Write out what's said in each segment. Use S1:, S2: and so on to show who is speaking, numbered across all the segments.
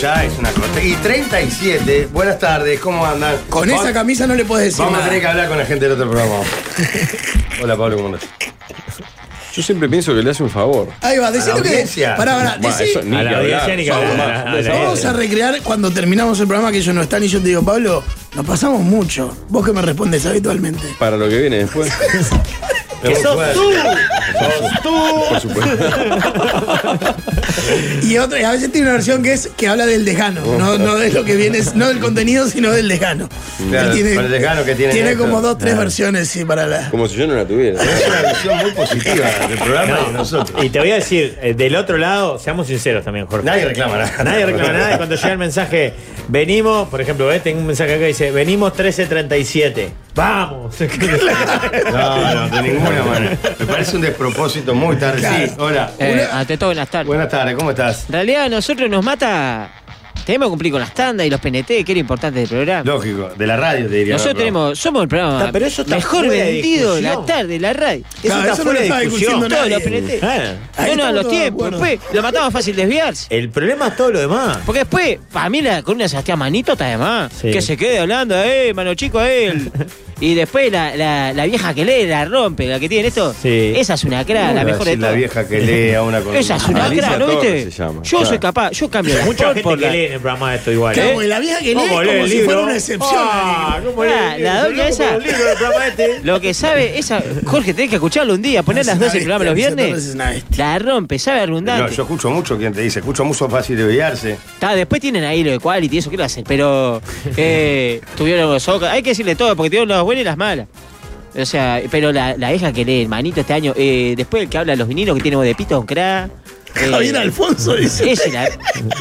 S1: ya es una cosa. Y 37, buenas tardes, ¿cómo andan?
S2: Con
S1: Vamos-
S2: esa camisa no le puedes decir
S1: Vamos a
S2: nada.
S1: tener que hablar con la gente del otro programa. Hola, Pablo, ¿cómo andás?
S3: Yo siempre pienso que le hace un favor.
S2: Ahí va,
S1: A
S2: decir
S1: la
S2: lo que.
S1: audiencia.
S2: Pará, pará,
S3: Bah,
S2: decí-
S3: eso ni
S4: A
S3: que
S4: la
S3: hablar.
S4: audiencia ni que
S3: Vamos,
S4: hablar, a la- a
S3: vamos.
S4: la-
S2: Vamos a recrear cuando terminamos el programa que ellos no están y yo te digo, Pablo, nos pasamos mucho. Vos que me respondes habitualmente.
S3: Para lo que viene después.
S1: Que sos tú.
S3: Por supuesto.
S2: Y otra, y a veces tiene una versión que es que habla del desgano, no, no de lo que viene, no del contenido, sino del desgano.
S1: Claro,
S2: Él
S1: con el desgano que tiene
S2: Tiene
S1: esto.
S2: como dos, tres versiones, sí, para la.
S3: Como si yo no la tuviera.
S1: Es una visión muy positiva del programa y de nosotros.
S4: Y te voy a decir, eh, del otro lado, seamos sinceros también, Jorge.
S1: Nadie reclama nada.
S4: Nadie reclama nada y cuando llega el mensaje, venimos, por ejemplo, ¿ves? tengo un mensaje acá que dice, venimos 13.37. ¡Vamos!
S1: No, no, de ninguna manera. Me parece un despropósito muy tarde. Sí, hola.
S5: Eh, ante todo, buenas tardes.
S1: Buenas tardes, ¿cómo estás?
S5: En realidad, a nosotros nos mata. Tenemos que cumplir con las tandas y los PNT, que era importante del programa.
S1: Lógico, de la radio te diría.
S5: nosotros
S1: pero-
S5: tenemos, somos el programa
S4: Está, pero eso está
S5: mejor
S4: fuera de
S5: vendido de la
S4: discusión.
S5: tarde, la radio.
S2: Claro,
S4: está
S2: eso no
S4: fuera
S2: lo
S4: de
S2: estaba
S4: discusión.
S2: discutiendo
S5: Todos
S2: nadie.
S5: los PNT.
S4: Ah.
S2: Ahí
S5: No, no,
S2: estamos
S5: los
S2: todos de
S5: tiempos, pues,
S2: acuerdo.
S5: después lo matamos fácil desviarse.
S4: El problema es todo lo demás.
S5: Porque después, para mí, la columna de Sebastián Manito está de más.
S4: Sí.
S5: Que se quede hablando, eh, mano chico, él. y después la, la- la vieja que lee, la rompe, la que tiene esto.
S4: Sí.
S5: Esa es una cra,
S1: ¿Cómo
S5: la
S1: va a
S5: mejor de
S1: decir la
S5: todas.
S1: vieja que lee a una columna?
S5: Esa es una
S3: Alicia
S5: cra, ¿no
S3: Torres
S5: viste?
S3: se llama,
S5: yo
S3: claro.
S5: soy capaz, yo cambio el
S4: Mucha
S5: fútbol
S4: gente
S5: por
S4: que
S5: la...
S4: lee en el programa esto igual.
S2: Claro,
S4: ¿eh?
S2: porque la vieja que lee es
S4: ¿Cómo
S2: como
S4: lee el
S2: si
S4: libro?
S2: fuera una excepción.
S4: Ah, ¿cómo lee
S5: Ah,
S4: el
S5: la
S4: libro?
S5: doña
S4: Loco,
S5: esa.
S4: como el libro del programa este.
S5: Lo que sabe, esa. Jorge, tenés que escucharlo un día, poner
S2: Es
S5: las
S2: una
S5: 12 el programa los
S2: bestia, Alicia Torres es
S5: viernes.
S2: una bestia.
S5: La rompe, sabe
S1: No,
S5: abundante.
S1: yo escucho mucho quien te dice, escucho mucho fácil de bellarse.
S5: Está, después tienen ahí lo de quality, eso que lo hacen, pero eh, tuvieron los socas. Hay que decirle todo, porque tuvieron las buenas y las malas. O sea, pero la, la hija que lee el manito este año, eh, después el que habla de los vinilos que tiene voz de pito con cra. eh,
S2: Javier Alfonso dice.
S5: Ese la,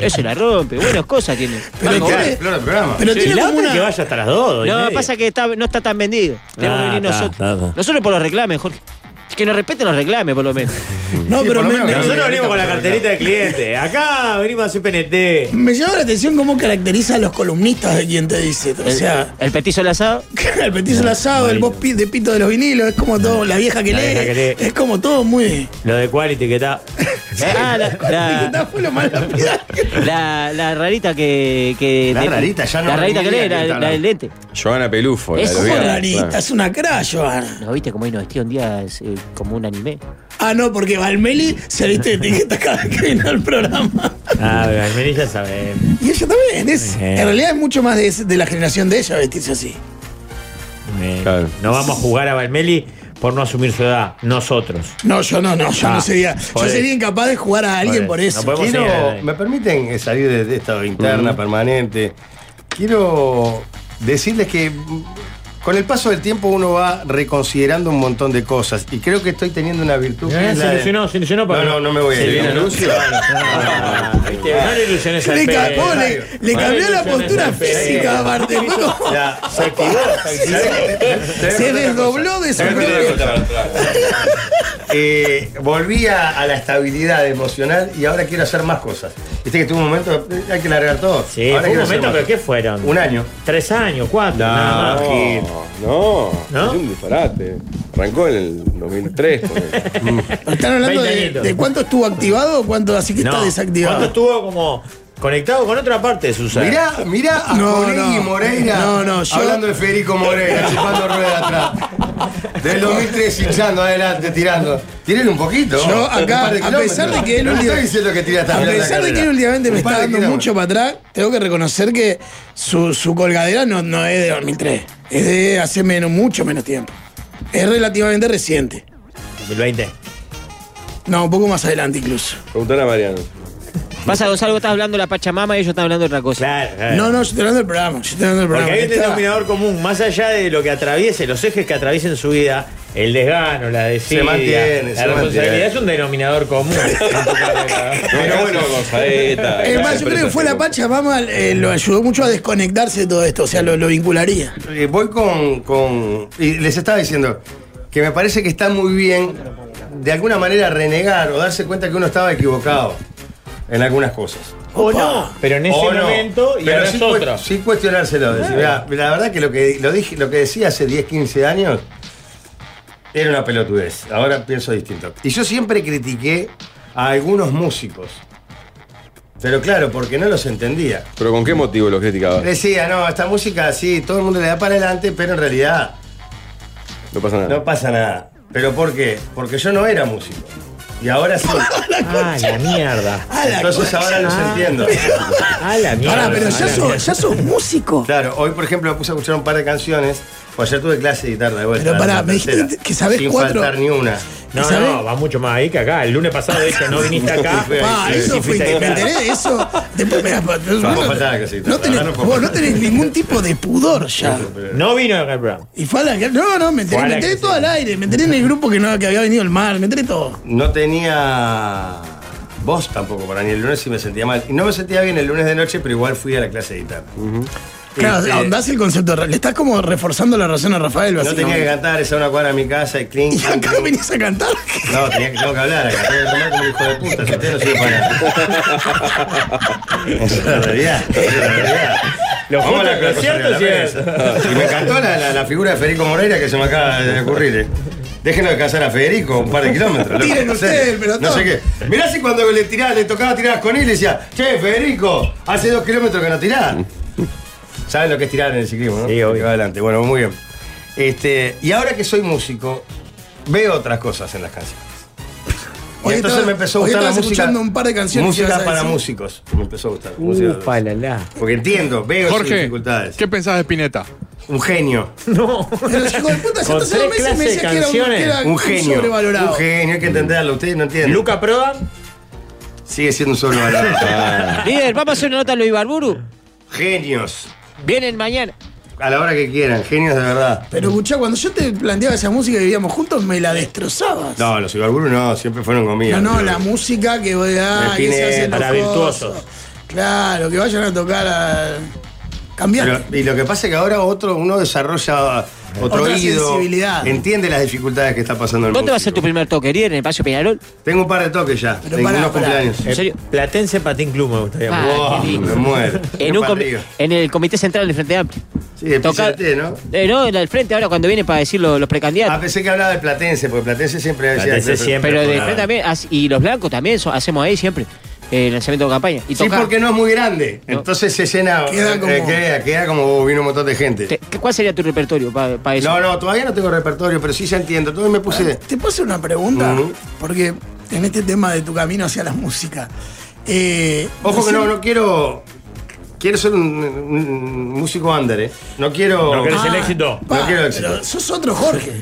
S5: ese la rompe, buenas cosas tiene.
S2: Pero
S5: Banco,
S2: tiene-
S5: banco.
S1: Explora el programa.
S2: Pero
S4: Y
S2: tiene
S4: la
S2: como
S4: otra
S2: una.
S4: que vaya hasta las dos. dos y
S5: No,
S4: media.
S5: pasa que está- no está tan vendido. Tenemos
S4: Ah,
S5: que venir
S4: está,
S5: nosotros.
S4: está, está.
S5: Nosotros por los reclames, Jorge. Que nos respeten los reclames, por lo menos.
S2: No,
S1: Sí,
S2: pero
S1: por lo
S2: me,
S1: menos
S2: me-
S1: que
S4: Nosotros venimos con la carterita de cliente. Acá venimos a hacer PNT.
S2: me llama la atención cómo caracteriza a los columnistas de quien te dice. O
S5: El,
S2: sea.
S5: el petizo al asado.
S2: El petiso el asado, el voz pi- de pito de los vinilos, es como todo, la vieja que,
S4: La
S2: lee,
S4: vieja que lee.
S2: es como todo muy...
S4: Lo de quality que está.
S5: Ah, la, la-
S2: Fue lo más lapidar que-
S5: la- la rarita que. que-
S1: La rarita, ya no
S5: La rarita que
S1: entendía
S5: lee,
S1: que
S5: la,
S1: está
S5: la del
S1: hablando.
S5: lente.
S3: Joana Pelufo. la
S5: Es
S3: de los
S2: Como
S3: viernes,
S2: rarita,
S3: claro.
S2: es una cra, Joana.
S5: ¿No viste cómo hoy nos vestía un día eh, como un anime?
S2: Ah, no, porque Valmeli se viste de etiqueta cada vez que vino al programa.
S4: Ah, Almerí ya sabe.
S2: Y ella también, es,
S4: Ajá.
S2: en realidad es mucho más de, ese- de la generación de ella vestirse así.
S4: Eh,
S3: Claro.
S4: No vamos a jugar a Valmeli por no asumir su edad. Nosotros.
S2: No, yo no, no, yo
S4: Ah,
S2: no sería, yo
S4: joder.
S2: sería incapaz de jugar a alguien
S4: Joder,
S2: por eso.
S4: no podemos-
S1: Quiero,
S4: señalar ahí.
S1: ¿Me permiten eh, salir de, de esta interna permanente? Quiero decirles que mm, con el paso del tiempo uno va reconsiderando un montón de cosas y creo que estoy teniendo una virtud. que
S4: Eh,
S1: es la
S4: se
S1: de-
S4: ilusionó, se ilusionó
S1: No,
S4: para-
S1: no, no me voy a
S4: Se
S1: ir.
S4: ilusionó.
S1: Ah,
S4: Ah, ¿viste? No le ilusiones al
S2: le,
S4: Pepe.
S2: cambió, le- le cambió
S4: No
S2: la
S4: ilusiones
S2: postura
S4: al Pepe.
S2: física, aparte. ¿no?
S1: Ya, se activó, se activó.
S2: Se desdobló de su
S1: Te voy a contar
S2: propio...
S1: otra cosa. Eh, volví a, a la estabilidad emocional y ahora quiero hacer más cosas. Viste que tuve un momento, eh, hay que largar todo.
S4: Sí, fue un
S1: Ahora quiero hacer
S4: momento,
S1: más.
S4: pero ¿qué fueron?
S1: Un año.
S4: Tres años, cuatro. nada más.
S1: Gil.
S3: No,
S4: ¿No?
S3: es un disparate. Arrancó en el 2003. con él. Mm.
S2: Están hablando
S4: 20
S2: de,
S4: añitos.
S2: de cuánto estuvo activado o cuánto así que está
S4: No. ¿Cuánto
S2: desactivado.
S4: estuvo como conectado con otra parte de su ser?
S1: Mirá, mirá a
S2: No,
S1: Jauregui
S2: no.
S1: Moreira
S2: No, no, yo-
S1: hablando de Federico Moreira, chupando rueda atrás. Del 2003 hinchando adelante, tirando. Tírenle un poquito.
S2: Yo acá,
S1: Un par de
S2: a pesar
S1: kilómetros.
S2: de que él
S1: No
S2: última-
S1: estoy diciendo que tira hasta
S2: A
S1: la
S2: pesar de
S1: carrera.
S2: que él últimamente me
S1: Un par
S2: está
S1: de
S2: dando
S1: kilómetros.
S2: mucho para atrás, tengo que reconocer que su, su colgadera no, no es de 2003. Es de hace menos, mucho menos tiempo. Es relativamente reciente.
S4: 2020.
S2: No, un poco más adelante incluso.
S3: Preguntale a Mariano.
S5: Pasa, Gonzalo, vos estás hablando de la Pachamama y ellos están hablando de otra cosa.
S4: Claro, claro.
S2: No, no, yo estoy hablando del programa. Yo estoy hablando del
S4: Porque
S2: programa.
S4: hay un
S2: Está-
S4: denominador común, más allá de lo que atraviese, los ejes que atraviesen su vida, el desgano, la desidia,
S1: Se mantiene,
S4: la
S1: se
S4: responsabilidad,
S1: mantiene.
S4: es un denominador común.
S3: Pero bueno, Gonzaleta.
S2: Es más, yo creo que fue la Pachamama, eh, lo ayudó mucho a desconectarse de todo esto, o sea, lo, lo vincularía.
S1: Eh, voy con, con- Y les estaba diciendo que me parece que está muy bien de alguna manera renegar o darse cuenta que uno estaba equivocado en algunas cosas.
S4: o
S2: Opa.
S4: no, pero en ese
S1: O no,
S4: momento y
S1: pero
S4: ahora
S1: sí
S4: es
S1: cue-
S4: otro.
S1: Sí cuestionárselo. decir, mirá, la verdad que lo que, lo, dije, lo que decía hace 10, 15 años era una pelotudez. Ahora pienso distinto. Y yo siempre critiqué a algunos músicos Pero claro, porque no los entendía.
S3: ¿Pero con qué motivo los criticaba?
S1: Decía, no, esta música sí, todo el mundo le da para adelante, pero en realidad
S3: No pasa nada.
S1: no pasa nada. ¿Pero por qué? Porque yo no era músico. Y ahora sí.
S4: Ah, la mierda.
S2: A la
S1: Entonces
S2: concha.
S1: ahora los entiendo.
S4: Ah, la mierda.
S2: Pará, pero ya
S4: Ah, la
S2: sos, ya sos músico.
S1: Claro, hoy por ejemplo me puse a escuchar un par de canciones. Pues ayer tuve clase de guitarra de vuelta.
S2: Pero pará,
S1: la
S2: me dijiste
S1: tercera,
S2: que sabés
S1: Sin
S2: cuatro.
S1: faltar ni una.
S4: No,
S2: ¿Sabés?
S4: no, va mucho más ahí que acá. El lunes pasado, de hecho, no viniste acá.
S2: Pa,
S1: Sí,
S2: eso
S4: sí,
S2: fue,
S4: sí,
S2: me
S4: sí.
S2: enteré de eso. Después me
S1: Vamos
S2: no-
S1: a faltar a la casita.
S2: no tenés,
S1: Ahora no puedo
S2: vos
S1: faltar.
S2: no tenés ningún tipo de pudor ya.
S4: No vino acá el programa.
S2: Y fue a la que- No, no, me enteré,
S4: Fue a
S2: me
S4: la
S2: enteré
S4: que
S2: todo
S4: sí.
S2: al aire. Me enteré en el grupo que, no, que había venido el mar, me enteré todo.
S1: No tenía voz tampoco para ni el lunes y me sentía mal. Y no me sentía bien el lunes de noche, pero igual fui a la clase de guitarra.
S2: Claro,
S1: Este,
S2: ahondás el concepto. Le estás como reforzando la razón a Rafael,
S1: No tenía que
S2: básicamente.
S1: cantar, esa una cuadra a mi casa y clink.
S2: Y acá
S1: clink.
S2: venís a cantar.
S1: No, tenía que, tengo que hablar acá. Tengo que hablar como hijo de puta. Si usted no sirve para nada. Esa es la realidad. esa es la realidad.
S4: Lo
S1: Vamos a
S4: justo,
S1: la
S4: lo
S1: cosa
S4: cierto,
S1: de la
S4: sí
S1: mesa. Y me encantó la, la- la figura de Federico Moreira que se me acaba de ocurrir. eh. Déjenlo descansar a Federico un par de kilómetros. loco,
S2: Tiren
S1: en
S2: ustedes
S1: serio.
S2: el pelotón.
S1: No sé qué. Mirá si cuando le tirás, le tocaba tirar con él, le decía, che, Federico, hace dos kilómetros que no tirás. ¿Saben lo que es tirar en el ciclismo, no?
S4: Sí, obvio.
S1: Que va adelante. Bueno, muy bien. Este, y ahora que soy músico, veo otras cosas en las canciones. Y
S2: Hoy
S1: entonces
S2: estaba-
S1: me empezó a
S2: hoy
S1: gustar la
S2: estabas
S1: música.
S2: escuchando un par de canciones y ibas
S1: Música
S2: a
S1: para
S2: decir-
S1: músicos. Me empezó a gustar. música para
S4: Uh, palala.
S1: Porque entiendo, veo sus
S6: Jorge,
S1: dificultades.
S6: ¿qué pensás de Spinetta?
S1: Un genio.
S4: No.
S2: Pero hijo de puta, hace
S4: Con
S2: dos
S4: tres
S2: meses me
S4: clases de
S2: decía que era un, que
S4: canciones.
S2: era
S1: Un genio.
S2: sobrevalorado.
S1: Un genio, hay que entenderlo. Ustedes no entienden.
S4: Luca Prodan. Ah.
S1: sigue siendo un sobrevalorado.
S5: Líder, vamos a hacer una nota a Luis Barburu.
S1: Genios.
S5: Vienen mañana.
S1: A la hora que quieran. Genios de verdad.
S2: Pero escuchá, cuando yo te planteaba esa música que vivíamos juntos, me la destrozabas.
S1: No, los Ibarburu no, siempre fueron conmigo.
S2: No, no, la música que voy a.
S1: De
S2: que se hacen
S1: Spinetta,
S2: los
S4: para virtuosos.
S2: cosos. Claro, que vayan a tocar a. Cambiaste.
S1: Pero- y lo que pasa es que ahora otro, uno desarrolla otro
S2: Otra
S1: oído,
S2: sensibilidad.
S1: entiende las dificultades que está pasando el
S5: ¿Dónde va a
S1: músico.
S5: ser tu primer toque, líder? ¿En el Paso Peñarol?
S1: Tengo un par de toques ya.
S2: Pero
S1: Tengo
S2: pará,
S1: unos
S2: pará.
S1: cumpleaños.
S5: ¿En serio?
S4: Platense Patín Club me gustaría.
S5: Ah,
S1: Wow,
S5: qué
S1: me
S5: lindo.
S1: muero.
S5: En,
S1: Qué
S5: un com-
S1: partido.
S5: en el Comité Central del Frente Amplio.
S1: Sí, el
S5: Tocar-
S1: PCT, ¿no?
S5: Eh, no, en el frente ahora cuando viene para decir lo- los precandidatos.
S1: Ah, pensé que hablaba de Platense, porque Platense siempre decía.
S4: Platense siempre.
S5: Pero de
S4: Claro.
S5: frente también, as- y los blancos también, so- hacemos ahí siempre, eh, lanzamiento de campaña. Y
S1: Sí,
S5: toca-
S1: porque no es muy grande.
S5: No.
S1: Entonces se llena.
S2: Queda como-
S1: eh, queda, queda como oh, vino un montón de gente.
S5: Te- ¿qué- ¿Cuál sería tu repertorio para eso?
S1: No, no, todavía no tengo repertorio, pero sí ya entiendo. Entonces me puse.
S2: ¿Te puedo hacer una pregunta?
S1: Ujú.
S2: Porque en este tema de tu camino hacia la música. eh,
S1: Ojo que
S2: recién-
S1: no, no quiero. Quiero ser un, un músico under, ¿eh? No quiero. Ah.
S4: No querés- Es el éxito.
S2: Ah, pa,
S1: No quiero éxito.
S2: Pero sos otro Jorge.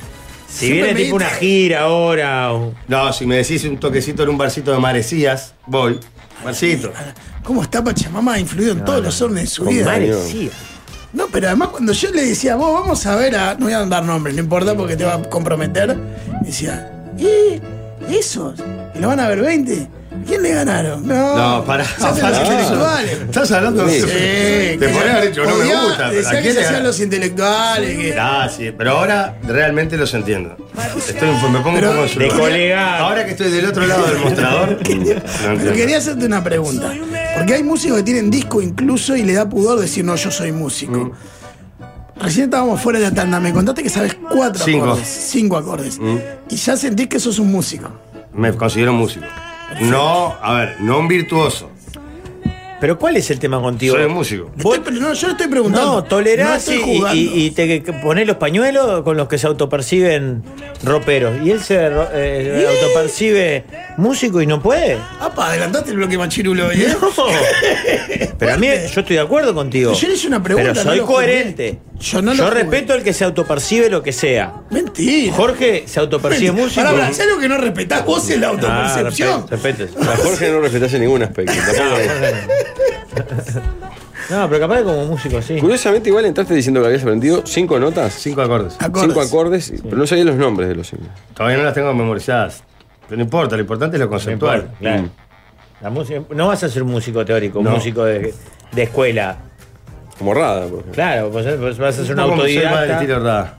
S4: Si viene tipo una gira ahora. o-
S1: No, si me decís un toquecito en un barcito de Marecías, voy. Barcito.
S2: ¿Cómo está Pachamama? Ha influido en todos los órdenes de su vida.
S4: Madre,
S3: Dios.
S4: sí.
S2: No, pero además cuando yo le decía, vos vamos a ver a. No voy a dar nombres, no importa porque te va a comprometer. Decía, ¿eh? ¿Esos? ¿Que lo van a ver 20? ¿Quién le ganaron? No,
S1: No, pará.
S2: se hacen los
S1: pará.
S2: intelectuales.
S1: Estás hablando de
S3: Sí.
S2: Sí,
S1: Te
S2: que
S1: podría haber dicho, no me
S2: odiaba-
S1: gusta. pero ¿a
S2: Decía que
S1: quién
S2: se
S1: le-
S2: hacían los intelectuales. que-
S1: Ah, sí, pero ahora realmente los entiendo. Estoy, me pongo
S2: Pero-
S1: un poco en su
S4: De
S1: lugar.
S4: colega.
S1: Ahora que estoy del otro lado del mostrador. lo
S2: Pero
S1: entiendo.
S2: quería hacerte una pregunta. Porque hay músicos que tienen disco incluso y le da pudor decir, no, yo soy
S1: Mm.
S2: músico. Recién estábamos fuera de la tanda, me contaste que sabes cuatro
S1: Cinco. Mm.
S2: acordes. Cinco acordes. Y ya sentís que sos un músico.
S1: Me considero músico. No, a ver, no un virtuoso.
S4: Pero ¿cuál es el tema contigo?
S1: Soy músico.
S4: Vos-
S2: Estoy- pero no, yo le estoy preguntando.
S4: No, tolerás
S2: No
S4: y,
S2: estoy juzgando.
S4: y- y te que- ponés los pañuelos con los que se autoperciben roperos. Y él se ro- eh, autopercibe músico y no puede.
S2: Apa, adelantaste el bloque machirulo, ¿eh?
S4: Pero a mí, yo estoy de acuerdo contigo.
S2: Yo le hice una pregunta,
S4: Pero
S2: no
S4: soy
S2: lo juzgué.
S4: coherente.
S2: Yo no lo juzgué.
S4: respeto al que se autopercibe lo que sea.
S2: Mentira.
S4: Jorge se autopercibe
S2: Mentira.
S4: músico.
S2: Pará, pará, ¿sabes lo que no respetás vos es la
S4: Ah,
S2: autopercepción?
S4: respeto, respeto.
S3: A Jorge no respetase ningún aspecto. tampoco.
S4: No, pero capaz que como músico, sí.
S3: Curiosamente, igual entraste diciendo que habías aprendido cinco notas,
S1: Cinco
S3: cinco,
S1: acordes.
S2: Acordes.
S3: acordes, pero no sabías los nombres de los cinco.
S1: Todavía no las tengo memorizadas. Pero no importa, lo importante es lo
S4: No importa,
S1: conceptual.
S4: claro. La música, no vas a ser músico teórico,
S1: No.
S4: músico de, de escuela.
S3: Como Rada, por ejemplo.
S4: Claro, vos vos vas a ser un
S1: No, como soy más del
S4: autodidacta.
S1: estilo Rada.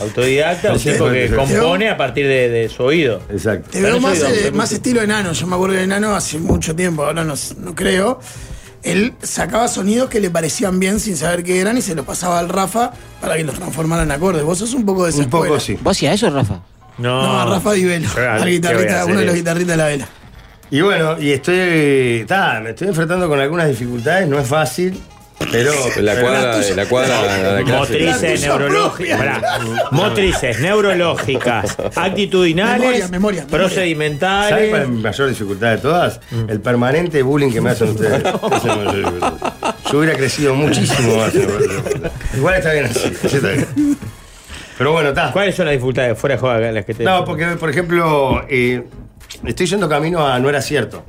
S4: Autodidacta, un
S1: Sí,
S4: tipo
S1: sí,
S4: que
S1: sí.
S4: compone a partir de, de su oído.
S1: Exacto.
S2: Te veo
S4: Pero
S2: más,
S4: soy
S2: eh,
S4: hombre,
S2: más
S4: mucho.
S2: estilo enano. Yo me acuerdo de enano hace mucho tiempo, ahora no, no creo. Él sacaba sonidos que le parecían bien sin saber qué eran y se los pasaba al Rafa para que los transformara en acordes. Vos sos un poco de esa
S1: Un poco
S2: escuela.
S1: sí.
S5: ¿Vos hacías eso, Rafa?
S2: No, a Rafa Di Velo,
S4: Claro,
S2: al
S4: ¿qué voy a
S2: guitarrista,
S4: hacer
S2: uno de los
S4: eso?
S2: guitarristas de la vela.
S1: Y bueno, y estoy. ta, me estoy enfrentando con algunas dificultades, no es fácil, pero.
S3: En la
S1: pero-
S3: cuadra, en la cuadra, en la clase.
S2: La
S4: Motrices
S2: tuya
S4: neurológicas.
S2: propia.
S4: pará. Motrices neurológicas, actitudinales,
S2: Memoria, memoria, memoria.
S1: ¿Sabes cuál
S4: procedimentales.
S1: es mi mayor dificultad de todas?
S2: Mm.
S1: El permanente bullying que me hacen ustedes. Esa es mi mayor dificultad. Yo hubiera crecido muchísimo más. Igual está bien así. así está bien. Pero bueno, está.
S4: ¿Cuáles son las dificultades fuera de juego acá, las que te
S1: No, porque, por ejemplo, eh, estoy yendo camino a No era cierto.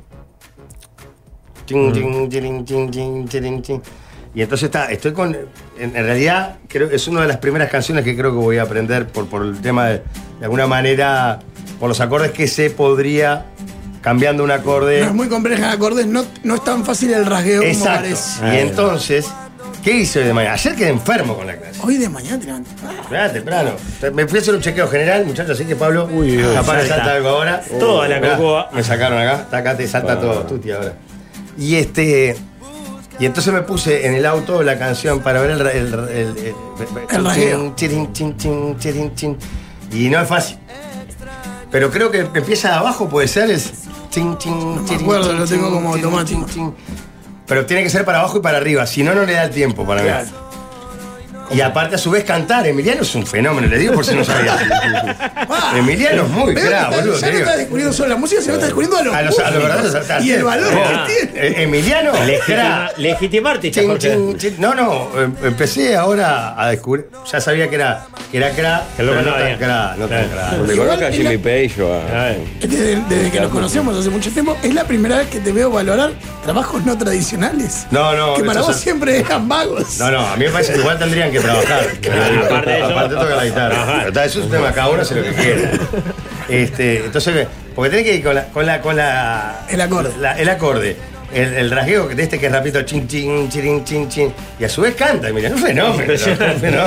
S1: Tin,
S4: Mm.
S1: tin, tirin, tin, tin, tirin, tin. Y entonces está, estoy con. En, en realidad, creo es una de las primeras canciones que creo que voy a aprender por, por el tema de, de alguna manera, por los acordes que se podría cambiando un acorde.
S2: No es muy compleja de acordes, no, no es tan fácil el rasgueo como
S1: Exacto. Ah,
S2: parece.
S4: Ah.
S1: Y entonces, ¿qué hice hoy de mañana? Ayer quedé enfermo con la clase.
S2: Hoy de mañana te levantas.
S1: Ah, temprano. Me fui a hacer un chequeo general, muchachos, así que Pablo, capaz me
S4: salta.
S1: salta algo ahora.
S4: Toda la
S1: Mirá,
S4: cocoa. Ah,
S1: Me sacaron acá, está acá te salta todo, Tuti ahora. Y este. Y entonces me puse en el auto la canción para ver el. ra- El, ra- el, el-
S2: El ragueo.
S1: Chirin, chin, chin, chirin, chin. Y no es fácil. Pero creo que empieza abajo, puede ser. Es. Chin, chin,
S2: me
S1: chirin,
S2: acuerdo,
S1: chin,
S2: lo tengo
S1: chin,
S2: como
S1: chin,
S2: automático.
S1: chin, chin. Pero tiene que ser para abajo y para arriba, si no, no le da el tiempo para mí. Y aparte a su vez cantar, Emiliano es un fenómeno, le digo por si no sabía. Ah, Emiliano es
S2: Veo
S1: muy
S2: que
S1: bravo,
S2: está-
S1: boludo.
S2: Ah. ya
S1: te
S2: no
S1: digo.
S2: estás descubriendo solo la música, sino estás descubriendo a los,
S1: A los, a los
S2: músicos
S1: verdaderos artistas.
S2: Y el valor
S1: Vos,
S2: que tiene.
S1: eh, Emiliano,
S4: Legitima-
S1: crack.
S4: legitimarte,
S1: Chin,
S4: Chaco,
S1: chin, chin. No, no, em- empecé ahora a descubrir. Ya sabía que era que era cra,
S4: Que lo
S1: pero no
S4: conocía.
S1: tan cra, no tan cra.
S3: Donde
S2: Igual
S3: conozca a
S2: que
S3: Jimmy
S2: la-
S3: Page yo a.
S4: Ay,
S2: Desde, desde que nos conocemos hace mucho tiempo, es la primera vez que te veo valorar trabajos no tradicionales.
S1: No, no,
S2: Que para
S1: eso
S2: vos
S1: es-
S2: siempre eran vagos.
S1: No, no, a mí me parece que igual tendrían que trabajar.
S4: aparte de eso.
S1: Aparte toca la guitarra. Pero está, eso es un tema, cada uno hace lo que quiere. Este, entonces, porque tenés que ir con la. Con la, con la
S2: El acorde.
S1: la- el acorde. El, el rasgueo de este que es rapidito, chin, chin, chin, chin, chin. Y a su vez canta, mira, es un fenómeno. es un fenómeno.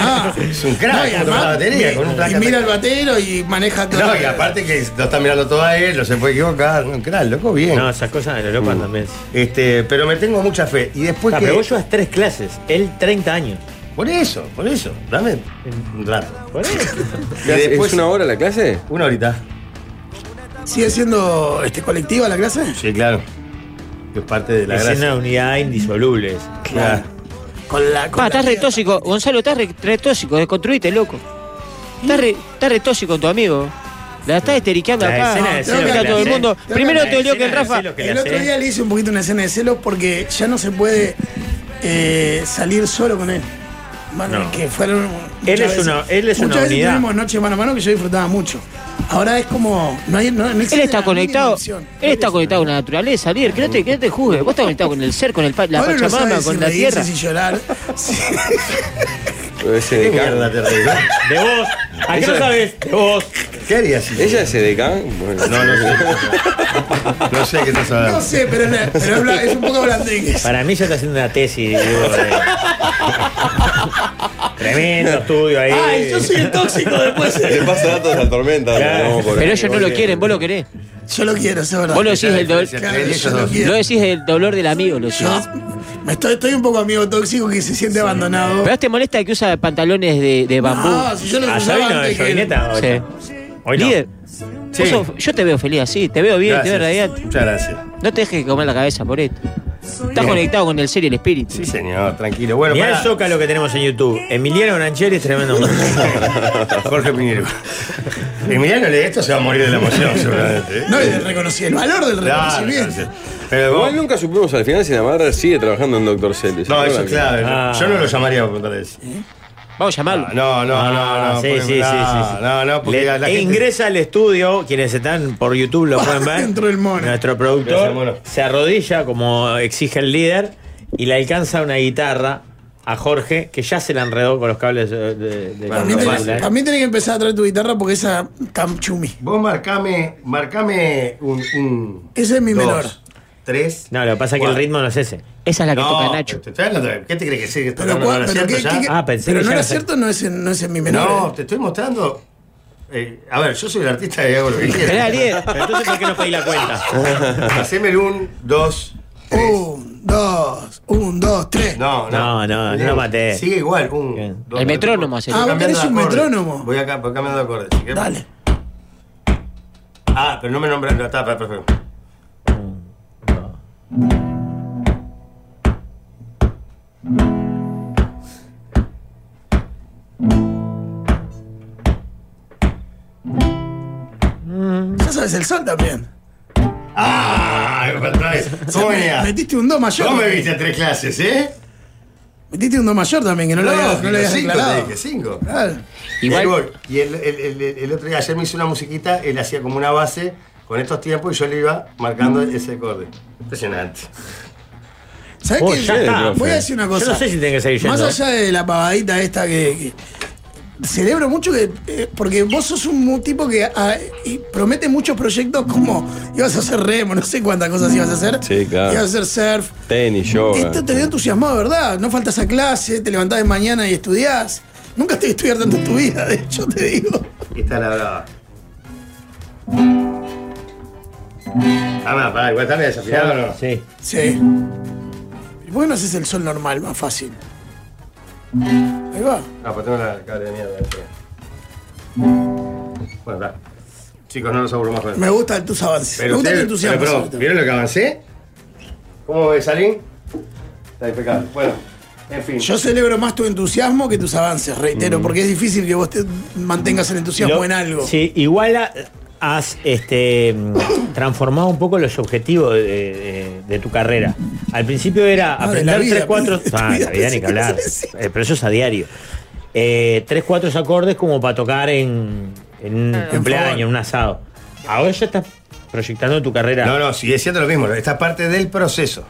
S2: Ah.
S1: Es un crack,
S2: y
S1: como toca
S2: además,
S1: la batería,
S2: mi-
S1: con un
S2: y
S1: placa-
S2: mira al batero y maneja todo.
S1: No, y aparte que lo está mirando todo a él, no se puede equivocar. Un crack, loco, bien. Mm.
S4: no, esas cosas de lo loco también.
S1: Este, pero me tengo mucha fe. Y después
S4: Ah,
S1: que.
S4: pero vos llevas tres clases, él 30 años.
S1: Por eso, por eso. Dame un rato.
S4: Por eso.
S1: Y después-
S3: ¿Es una hora la clase?
S1: Una horita.
S2: ¿Sigue siendo este, colectiva la clase?
S1: Sí, claro. Es parte de la
S4: es
S1: gracia.
S4: una unidad indisoluble. esa.
S1: Claro.
S2: Con la. Con
S5: Pa,
S2: la-
S5: estás re tóxico, Gonzalo, estás re, re tóxico, desconstruite, loco. Estás re, estás re tóxico con tu amigo. La estás esteriqueando
S4: La
S5: acá.
S4: escena de
S5: Tengo
S2: celos
S5: que
S2: que
S5: a todo
S2: le
S5: el
S2: hace.
S5: mundo.
S2: Tengo
S5: Primero
S2: que-
S5: te olió
S4: la
S5: que
S4: escena
S5: el
S4: de
S5: Rafa.
S4: celos que le
S2: El otro
S4: hace.
S2: día le hice un poquito una escena de celos porque ya no se puede eh, salir solo con él. Mano,
S4: No.
S2: que fueron.
S4: Él
S2: muchas
S4: es una- él es una
S2: muchas veces
S4: unidad.
S2: tuvimos noche mano a mano que yo disfrutaba mucho. Ahora es como. No hay, no, no
S5: Él
S2: existe
S5: está
S2: la
S5: conectado.
S2: mínima opción.
S5: Él está conectado con la naturaleza, líder. Que no te, que no te juzgue. Vos estás conectado con el ser, con el, pa- la
S2: Ahora no
S5: Pachamama,
S2: sabe si
S5: con la
S2: reírse,
S5: tierra.
S2: Si llorar. Sí.
S3: ¿Se
S1: ¿Qué
S3: decan?
S1: mierda te reís?
S4: De vos. ¿A qué no
S3: Eso-
S4: sabes? De vos.
S1: ¿Qué harías? si-
S3: ¿Ella es edecán? Bueno,
S1: No, no sé. No sé qué estás
S2: No
S1: hablando.
S2: sé, pero, es la- pero es la- es un poco blandengues.
S4: Para mí ya está haciendo una tesis. digo, de- Tremendo estudio ahí.
S2: Ay, yo soy el tóxico después. eh.
S3: Le pasa datos a la tormenta.
S4: Claro.
S3: no, por-
S5: Pero ellos no lo quieren, vos lo querés.
S2: Yo lo quiero, eso es verdad.
S5: Vos lo decís,
S1: Esa es
S5: el
S1: la
S5: dolor.
S1: diferencia
S2: Claro,
S1: entre ellos
S2: yo no
S1: dos.
S5: Lo decís el dolor del amigo, lo decís.
S2: Yo me estoy, estoy un poco amigo tóxico que se siente abandonado.
S5: Pero te molesta que usa pantalones de, de
S2: Ah,
S5: bambú.
S2: si yo lo
S4: Allá
S2: usaba
S4: vino de
S2: antes que-
S4: llovineta. hoy
S5: Sí.
S4: no. Hoy no.
S5: Líder,
S1: Sí.
S5: vos sos- yo te veo feliz así, te veo bien, te veo
S1: Gracias.
S5: radiante.
S1: Muchas gracias.
S5: No te dejes comer la cabeza por esto. Estás
S1: Bien.
S5: conectado con el ser y el espíritu.
S1: Sí, señor, tranquilo. Bueno,
S4: Mirá el
S1: pará.
S4: zócalo que tenemos en YouTube. Emiliano Brancheri es tremendo.
S1: Jorge Piñero. Emiliano lee esto, se va a morir de la emoción, seguramente. ¿eh? Ah,
S2: No, y del reconoci- el valor del
S1: Claro,
S2: reconocimiento.
S1: Pero vos-
S3: Igual nunca supimos al final si la madre sigue trabajando en Doctor Celis.
S1: No, eso es clave.
S4: Ah.
S1: Yo no lo llamaría para contarle eso.
S5: Vamos a llamarlo.
S1: No, no, no,
S4: Ah,
S1: no.
S4: sí,
S1: porque-
S4: sí, sí,
S1: no,
S4: sí, sí.
S1: No, no, porque
S4: Le-
S1: la, la
S4: e
S1: gente-
S4: ingresa al estudio, quienes están por YouTube lo pueden ver.
S2: Dentro del mono.
S4: Nuestro
S1: Gracias, mono.
S4: productor se arrodilla como exige el líder y le alcanza una guitarra a Jorge que ya se la enredó con los cables eh, de, de
S1: Bueno,
S2: También
S1: no
S4: la
S1: pasa,
S2: tenés,
S4: celular.
S2: también tenés que empezar a traer tu guitarra porque esa tan chumi.
S1: Vos marcame, marcame un, un.
S2: Ese es mi
S1: dos,
S2: menor.
S1: Tres.
S4: No, lo que pasa es que el
S1: Cuatro.
S4: ritmo no es ese.
S5: Esa es la que
S1: No,
S5: toca Nacho.
S1: te estoy hablando de- ¿Qué te crees que sí? que
S2: Pero,
S1: tocando
S2: cua-
S1: no era
S2: pero
S1: cierto
S2: qué-
S1: ya?
S2: qué-
S4: Ah, pensé
S2: pero
S4: que
S2: no
S4: ya
S2: era
S4: lo sé.
S2: cierto, no es, en- no es en mi menor.
S1: No, te estoy mostrando. eh, a ver, yo soy el artista y hago lo que quiero.
S5: Esperá, líder.
S4: Pero entonces, ¿por qué no pedí la cuenta?
S1: Haceme el un, dos.
S2: Un, dos, un, dos, tres.
S1: No,
S4: No,
S1: no.
S4: no, no lo maté.
S1: Sigue igual. Un,
S4: Bien.
S1: dos,
S5: El
S1: tres,
S5: metrónomo
S1: cuatro.
S5: hace.
S2: Ah, vos
S1: Cambiando
S2: tenés un
S1: de acorde.
S2: metrónomo.
S1: Voy acá, voy cambiando de acordes.
S2: Dale.
S1: Ah, pero no me nombras. No, está, perfecto.
S2: Ya sabes el sol también.
S1: ¡Ah! Otra vez. Sonia.
S2: Metiste un do mayor.
S1: Vos me viste a tres clases, ¿eh?
S2: Metiste un do mayor también, que no, lo habías, no lo habías
S1: cinco,
S2: aclarado.
S1: te dije, cinco.
S2: Claro.
S5: Igual-
S1: Y, bueno, y el, el- el- el- el otro día, ayer me hizo una musiquita, él hacía como una base con estos tiempos y yo le iba marcando
S2: Mm.
S1: ese acorde. Impresionante.
S2: ¿Sabes
S4: Oh,
S2: qué?
S4: ya está.
S2: Voy a decir una cosa.
S4: Yo no sé si tiene que seguir yendo.
S2: Más allá de la pavadita esta que. que celebro mucho que. eh, porque vos sos un mu- tipo que ah, y promete muchos proyectos como. Ibas a hacer remo, no sé cuántas cosas ibas a hacer.
S3: Sí, claro.
S2: Ibas a hacer surf.
S3: Tenis, yoga.
S2: Esto te veo entusiasmado, ¿verdad? No faltas a clase, te levantás de mañana y estudiás. Nunca te vi estudiar tanto en tu vida, de hecho, te digo.
S1: Y está la brava. Ah, no, pará, igual también desafinado, ¿no?
S4: Sí.
S2: Sí. ¿Por qué no haces el sol normal, más fácil? Ahí va.
S1: No, pues tengo la cara de mierda. esta. Bueno, está. Chicos, no los aburro más con esto.
S2: Me gustan tus avances. Me gusta tu
S1: ustedes-
S2: entusiasmo.
S1: pero,
S2: sobre
S1: pero,
S2: todo.
S1: ¿Vieron lo que avancé? ¿Cómo ves, Salín? Está impecable. Bueno, en fin.
S2: Yo celebro más tu entusiasmo que tus avances, reitero,
S1: Mm.
S2: porque es difícil que vos te mantengas el entusiasmo
S4: Lo-
S2: en algo.
S4: Sí, igual ha- has este, mm, transformado un poco los objetivos de, de- de tu carrera. Al principio era
S2: Ah, de la
S4: aprender
S2: vida,
S4: 3, 4.
S2: de tu
S4: Ah,
S2: vida,
S4: la vida ni que hablar.
S2: sí, sí.
S4: Eh, Pero eso es a diario. 3, 4 acordes como para tocar en, en un cumpleaños, en un asado. Ahora ya estás proyectando tu carrera.
S1: No, no, sigue siendo lo mismo. Esta parte del proceso.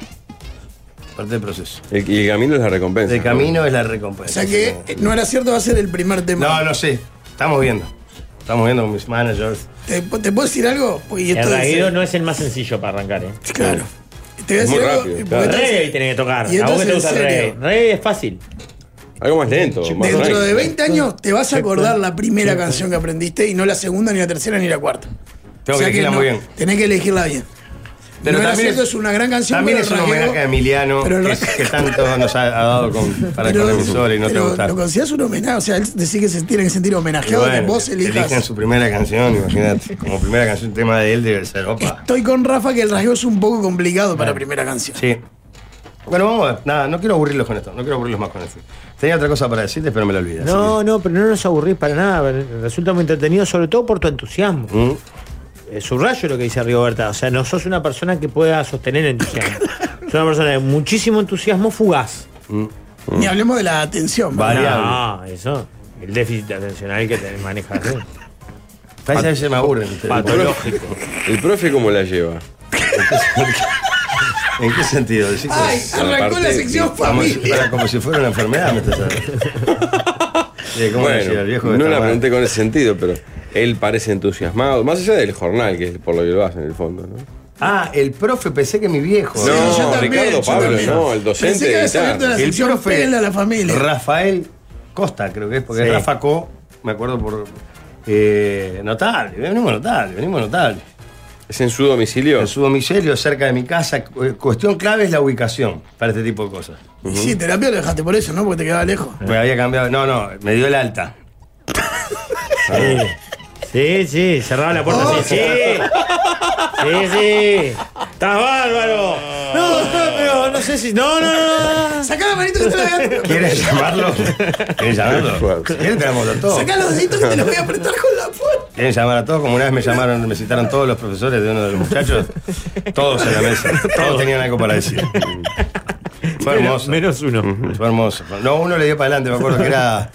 S1: Parte del proceso.
S3: El, y el camino es la recompensa.
S1: El camino es la
S2: O
S1: recompensa.
S2: sea que eh, no era cierto, va a ser el primer tema.
S1: No, no sé. Estamos viendo. Estamos viendo con mis managers.
S2: ¿Te, te puedo decir algo? Porque
S4: el
S2: esto es,
S4: raguero
S2: eh,
S4: no es el más sencillo para arrancar. ¿eh?
S2: Claro. Te voy a
S3: Es
S2: decir
S3: muy
S2: algo.
S3: rápido,
S2: eh, porque
S3: claro.
S2: esto es-
S4: Reggae tenés que tocar.
S2: y
S4: ¿A
S2: esto
S4: vos que
S2: es
S4: te
S2: en
S4: gusta el reggae?
S2: serio.
S4: Reggae es fácil.
S3: Algo más lento. más
S2: Dentro
S3: tranqui.
S2: de 20 años te vas a acordar la primera canción que aprendiste y no la segunda, ni la tercera, ni la cuarta.
S1: Tengo que elegirla muy bien.
S2: Tenés que elegirla bien.
S1: Pero
S2: no era
S1: también
S2: cierto,
S1: es-
S2: es una gran canción.
S1: También
S2: pero
S1: es
S2: el
S1: un
S2: rasgueo-
S1: homenaje a Emiliano
S2: pero el
S1: que,
S2: rasgueo-
S1: que tanto nos ha, ha dado con, para
S2: Pero-
S1: con el sol y no te
S2: pero
S1: gusta.
S2: Lo consideras un homenaje, o sea, él decir que se tiene que sentir
S1: Y
S2: homenajeado,
S1: bueno,
S2: que vos elijas.
S1: elijan su primera canción, imagínate. Como primera canción, tema de él debe ser, opa.
S2: Estoy con Rafa que el rasgueo es un poco complicado para primera canción.
S1: Sí. Bueno, vamos a ver. Nada, no quiero aburrirlos con esto. No quiero aburrirlos más con esto. Tenía otra cosa para decirles, pero me la olvidé. así
S4: No, no, pero no nos aburrís para nada. Resulta muy entretenido, sobre todo por tu entusiasmo.
S1: que- Mm.
S4: Eh, subrayo lo que dice Rigoberta. O sea, no sos una persona que pueda sostener el entusiasmo. sos una persona de muchísimo entusiasmo fugaz.
S3: Mm,
S2: Ni hablemos de la atención.
S1: Vale.
S2: ¿verdad?
S1: Variable.
S4: No, eso. El déficit atencional que te manejas. ¿eh?
S1: Parece que a veces me aburren. ustedes.
S4: Patológico.
S3: ¿El profe cómo la lleva?
S1: ¿En qué sentido? Decís que-
S2: Ay, arrancó
S3: Aparte,
S2: la sección
S1: Como si,
S2: familia.
S1: fuera, como si fuera una enfermedad, me estás hablando. Eh, ¿Cómo decía el viejo que
S3: no
S1: está
S3: la
S1: mal?
S3: pregunté con ese sentido, pero él parece entusiasmado. Más allá del jornal, que es por lo que lo hacen en el fondo, ¿no?
S1: Ah, el profe, pensé que mi viejo.
S3: No,
S2: Sí, yo también,
S3: Ricardo
S2: yo
S3: Pablo,
S2: también.
S3: no, el docente
S2: Pensé que habías
S3: de guitarra.
S2: abierto la
S1: El
S2: sección
S1: profe-
S2: Péguenle a la familia.
S1: Rafael Costa, creo que es, porque
S4: Sí.
S1: Rafa Co, me acuerdo por. eh, notable, venimos notable, venimos notable.
S3: Es en su domicilio.
S1: En su domicilio, cerca de mi casa. cu- eh, Cuestión clave es la ubicación para este tipo de cosas.
S2: Y Sí, terapia lo dejaste por eso, ¿no? Porque te quedaba lejos.
S1: Me había cambiado. No, no, me dio el alta.
S4: Sí, sí, cerraba la puerta.
S2: Oh.
S4: Sí, sí. Sí, sí. Estás bárbaro. No, no, pero no sé si. No, no, no. no.
S2: Sacá la manito que te la voy a-
S1: ¿Quieres llamarlo? ¿Quieren llamarlo? Si ¿Quieren llamamos a todos?
S2: Sacá los deditos que te los voy a apretar con la puerta.
S1: ¿Quieren llamar a todos? Como una vez me llamaron, me citaron todos los profesores de uno de los muchachos. Todos en la mesa. Todos tenían algo para decir. Fue hermoso.
S4: Menos uno.
S1: Fue hermoso. No, uno le dio para adelante, me acuerdo que era.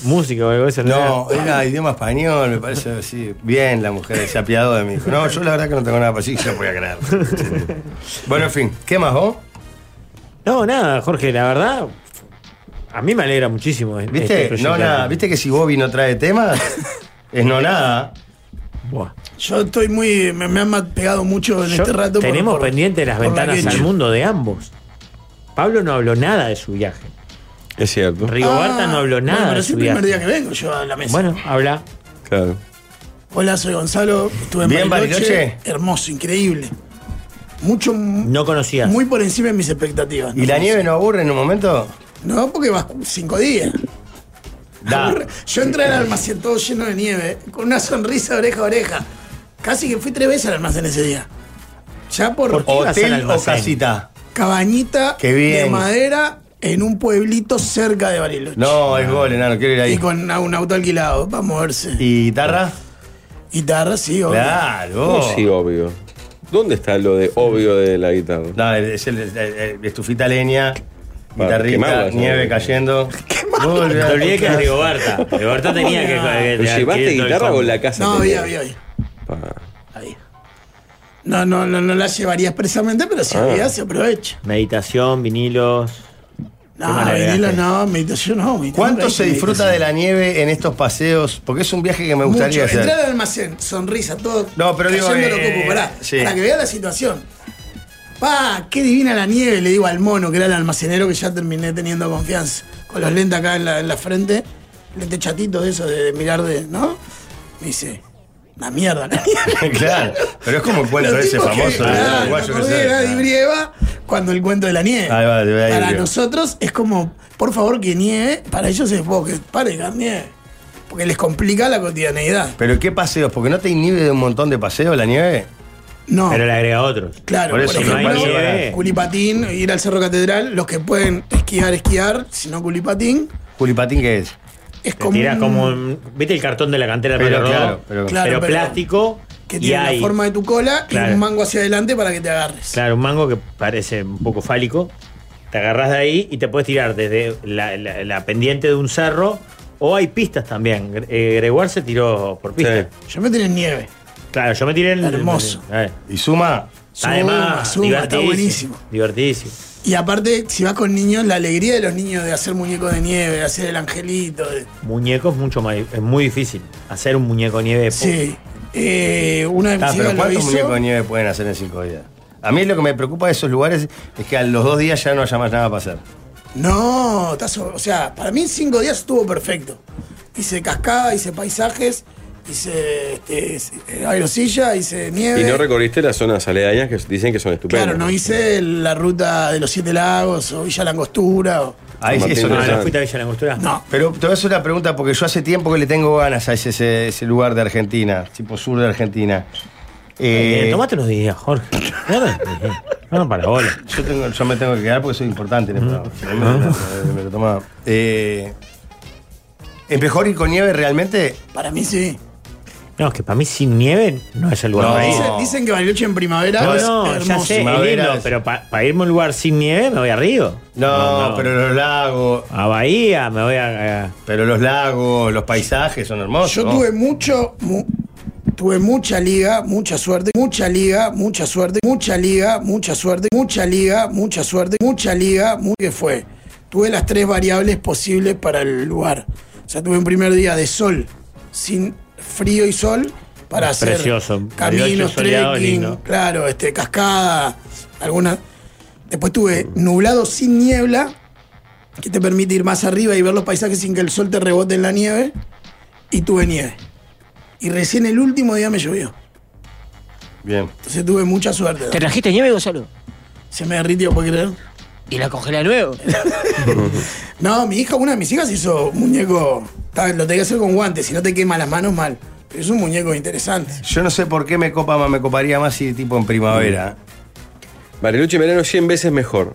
S4: Música o algo de eso.
S1: No, era idioma español, me parece así. Bien, la mujer se apiadó de mí. Dijo, no, yo la verdad que no tengo nada para decir, yo voy a creer. Bueno, en fin, ¿qué más vos?
S4: No, nada, Jorge, la verdad, a mí me alegra muchísimo. este
S1: ¿Viste?
S4: proyecto.
S1: no, nada. ¿Viste que si Bobby no trae temas? Es no nada.
S4: Buah.
S2: Yo estoy muy. Me, me han pegado mucho en
S4: Yo-
S2: este rato. por-
S4: tenemos
S2: por-
S4: pendientes las
S2: por la
S4: ventanas
S2: quecha.
S4: al mundo de ambos. Pablo no habló nada de su viaje.
S3: Es cierto.
S4: Rigoberta
S2: Ah,
S4: no habló
S2: bueno,
S4: nada
S2: pero
S4: de
S2: es
S4: su
S2: el primer
S4: viaje.
S2: día que vengo yo a la mesa.
S4: Bueno, habla.
S3: Claro.
S2: Hola, soy Gonzalo. Estuve en
S1: Bien,
S2: Bariloche.
S1: Bariloche.
S2: Hermoso, increíble. Mucho.
S4: No conocías.
S2: Muy por encima de mis expectativas.
S1: ¿Y la nieve no aburre en un momento?
S2: No, porque vas cinco días.
S1: Da.
S2: Yo entré al almacén todo lleno de nieve, con una sonrisa de oreja a oreja. Casi que fui tres veces al almacén ese día. ya por,
S4: ¿Por qué? iba a ser
S1: Hotel o
S4: almacén?
S1: casita.
S2: cabañita
S1: Qué bien.
S2: de madera en un pueblito cerca de Bariloche.
S1: No, es gol, enano, quiero ir
S2: Y
S1: ahí.
S2: con a- un auto alquilado para moverse.
S1: ¿Y guitarra?
S2: Guitarra, sí, obvio.
S1: Claro.
S3: ¿Cómo sí, obvio? ¿Dónde está lo de obvio de la guitarra?
S1: No, es el, el- el- estufita leña,
S3: Para
S1: guitarrita,
S3: quemarla,
S1: nieve
S3: ¿no?
S1: cayendo. Muy bien.
S4: Te olvidé que es Rigoberta. Rigoberta tenía que. que- que-
S3: Ah. ¿Llevaste
S4: adquirir todo el
S3: guitarra
S4: fondo.
S3: o en la casa?
S2: No,
S3: tenías?
S2: había, había, había.
S3: Pa.
S2: Había. No, no, no, no la llevaría expresamente, pero si
S3: Ah.
S2: había, se aprovecha.
S4: Meditación, vinilos. ¿Qué
S2: No,
S4: más le
S2: Ah, vinilo
S4: agregaste?
S2: no, meditación no. vinilo
S1: Ah, ¿Cuánto
S2: no,
S1: se
S2: meditación.
S1: disfruta de la nieve en estos paseos? Porque es un viaje que me
S2: Mucho.
S1: gustaría hacer.
S2: Entrar al almacén, sonrisa, todo.
S1: No, pero digo,
S2: cayendo
S1: eh,
S2: lo copo, pará,
S1: sí.
S2: Para que vea la situación. Pa, qué divina la nieve, le digo al mono, que era el almacenero que ya terminé teniendo confianza. Con los lentes acá en la, en la frente, lentes chatitos de eso, de, de mirar de. ¿No? Me dice, una mierda la nieve.
S1: claro, pero es como el cuento
S2: Los
S1: ese
S2: tipos
S1: famoso
S2: que,
S1: del
S2: claro,
S1: uruguayo que
S2: acordé
S1: sale.
S2: de Daddy Brieva cuando el cuento de la nieve.
S1: Ahí va, de Daddy
S2: para
S1: Brieva.
S2: nosotros es como, por favor, que nieve. Para ellos es vos, que pare de dar nieve. Porque les complica la cotidianeidad.
S1: Pero ¿qué paseos? Porque no te inhibe de un montón de paseos la nieve.
S2: No.
S4: Pero le agrega otros.
S2: Claro,
S1: Por
S2: por,
S1: eso,
S4: no hay
S2: ejemplo, eh,
S4: nieve.
S2: culipatín, ir al Cerro Catedral, los que pueden esquiar, esquiar, si no culipatín,
S1: Culipatín, ¿qué es?
S2: es
S4: Te
S2: como,
S4: tiras
S2: un-
S4: como. un- ¿Viste el cartón de la cantera de
S1: Pero
S4: Pedro Rodó?
S1: claro, pero-
S4: Pero
S2: Claro, pero-
S4: plástico.
S2: que
S4: y
S2: tiene
S4: hay.
S2: la forma de tu cola y
S4: Claro.
S2: un mango hacia adelante para que te agarres.
S4: Claro, un mango que parece un poco fálico. Te agarras de ahí y te puedes tirar desde la, la- la pendiente de un cerro. O hay pistas también. Gre- eh, Gregoire se tiró por pista.
S2: Yo me tiré en nieve.
S4: Claro, yo me tiré en.
S2: Hermoso.
S4: A ver.
S1: Y suma.
S2: Suma,
S4: Además,
S2: suma, está
S4: divertidísimo,
S2: buenísimo.
S4: Divertidísimo.
S2: Y aparte, si vas con niños, la alegría de los niños de hacer muñecos de nieve, de hacer el angelito. de-
S4: Muñecos mucho más, es muy difícil hacer un muñeco de nieve.
S2: Sí. Eh, una de mis
S1: Ah,
S2: hijas
S1: pero
S2: lo
S1: ¿cuántos
S2: hizo.
S1: muñecos de nieve pueden hacer en cinco días? A mí lo que me preocupa de esos lugares es que a los dos días ya no haya más nada para hacer.
S2: No, estás, o o sea, para mí en cinco días estuvo perfecto. Hice cascada, hice paisajes, hice este, hice aerosilla, hice nieve.
S3: Y no recorriste las zonas aledañas que dicen que son estupendas.
S2: Claro, no hice la ruta de los Siete Lagos o Villa Langostura. o-
S1: Ahí sí,
S3: Martín
S1: eso
S4: No,
S1: no
S3: de
S1: es-
S4: no
S3: Sal.
S4: fuiste a Villa Langostura.
S2: No.
S1: Pero te voy a hacer una pregunta porque yo hace tiempo que le tengo ganas a ese, ese- ese lugar de Argentina, tipo sur de Argentina. Eh,
S4: Eh, tomate unos días, Jorge. No, no, para bola.
S1: yo, tengo- yo me tengo que quedar porque soy importante en el programa. Me, lo- me lo tomaba. Eh, ¿Es mejor ir con nieve realmente?
S2: Para mí sí.
S4: No, es que para mí sin nieve no es el lugar
S1: No.
S4: para ir.
S2: Dicen, dicen que Bariloche en primavera
S4: No,
S2: es
S4: no, ya
S2: hermoso.
S4: sé, es
S1: Primavera
S4: lindo,
S1: es-
S4: pero para irme a un lugar sin nieve me voy a Río.
S1: No, pero los lagos,
S4: A Bahía me voy a. a-
S1: pero los lagos, los paisajes son hermosos.
S2: Yo tuve mucho, mu- tuve mucha liga, mucha suerte, mucha liga, mucha suerte, mucha liga, mucha suerte, mucha liga, mucha suerte, mucha liga, mu- que fue. Tuve las tres variables posibles para el lugar. O sea, tuve un primer día de sol, sin frío y sol, para hacer
S4: Precioso.
S2: caminos,
S4: Bariloche soleado,
S2: trekking,
S4: lindo.
S2: claro, este, cascada, alguna. Después tuve nublado sin niebla, que te permite ir más arriba y ver los paisajes sin que el sol te rebote en la nieve y tuve nieve. Y recién el último día me llovió.
S1: Bien.
S2: Entonces tuve mucha suerte.
S5: ¿Te trajiste nieve, Gonzalo?
S2: Se me derritió, ¿puedo creer?
S5: Y la congelé de nuevo.
S2: No, mi hija, una de mis hijas hizo un muñeco. ta, Lo tenía que hacer con guantes, si no te quema las manos mal. Pero es un muñeco interesante.
S1: Yo no sé por qué me copa más, me coparía más si tipo en primavera.
S3: Bariloche en verano 100 veces mejor.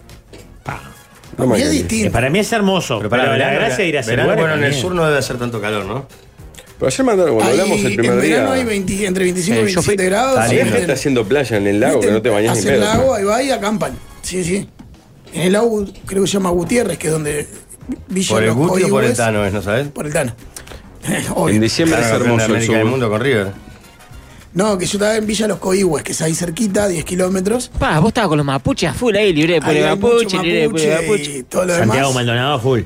S3: No me
S2: y es
S3: engañes.
S4: Eh,
S2: distinto.
S4: Para mí es hermoso, pero,
S1: para
S4: la gracia de ir a ese
S1: verano,
S4: lugar.
S1: Bueno,
S4: es
S1: en el
S4: nieve.
S1: sur no debe hacer tanto calor, ¿no?
S3: Pero ayer mandaron, cuando
S2: Ahí,
S3: hablamos el primer
S2: en verano
S3: día.
S2: hay 20 entre 25 y
S5: Eh, yo fui-
S2: 27 grados.
S1: Está
S2: sí,
S1: lindo,
S3: Aleja
S2: bien.
S3: está haciendo playa en el lago que no te bañas ni
S2: Hace el
S3: pedo.
S2: lago, ahí va y acampan. Sí, sí. En el lago, creo que se llama Gutiérrez, que es donde Villa
S1: ¿Por el
S2: Los
S1: Guti o por el
S2: Coihues-
S1: Tano es, no sabes?
S2: Por el Tano. Obvio.
S3: En diciembre
S1: Claro,
S3: es
S1: campeón de
S3: hermoso el
S1: América del
S3: sur.
S1: mundo con River.
S2: No, que yo estaba en Villa Los Coihues, que es ahí cerquita, 10 kilómetros.
S5: Pa, vos estabas con los mapuches a full ahí, libre de
S2: Ahí
S5: puro
S2: hay mucho
S5: mapuche, libre de puro mapuche.
S2: y todo lo
S4: Santiago
S2: demás.
S4: Maldonado full.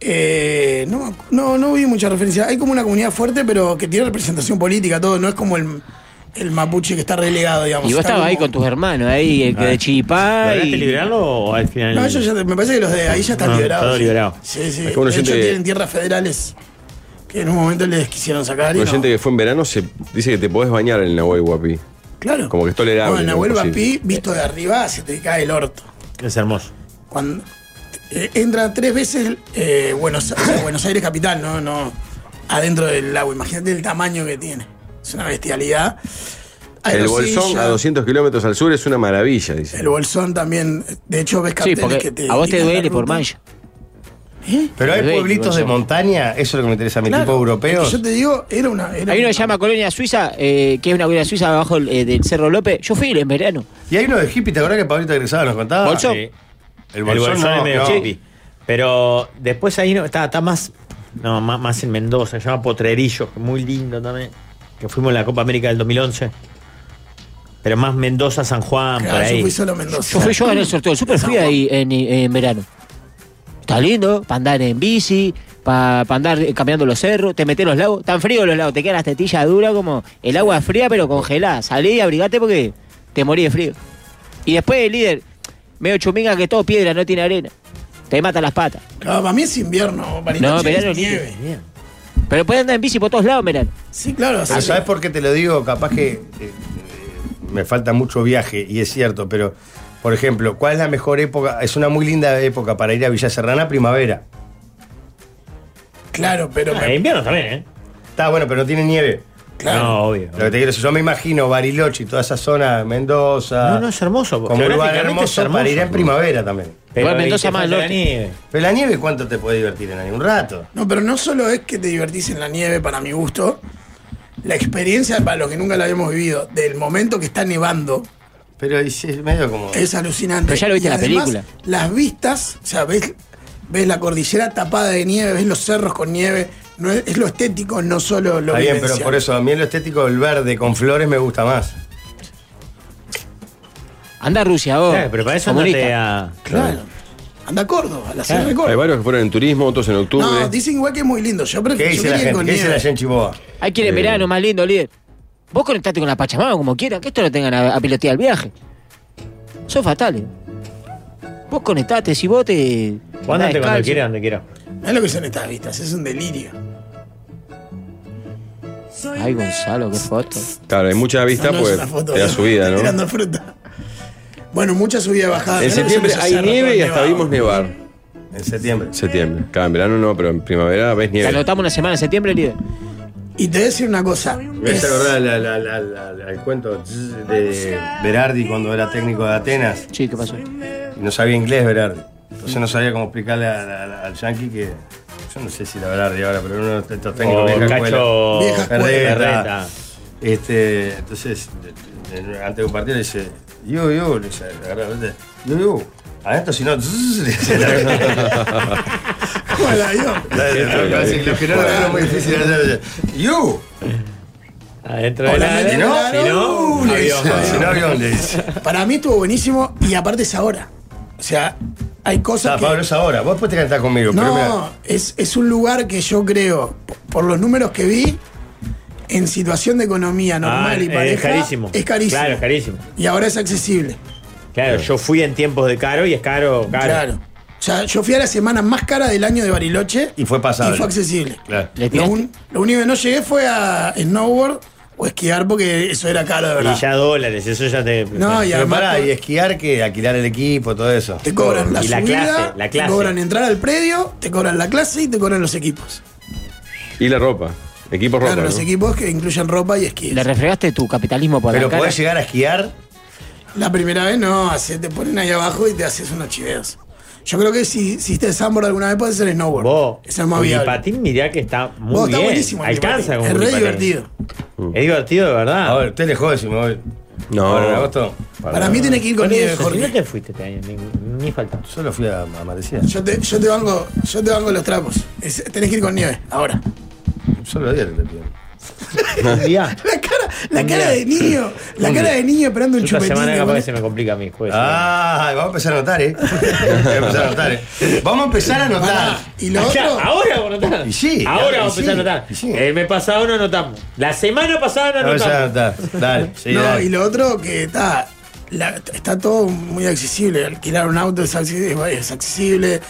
S2: Eh, no, me acu- no, no vi mucha referencia. Hay como una comunidad fuerte, pero que tiene representación política, todo. No es como el, el mapuche que está relegado, digamos.
S5: Y vos
S2: Está
S5: estabas ahí
S2: como-
S5: con tus hermanos, ahí, el
S1: Ah.
S5: que de
S4: ¿Lo
S5: Chiripá.
S4: lograste
S5: y-
S4: liberarlo o al final?
S2: No, ellos ya- me parece que los de ahí ya están
S4: Ah,
S2: liberados.
S4: todo liberado.
S2: Sí, sí.
S3: Es como uno
S2: De hecho,
S3: siente que-
S2: tienen tierras federales que en un momento les quisieron sacar. Y
S3: Una
S2: no.
S3: gente que fue en verano se dice que te podés bañar en el Nahuel Guapi.
S2: Claro.
S3: como que es tolerable,
S2: Bueno, en la
S3: ¿no?
S2: Huelva
S3: Posible.
S2: Pi, visto de arriba, se te cae el orto.
S4: Es hermoso.
S2: cuando eh, entra tres veces eh, Buenos, o sea, Buenos Aires capital, no, no adentro del lago. Imagínate el tamaño que tiene. Es una bestialidad.
S3: El
S2: Aerosilla.
S3: bolsón a 200 kilómetros al sur es una maravilla, dice.
S2: El bolsón también. De hecho, ves
S5: Sí,
S2: carteles que
S5: porque
S2: te.
S5: a vos
S2: indican
S5: te
S2: la
S5: duele por
S2: ruta.
S5: mancha.
S2: ¿Eh?
S1: Pero hay
S5: Pero ve,
S1: pueblitos
S5: digo
S1: de
S5: yo.
S1: montaña, eso es lo que me interesa a mi
S2: Claro,
S1: tipo europeo.
S2: es que Yo te digo, era una. era
S5: Hay uno
S2: una-
S5: que se llama Colonia Suiza, eh, que es una colonia suiza abajo eh, del Cerro López. Yo fui en verano.
S1: Y hay uno de hippie, ¿te acordás que Pablito Egresado nos contaba?
S5: ¿Bolsón?
S1: Sí. El
S4: El
S1: bolsón,
S4: bolsón
S1: no,
S4: es medio
S1: no.
S4: hippie. Pero después ahí no, está, está más, no, más, más en Mendoza, se llama Potrerillo, que es muy lindo también. Que fuimos en la Copa América del 2011. Pero más Mendoza, San Juan,
S2: Claro,
S4: por
S2: yo
S4: ahí.
S2: fui solo a Mendoza.
S5: Yo fui yo en el sorteo del Super, fui ahí en, en verano. Está lindo, para andar en bici, para andar eh, caminando los cerros, te metes en los lagos. Tan fríos los lagos, te quedan las tetillas duras como el agua es fría pero congelada. Salí, abrigate porque te morí de frío. Y después el líder, medio chuminga que todo piedra, no tiene arena. Te mata las patas.
S2: Claro, para mí es invierno. Bariloche
S5: No, verano
S2: es
S5: lindo.
S2: nieve.
S5: Pero puedes andar en bici por todos lados en verano.
S2: Sí, claro.
S1: Pero
S2: así-
S1: ¿sabes por qué te lo digo? Capaz que eh, eh, me falta mucho viaje, y es cierto, pero, por ejemplo, ¿cuál es la mejor época? Es una muy linda época para ir a Villa Serrana, primavera.
S2: Claro, pero.
S4: Ah, en
S2: me-
S4: invierno también, ¿eh?
S1: Está bueno, pero no tiene nieve.
S2: Claro.
S4: No, obvio.
S1: Lo que te quiero decir, yo me imagino Bariloche y toda esa zona, Mendoza.
S4: No, no, es hermoso.
S1: Como lugar
S4: geográficamente es Ah,
S1: hermoso, para ir en primavera también.
S4: Pero
S5: Igual
S4: ahí
S5: Mendoza
S4: te
S5: más al
S4: falta la
S5: norte.
S4: nieve.
S1: Pero la nieve, ¿cuánto te puede divertir en ahí? Un rato.
S2: No, pero no solo es que te divertís en la nieve, para mi gusto. La experiencia, para los que nunca la habíamos vivido, del momento que está nevando,
S1: Pero es es medio como.
S2: es alucinante.
S5: Pero ya lo viste
S2: Y
S5: en la
S2: además,
S5: película.
S2: Las vistas, o sea, ves, ves la cordillera tapada de nieve, ves los cerros con nieve. No es, es lo estético, no solo lo
S1: Está bien, pero
S2: vivencial.
S1: por eso a mí en lo estético el verde con flores me gusta más.
S5: Anda a Rusia vos.
S4: Claro, Eh, pero para eso
S5: comunista.
S4: andate a.
S2: Claro. Anda a Córdoba, a la Sierra
S5: Ah,
S2: de
S3: Hay
S2: Córdoba.
S3: varios que fueron en turismo, otros en octubre.
S2: No, dicen igual que es muy lindo. Yo
S1: ¿Qué
S2: prefiero yo
S1: dice la
S2: quería ir
S1: gente?
S2: con
S1: ¿Qué dice
S2: nieve.
S1: la gente boa?
S5: Hay que ir en
S3: Eh.
S5: verano, más lindo, líder. Vos conectate con la Pachamama como quieras, que esto lo tengan a, a pilotear el viaje. Son fatales. Vos conectate, si vos te.
S4: Vos andate
S5: andás
S4: cuando
S5: descalzo.
S4: quieras, donde quieras.
S2: No es lo que son estas vistas, es un delirio.
S5: Ay, Gonzalo, qué foto.
S3: Claro, hay mucha vista,
S2: No, no es
S3: pues
S2: una foto,
S3: te da
S2: ¿no?
S3: subida, ¿no?
S2: Tirando fruta. Bueno, mucha subida y bajada. Creo
S3: En
S2: que
S3: septiembre
S2: son
S3: hay
S2: esos
S3: nieve y
S2: cerros
S3: hasta
S2: todos
S3: vimos
S2: nevados.
S3: nevar.
S1: En septiembre.
S3: En septiembre. Claro, en verano no, pero en primavera ves
S5: Te
S3: nieve.
S5: anotamos una semana en septiembre, líder.
S2: Y te voy a decir una cosa.
S1: Me
S2: es-
S1: hace acordar la- la- la- la- la- el cuento de Berardi cuando era técnico de Atenas.
S5: Sí, ¿qué pasó?
S1: Y no sabía inglés Berardi. Entonces no sabía cómo explicarle a- a- al yankee que. Yo no sé si la Berardi ahora, pero uno de estos técnicos
S4: O
S1: vieja escuela.
S4: Cacho.
S2: Vieja escuela.
S1: Berreta.
S4: Berreta.
S1: Este, entonces, de- de- antes de un partido le dice, yo, yo, le dice, agarra, ¿viste? yo, yo, adentro si no, le dice
S2: ¿Cómo la vio?
S1: Los que no lo vieron muy difícil. You.
S4: Adentro de
S2: Hola,
S4: la.
S1: Si
S2: Belén.
S1: no,
S4: Si no,
S2: Uh, le
S4: avión.
S2: dice.
S1: si no, avión, le dice.
S2: Para mí estuvo buenísimo y aparte es ahora. O sea, hay cosas
S1: Ah,
S2: que...
S1: Pablo, es ahora. Vos podés cantar conmigo. pero
S2: No,
S1: mira,
S2: es, es un lugar que yo creo, p- por los números que vi, en situación de economía normal
S4: Ah,
S2: y pareja,
S4: es carísimo.
S2: es carísimo.
S4: Claro, es carísimo.
S2: Y ahora es accesible.
S4: Claro, yo fui en tiempos de caro y es caro, caro.
S2: Claro. O sea, yo fui a la semana más cara del año de Bariloche.
S1: Y fue pasable.
S2: Y fue accesible.
S1: Claro.
S5: Le
S2: Lo,
S5: tiraste.
S2: un- lo único que no llegué fue a snowboard o esquiar porque eso era caro de verdad.
S4: Y ya dólares, eso ya te.
S2: No, y
S1: Pero
S2: además
S1: pará,
S2: co-
S1: y esquiar que alquilar el equipo, todo eso.
S2: te cobran la
S4: y la
S2: subida,
S4: clase, la clase.
S2: te cobran entrar al predio, te cobran la clase y te cobran los equipos.
S3: Y la ropa. Equipo ropa.
S2: claro, los
S3: ¿no?
S2: equipos que incluyen ropa y esquí.
S5: Le refregaste tu capitalismo por
S1: Pero
S5: la cara.
S1: podés llegar a esquiar.
S2: La primera vez no, hace- te ponen ahí abajo y te haces unos chiveos. Yo creo que si hiciste sandboard alguna vez puedes hacer snowboard.
S4: Vos,
S2: es el más viable.
S4: patín mirá que está muy
S2: Vos,
S4: bien.
S2: está buenísimo el
S4: Alcanza
S2: unipatín.
S4: como
S2: Es re
S4: unipatín.
S2: divertido.
S4: Es divertido, de verdad.
S1: A ver, usted le jode si me voy.
S3: No.
S1: Ahora, en agosto.
S2: Para mí tiene que ir con
S4: Por
S2: nieve,
S4: eso, si no
S2: Jorge.
S4: te fuiste este año, ni, ni faltaste.
S1: Solo fui a, a Malecía.
S2: Yo te, yo, te banco, yo te banco los trapos. Es- tenés que ir con nieve, ahora.
S1: Solo día que le pido.
S4: Un día.
S2: La cara, la
S4: Un
S2: cara
S4: día.
S2: de niño, la cara de niño esperando un
S4: Esta
S2: chupetín.
S4: semana
S2: de
S4: capaz que
S2: bola.
S4: se me complica a mí, pues, juez.
S1: Ah, vamos a empezar a anotar, ¿eh? Vamos a empezar a anotar, ¿eh? Vamos a empezar a anotar.
S2: Pará, Y lo
S4: Ya,
S2: otro,
S4: ahora vamos a notar.
S1: Y sí,
S4: ahora vamos a
S1: y
S4: empezar
S1: sí,
S4: a notar.
S1: y sí.
S4: El mes pasado no notamos. La semana pasada no
S1: Vamos a
S4: notamos.
S1: anotar. Dale, sí,
S2: no,
S1: dale.
S2: y lo otro que está, la- está todo muy accesible. Alquilar un auto es accesible, es accesible.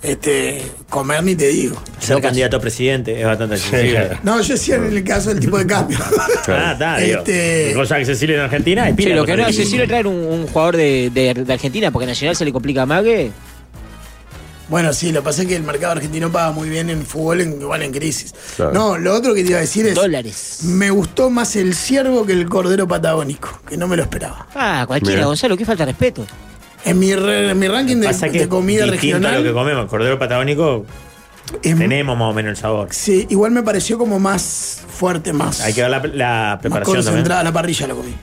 S2: Este, comer ni te digo.
S4: Ser candidato a presidente es bastante accesible.
S2: No, yo decía en el caso del tipo de cambio.
S4: Ah, está, digo.
S2: Este-
S4: Cosa accesible en Argentina. hay
S5: Sí,
S4: pila
S5: lo
S4: de
S5: que no
S4: cosas
S5: es accesible es traer un, un jugador de, de- de Argentina, porque a Nacional se le complica más que.
S2: Bueno, sí, lo que pasa es que el mercado argentino paga muy bien en fútbol, en, igual en crisis.
S3: Claro.
S2: No, lo otro que te iba a decir es.
S5: Dólares.
S2: Me gustó más el ciervo que el cordero patagónico, que no me lo esperaba.
S5: Ah, cualquiera,
S3: Mira.
S5: Gonzalo, qué falta de respeto.
S2: En mi, re- en mi ranking de,
S4: Pasa que
S2: de comida
S4: es distinto a
S2: regional.
S4: lo que comemos. Cordero patagónico,
S2: es-
S4: tenemos más o menos el sabor.
S2: sí, igual me pareció como más fuerte, más.
S4: Hay que ver la, la
S2: más
S4: preparación también.
S2: concentrada. A la parrilla lo comí.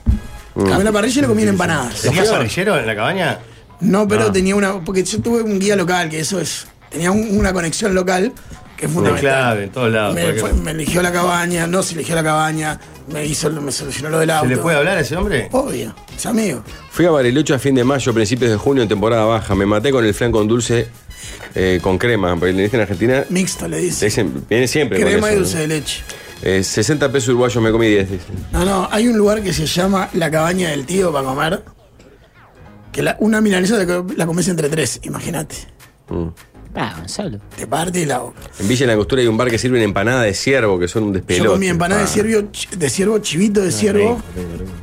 S1: Mm.
S2: A mí la parrilla lo comí en empanadas.
S1: ¿Tenías parrillero en la cabaña?
S2: No, pero
S4: Ah.
S2: tenía una. Porque yo tuve un guía local, que eso es. Tenía un- una conexión local que es
S1: Una
S2: fundamental.
S1: clave en todos lados.
S2: Me,
S1: porque-
S2: fue- me eligió la cabaña, no se eligió la cabaña, me hizo, me solucionó lo del auto.
S1: ¿Se le puede hablar a ese hombre?
S2: Obvio, es amigo.
S3: Fui a Bariloche a fin de mayo, principios de junio, en temporada baja. Me maté con el flan con dulce eh, con crema. Porque le dicen en Argentina,
S2: Mixto le
S3: le
S2: dice.
S3: dicen- viene siempre con
S2: Crema y
S3: eso,
S2: dulce
S3: ¿no?
S2: de leche.
S3: Eh, 60 pesos uruguayos me comí 10, dicen.
S2: No, no, hay un lugar que se llama La Cabaña del Tío para comer. Que la- una milanesa la, co- la comes entre tres, imagínate.
S3: Mm.
S5: Ah, Gonzalo.
S2: Te parte y la boca.
S3: En Villa de la Costura hay un bar que sirven empanada de ciervo, que son un despelote.
S2: Yo comí empanada de
S3: Ah.
S2: ciervo, chi- de ciervo, chivito de ciervo,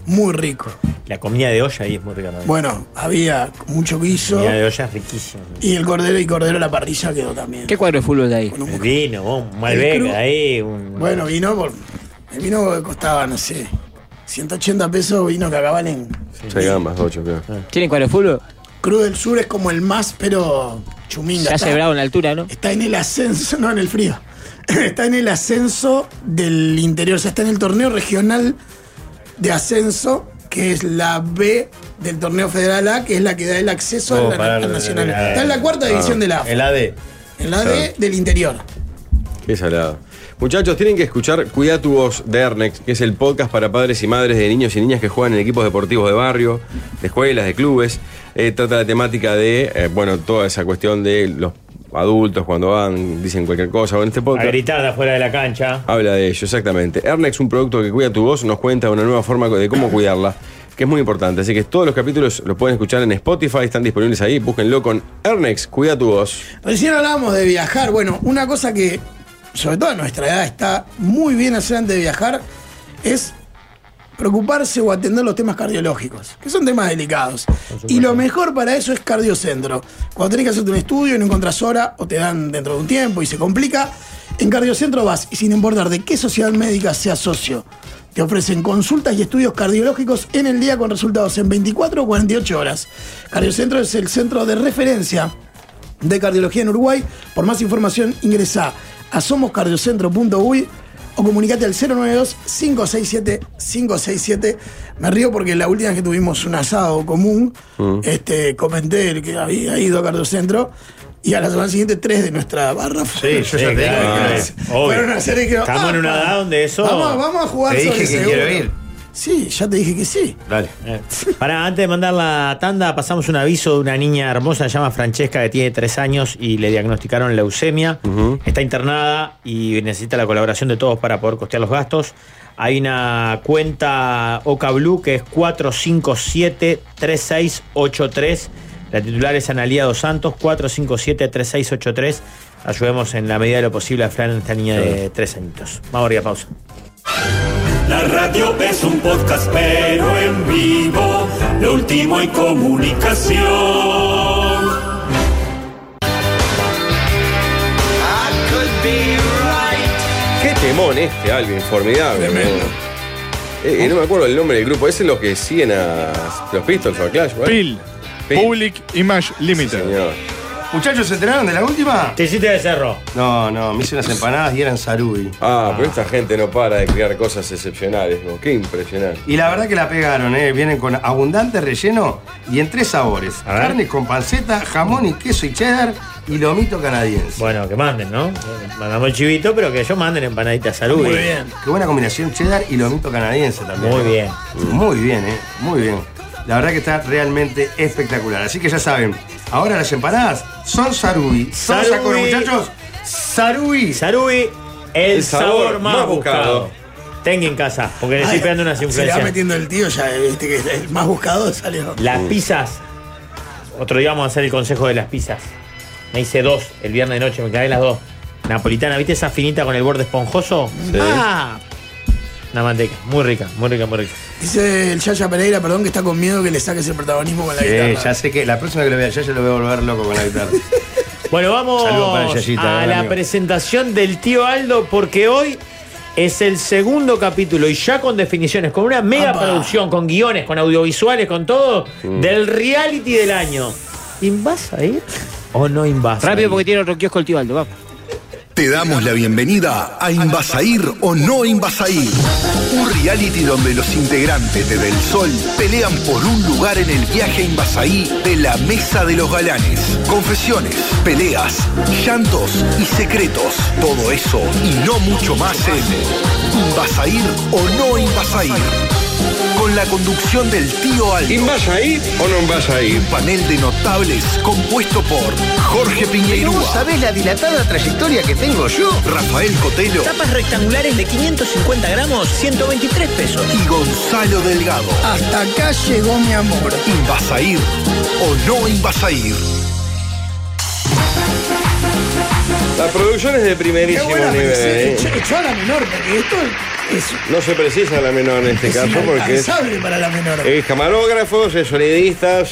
S2: muy rico.
S4: La comida de olla ahí es muy rica también.
S2: Bueno, había mucho
S4: la
S2: guiso
S4: comida de olla es riquísima.
S2: y el cordero y cordero a la parrilla quedó también.
S5: ¿Qué cuadro de fútbol de ahí?
S2: Con
S4: El
S2: un-
S4: vino, un
S2: El cru-
S4: Malbec ahí. Un...
S2: Bueno, vino por. El vino costaba, no sé, 180 pesos, vino que acaban en.
S3: Seis gambas, ocho, creo.
S5: ¿Tienen cuadro de fútbol?
S2: Cruz del Sur es como el más, pero chuminga.
S5: Se hace
S2: está,
S5: bravo en la altura, ¿no?
S2: está en el ascenso, no en el frío. Está en el ascenso del interior, o sea, está en el torneo regional de ascenso, que es la B del torneo federal A, que es la que da el acceso
S1: No,
S2: a la
S1: pará, no,
S2: al
S1: no,
S2: nacional.
S1: no, no, no.
S2: Está en la
S3: Ah.
S2: cuarta división de la A,
S1: El AD.
S2: en la D del interior.
S3: Qué salado. Muchachos, tienen que escuchar Cuida tu voz de Ernex, que es el podcast para padres y madres de niños y niñas que juegan en equipos deportivos de barrio, de escuelas, de clubes. Eh, trata la temática de, eh, bueno, toda esa cuestión de los adultos cuando van, dicen cualquier cosa. Bueno, este
S4: A
S3: podcast
S4: gritar de afuera de la cancha.
S3: habla de ello, exactamente. Ernex, un producto que cuida tu voz, nos cuenta una nueva forma de cómo cuidarla, que es muy importante. Así que todos los capítulos los pueden escuchar en Spotify, están disponibles ahí. Búsquenlo con Ernex, cuida tu voz.
S2: Recién hablábamos de viajar. Bueno, una cosa que, sobre todo a nuestra edad, está muy bien hacer antes de viajar es preocuparse o atender los temas cardiológicos, que son temas delicados. Y lo mejor para eso es cardiocentro. Cuando tenés que hacerte un estudio y no encontrás hora, o te dan dentro de un tiempo y se complica, en cardiocentro vas y sin importar de qué sociedad médica seas socio, te ofrecen consultas y estudios cardiológicos en el día con resultados en 24 o 48 horas. Cardiocentro es el centro de referencia de cardiología en Uruguay. Por más información ingresa a somoscardiocentro.uy o comunicate al 092-567-567. Me río porque la última vez que tuvimos un asado común, este, comenté el que había ido a Cardiocentro y a la semana siguiente tres de nuestra barra
S1: Sí, yo ya te digo.
S4: claro.
S1: que-
S4: obvio.
S2: fueron a hacer y dijeron,
S4: Estamos en una
S2: "Apa,
S4: edad donde eso-
S2: Vamos, vamos a jugar
S1: Te dije
S2: sobre
S1: que
S2: seguro".
S1: quiero ir.
S2: Sí, ya te dije que sí.
S1: Dale.
S4: Eh, Para antes de mandar la tanda, pasamos un aviso de una niña hermosa, se llama Francesca, que tiene tres años y le diagnosticaron leucemia. Está internada y necesita la colaboración de todos para poder costear los gastos. Hay una cuenta Oca Blue que es 457-3683. La titular es Analía Dos Santos, 457-3683. Ayudemos en la medida de lo posible a Fran, esta niña de tres añitos. Vamos a ir a pausa.
S6: La radio es un podcast, pero en vivo, lo último en comunicación.
S3: Qué temón este álbum, formidable. ¿no? Eh, eh, no me acuerdo el nombre del grupo, ese es los que siguen a los Pistols o a Clash. ¿verdad?
S7: PIL,
S3: Pil.
S7: Public Image Limited.
S3: Señor.
S1: Muchachos, ¿se enteraron de la última?
S4: Te hiciste de cerro.
S1: No, no, me hice unas empanadas y eran sarubi.
S3: Ah, pero esta gente no para de crear cosas excepcionales, ¿no? Qué impresionante.
S1: Y la verdad que la pegaron, ¿eh? Vienen con abundante relleno y en tres sabores.
S4: A ver.
S1: Carne con panceta, jamón y queso y cheddar y lomito canadiense.
S4: Bueno, que manden, ¿no? Mandamos el chivito, pero que ellos manden empanaditas salud.
S2: Muy bien.
S1: Qué buena combinación cheddar y lomito canadiense también.
S4: Muy bien.
S1: Muy bien, ¿eh? Muy bien. La verdad que está realmente espectacular. Así que ya saben, ahora las empanadas son sarubi. Son
S4: Sarubi.
S1: sacones, muchachos. Sarubi.
S4: Sarui, el,
S3: El
S4: sabor,
S3: sabor
S4: más
S3: más
S4: buscado.
S3: buscado.
S4: Tenga en casa, porque le estoy
S2: Ay,
S4: pegando unas
S2: Se le va
S4: influencias.
S2: metiendo el tío ya, eh, viste que el más buscado salió.
S4: Las pizzas. Otro día vamos a hacer el consejo de las pizzas. Me hice dos el viernes de noche, me clavé las dos. Napolitana, ¿viste esa finita con el borde esponjoso? ¡Ah! Una manteca, muy rica, muy rica, muy rica.
S2: Dice el Yaya Pereira, perdón, que está con miedo que le saques el protagonismo con la
S1: Sí,
S2: guitarra.
S1: ya sé que la próxima que lo vea yo ya lo voy a volver loco con la guitarra.
S4: Bueno, vamos
S1: Saludos para Yayita,
S4: a
S1: gran
S4: la
S1: amigo.
S4: presentación del tío Aldo, porque hoy es el segundo capítulo y ya con definiciones, con una mega
S2: Apa.
S4: producción, con guiones, con audiovisuales, con todo, del reality del año. ¿Invas a ir o no invas? a
S5: Rápido
S4: ir?
S5: porque tiene otro kiosco el tío Aldo, vamos.
S8: Te damos la bienvenida a Invasair o no Invasair. Un reality donde los integrantes de Del Sol pelean por un lugar en el viaje a Invasaí de la mesa de los galanes. Confesiones, peleas, llantos y secretos. Todo eso y no mucho más en Invasair o no Invasair. Con la conducción del tío Aldo.
S3: ¿Vas a ir o no vas a ir?
S8: Un panel de notables compuesto por Jorge Piñeiro,
S1: ¿No sabés la dilatada trayectoria que tengo yo?
S8: Rafael Cotelo
S9: Tapas rectangulares de 550 gramos, 123 pesos.
S8: y Gonzalo Delgado.
S2: Hasta acá llegó mi amor.
S8: Invasair o no Invasair.
S3: La producción es de
S2: Qué
S3: primerísimo
S2: buena
S3: nivel.
S2: presencia.
S3: ¿eh?
S2: Echó- Echó a la menor, porque esto es,
S3: No se precisa la menor en este
S2: es
S3: caso porque es,
S2: inalcanzable para la menor.
S3: es camarógrafos, es sonidistas,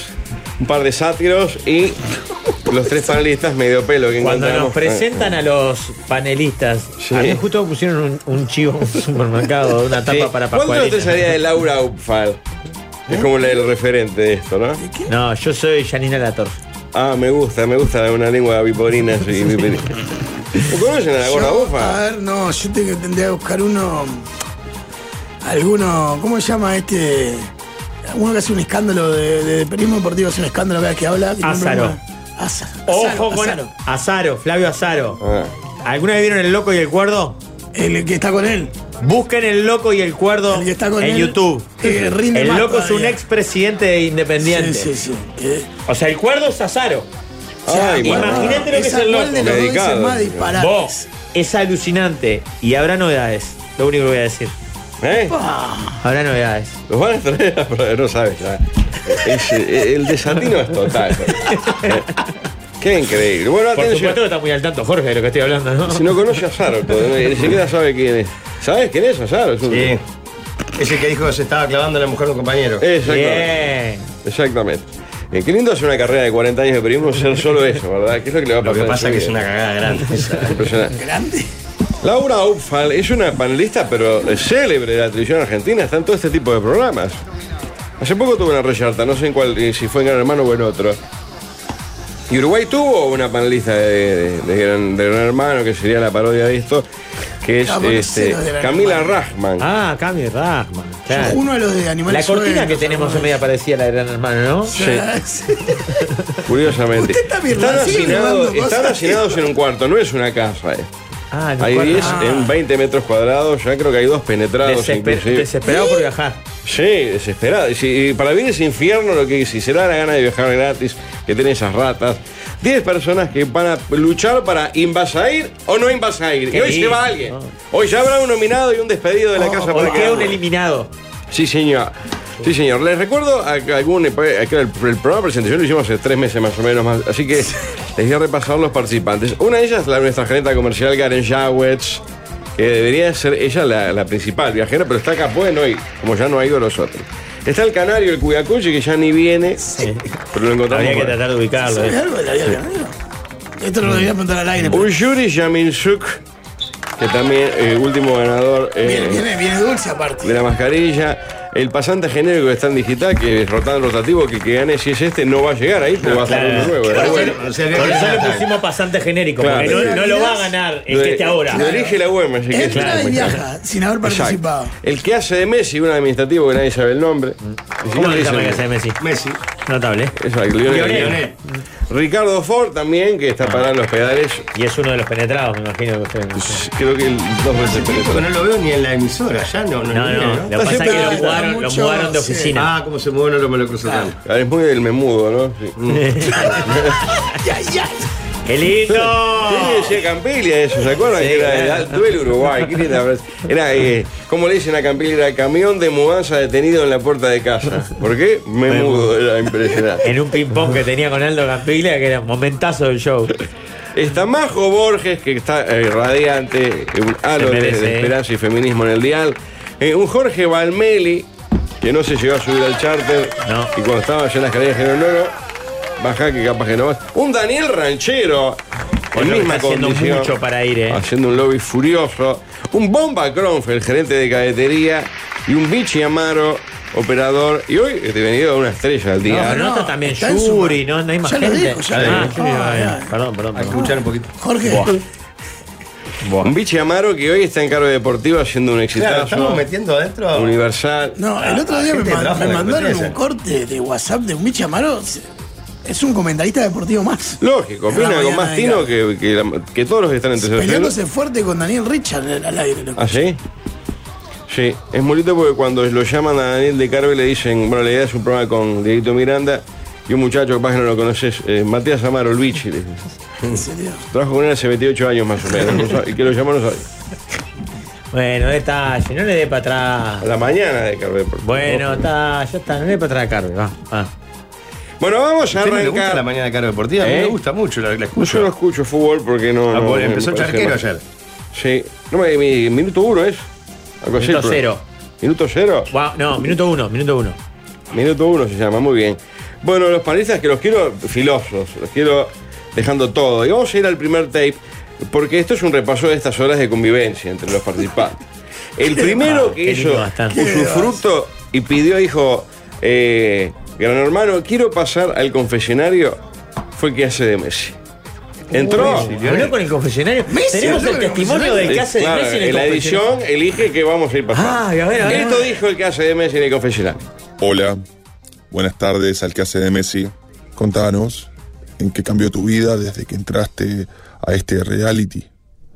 S3: un par de sátiros y los tres panelistas medio pelo que
S4: Cuando nos
S3: encontramos.
S4: presentan a los panelistas,
S3: eh. Sí.
S4: a mí justo pusieron un, un chivo en un supermercado, una
S3: Sí.
S4: tapa para
S3: ¿Cuánto te
S4: Pascualina.
S3: salía de Laura Upfal? Es como la- el referente de esto, ¿no?
S4: No, yo soy Janina Latorre.
S3: Ah, me gusta, me gusta una lengua viporina. Sí, viporina. ¿Lo ¿Conocen a la gorda
S2: Yo, A
S3: bufa?
S2: ver, no, yo te- tendría que buscar uno. Alguno. ¿Cómo se llama este? Uno que hace un escándalo de, de, de periodismo deportivo, hace un escándalo cada vez que habla. que nombra
S4: Azaro.
S2: una- Aza- Azaro,
S4: Ojo con
S2: Azaro.
S4: Azaro, Flavio Azaro.
S3: Ah.
S4: ¿Alguna vez vieron el loco y el cuerdo?
S2: El que está con él.
S4: Busquen el loco y el cuerdo
S2: El que está con
S4: en
S2: él,
S4: YouTube.
S2: eh, rinde
S4: el
S2: más
S4: loco es un
S2: todavía.
S4: expresidente de independiente.
S2: Sí, sí, sí. Eh. Que-
S4: O sea, el cuerdo es Azaro.
S3: Ay,
S4: imagínate
S3: mamá.
S4: lo que es el
S2: cual
S4: loco.
S2: de los dos dice
S3: Dedicado.
S2: más disparates.
S4: Vos, es alucinante. Y habrá novedades. Lo único que voy a decir.
S3: ¿Eh?
S4: Habrá novedades.
S3: Los van a traer a pro- no sabes. ya. Es- eh, el desatino es total. Eh, Qué increíble. Bueno,
S4: Por
S3: atención.
S4: supuesto que está muy al tanto Jorge de lo que estoy hablando, ¿no?
S3: Si no conoce a Saro, ni siquiera sabe quién es. ¿Sabes quién es Saro?
S1: Sí. Ese que dijo que se estaba clavando a la mujer de un compañero.
S4: Eh. Bien.
S3: Exactamente. Exactamente. Eh, qué lindo hacer una carrera de 40 años de periodismo ser solo eso, ¿verdad? ¿Qué es lo que le va a
S1: Lo
S3: pasar?
S1: que
S3: en
S1: pasa
S3: su
S1: es que es
S3: vida?
S1: una cagada grande. esa.
S3: Impresionante.
S2: Grande.
S3: Laura Upfal es una panelista, pero célebre de la televisión argentina. Está en todo este tipo de programas. Hace poco tuvo una reyerta, no sé en cuál, eh, si fue en Gran Hermano o en otro. Y Uruguay tuvo una panelista de, de- de gran, de Gran Hermano, que sería la parodia de esto, que es
S2: Vámonos,
S3: este,
S2: cero de Gran
S3: Camila
S2: Hermano.
S3: Rachman.
S4: Ah, Cami Rahman.
S3: Ah.
S4: claro.
S2: Uno de los de animales.
S4: La cortina que
S2: sueltos,
S4: tenemos es
S2: ¿no?
S4: media parecida a la de Gran Hermano, ¿no?
S2: Sí.
S3: Curiosamente.
S2: Usted está bien,
S3: están
S2: sigue
S3: hacinados-
S2: grabando cosas.
S3: están hacinados en un cuarto, no es una casa. eh.
S4: Ah,
S3: Hay 10 en 20 metros cuadrados, ya creo que hay dos penetrados inclusive.
S4: Desesperado por viajar.
S3: Sí, desesperado. Y si- y para mí es infierno lo que si se da la gana de viajar gratis, que tienen esas ratas. 10 personas que van a luchar para invasair o no invasair. Y
S4: Qué
S3: hoy se
S4: lindo.
S3: va alguien. Hoy ya habrá un nominado y un despedido de la casa
S4: Hoy
S3: para
S4: Oh, queda
S3: cada
S4: un
S3: uno.
S4: eliminado.
S3: Sí, señor. Sí, señor. Les recuerdo a- a algún, a que el, el programa de presentación lo hicimos hace tres meses más o menos. más- así que les voy a repasar los participantes. Una de ellas, la, nuestra gerente comercial Karen Jawetz, que debería ser ella la, la principal viajera, pero está acá, puede no ir, como ya no ha ido los otros. Está el canario, el Cuyacuchi, que ya ni viene, pero lo encontramos.
S4: Habría que
S3: por ahí.
S4: tratar de ubicarlo.
S2: ¿Sabe
S4: eh.
S2: algo de la vida de Camilo? Esto no lo voy a preguntar al aire. pero-
S3: Un Yuri Yaminsuk, que también eh, último ganador. eh,
S2: Viene, viene, viene dulce aparte.
S3: de la mascarilla, el pasante genérico que está en digital, que es rotando rotativo, que el que gane si es este no va a llegar ahí, porque va a ser
S4: claro.
S3: uno nuevo. ¿verdad?
S1: Bueno, o sea,
S4: Por eso le
S1: que-
S4: pusimos pasante genérico,
S3: Claro.
S4: porque no, no lo va a ganar el que esté ahora.
S3: Lo dirige la UEM, así que
S2: Entra y viaja sin haber participado.
S3: Exacto. El que hace de Messi, un administrativo que nadie sabe el nombre. Ni
S4: Mm. ¿Cómo
S3: siquiera
S4: le
S3: dicen-
S4: llama que hace Messi?
S1: Messi.
S4: Notable. ¿eh?
S3: Exacto, Lionel
S4: Lionel.
S3: Messi. Ricardo Ford también, que está parando los pedales. Pues,
S4: Y es uno de los penetrados, me imagino que ustedes. no sé.
S3: Creo que el- dos veces
S1: Porque
S3: penetró.
S1: no lo veo ni en la emisora, ya no,
S4: No,
S1: no, ni
S4: no,
S1: idea,
S4: lo
S1: ¿no?
S4: que pasa es que lo
S2: siempre-
S4: mudaron, lo
S2: mucho-
S4: mudaron de
S2: sí.
S4: oficina.
S1: Ah, cómo se mueve, no me lo cruzo tanto.
S3: Ah, Es muy del memudo, ¿no? Sí.
S4: Mm.
S2: Ay, ay, ay.
S4: ¡Qué lindo!
S3: Sí, decía Campiglia eso, ¿se acuerdan?
S4: Sí, eh.
S3: que era
S4: claro.
S3: el duelo Uruguay. qué linda frase. Era, eh, ¿cómo le dicen a Campiglia? Era camión de mudanza detenido en la puerta de casa. ¿Por qué? Me mudo, era impresionante.
S4: En un ping-pong que tenía con Aldo Campiglia, que era un momentazo del show.
S3: Está Majo Borges, que está eh, radiante, eh, un halo
S4: Se
S3: de,
S4: merece,
S3: de
S4: eh.
S3: esperanza y feminismo en el dial. Eh, un Jorge Valmeli, que no se llegó a subir al charter
S4: No.
S3: y cuando estaba allá en las escaleras dijeron, no, no, Baja que capaz que no vas. Un Daniel Ranchero.
S4: Hoy
S3: En
S4: lo
S3: misma
S4: está haciendo
S3: condición.
S4: mucho para ir, eh.
S3: Haciendo un lobby furioso. Un Bomba Cronf, el gerente de cadetería. Y un Bichi Amaro, operador. Y hoy te he venido a una estrella al
S4: No,
S3: día.
S4: pero no, está también
S2: está en su-
S4: Yuri, no, no hay más
S2: Ya lo
S4: gente.
S2: dijo, ya
S1: lo
S4: Ah,
S1: dijo.
S4: Yuri,
S2: Ay,
S4: ah,
S2: ay.
S4: Perdón, perdón.
S1: A
S4: perdón.
S1: escuchar un poquito.
S2: Jorge,
S3: Un Bichi Amaro que hoy está en cargo deportivo haciendo un
S1: Claro, estamos
S3: exitazo
S1: metiendo adentro.
S3: universal.
S2: no, el
S1: Ah,
S2: otro día me,
S1: gente
S2: man-
S1: trabaja
S2: me
S1: en la
S2: mandaron un
S1: competencia.
S2: corte de WhatsApp de un Michi Amaro. Es un comentarista deportivo más.
S3: Lógico,
S2: En la
S3: viene con
S2: mañana,
S3: más tino
S2: venga.
S3: que, que la- que todos los que están en tercer
S2: Peleándose fuerte con Daniel Richard al al aire. loco.
S3: ¿Ah, sí? Sí, es muy lindo porque cuando lo llaman a Daniel de Carve le dicen, bueno, la idea es un programa con Dieguito Miranda y un muchacho que capaz que no lo conoces, eh, Matías Amaro, el bichi. le dicen.
S2: En serio.
S3: Trabajo con él hace 28 años más o menos, no sabe- y que lo llamó no sabe.
S4: Bueno, detalle, no le dé para
S3: A
S4: atrás.
S3: la mañana de Carve. por favor.
S4: Bueno, está, ya está, no le dé para atrás, Carmen, va. va.
S3: Bueno, vamos a
S1: ¿Usted no le gusta la
S3: arrancar.
S1: mañana de cargo deportiva? A mí
S3: ¿Eh?
S1: me gusta mucho, la, la
S3: No, yo no
S1: escucho.
S3: escucho fútbol porque no...
S1: Ah,
S3: no-
S1: bueno,
S3: no
S1: empezó
S3: me parece
S1: Charquero
S3: mal.
S1: ayer.
S3: Sí. No, mi, mi- minuto uno es. Algo así,
S4: Minuto
S3: pero-
S4: cero.
S3: ¿Minuto cero?
S4: Va, no, minuto uno, minuto uno.
S3: Minuto uno se llama, muy bien. Bueno, los panelistas que los quiero filosos, los quiero dejando todo. Y vamos a ir al primer tape, porque esto es un repaso de estas horas de convivencia entre los participantes. El primero
S4: bárbaro,
S3: que
S4: qué lindo
S3: hizo
S4: bastante.
S3: usufructo y pidió, dijo, eh, gran hermano, quiero pasar al confesionario, fue el que hace de Messi. Entró.
S4: Habló con el confesionario.
S2: Messi,
S4: Tenemos
S2: habló
S4: el
S2: con el
S4: testimonio del que hace de
S3: Claro,
S4: Messi en el
S3: Ah, en la
S4: confesionario.
S3: edición elige que vamos a ir pasando.
S4: Ah, a ver, a ver, a ver.
S3: Esto dijo el que hace de Messi en el confesionario.
S10: Hola, buenas tardes al que hace de Messi. Contanos en qué cambió tu vida desde que entraste a este reality.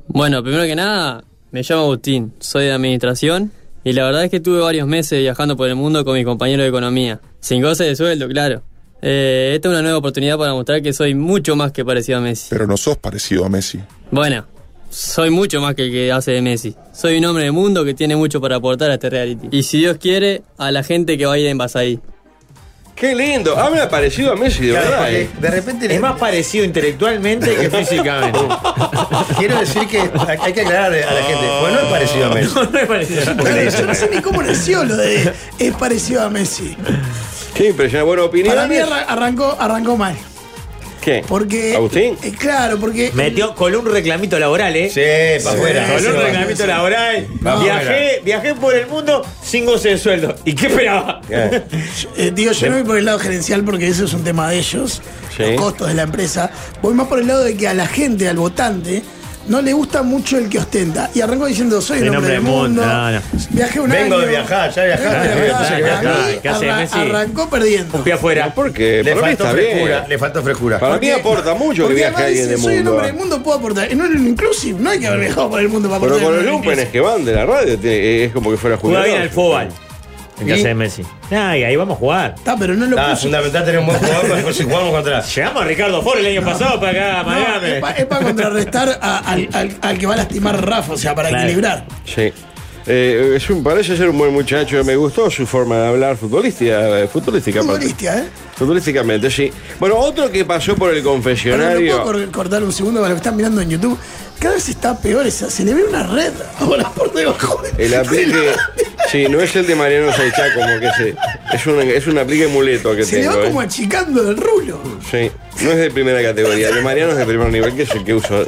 S11: Bueno, primero que nada, me llamo Agustín, soy de administración y la verdad es que tuve varios meses viajando por el mundo con mi compañero de economía, sin goce de sueldo, claro. Eh, esta es una nueva oportunidad para mostrar que soy mucho más que parecido a Messi.
S10: Pero no sos parecido a Messi.
S11: Bueno, soy mucho más que el que hace de Messi. Soy un hombre de mundo que tiene mucho para aportar a este reality. Y si Dios quiere, a la gente que va a ir en Basaí.
S3: Qué lindo. Ah, Habla parecido a Messi, de
S1: Claro,
S3: verdad.
S1: porque
S3: eh.
S1: de repente le-
S4: Es más parecido intelectualmente que físicamente.
S1: quiero decir que hay que aclarar a la gente. Pues no es parecido a Messi.
S4: no, no es parecido.
S1: Porque
S2: Yo no sé ni cómo nació lo de es parecido a Messi.
S3: Qué impresionante. Buena opinión.
S2: Para mí arra- arrancó, arrancó mal.
S3: ¿Qué?
S2: Porque.
S3: ¿Agustín?
S2: eh, claro, porque.
S4: Metió con un reclamito laboral, ¿eh?
S1: Sí, pa' afuera.
S4: Con
S1: Ese
S4: un
S1: va.
S4: reclamito laboral.
S1: Vamos,
S4: Viajé, viajé por el mundo sin goce de sueldo. ¿Y qué esperaba?
S2: eh, digo, yo no voy por el lado gerencial porque eso es un tema de ellos,
S3: Sí.
S2: los costos de la empresa. Voy más por el lado de que a la gente, al votante, no le gusta mucho el que ostenta. Y arrancó diciendo, soy
S4: Soy
S2: el hombre del mundo.
S4: no, no.
S2: Viajé un
S1: Vengo
S2: año.
S1: de viajar, ya viajaste.
S2: Vengo de
S1: Entonces,
S2: viajar. Para
S1: que viajaste.
S2: mí
S4: ¿Qué hace
S2: arran-
S4: Messi?
S2: Arrancó perdiendo.
S4: Fui afuera.
S3: ¿Por qué?
S1: Le
S3: Para mí
S1: faltó
S3: está bien.
S1: frescura, le faltó frescura.
S3: Para mí aporta mucho que
S2: Porque
S3: viaje
S2: además
S3: alguien
S2: dice,
S3: de
S2: soy el
S3: mundo.
S2: hombre del mundo, puedo aportar. En un inclusive, no hay que haber viajado por el mundo para
S3: Pero
S2: aportar.
S3: con
S2: en
S3: los
S2: un
S3: lumpenes
S2: inclusive.
S3: que van de la radio tiene- eh, es como que fuera
S4: Jugaba
S3: jugador.
S4: bien al fútbol. En
S1: ¿Y?
S4: casa de Messi. Ah, y ahí vamos a jugar.
S2: Está, pero no lo
S1: Ah,
S2: puso.
S1: fundamental tener un buen jugador para si jugamos contra.
S4: Llegamos a Ricardo Ford el año pasado para acá, ¿eh?
S2: No,
S4: Magame.
S2: es para contrarrestar a- al, al- al que va a lastimar a Rafa, o sea, para
S4: Claro.
S2: equilibrar.
S3: Sí. Eh, es un- parece ser un buen muchacho. Me gustó su forma de hablar futbolística. eh, futbolística aparte.
S2: Futbolista, ¿eh?
S3: Futbolísticamente, sí. Bueno, otro que pasó por el
S2: Pero no puedo
S3: confesionario.
S2: cor- cortar un segundo para los que están mirando en YouTube. Cada vez está peor esa. Se le ve una red ahora por debajo.
S3: El aplique. Sí, no es el de Mariano Saichá, como que se, es, un, es un aplique muleto que
S2: Se le
S3: tengo.
S2: va
S3: eh.
S2: como achicando el rulo.
S3: Sí, no es de primera categoría. El de Mariano es de primer nivel, que es el que uso. el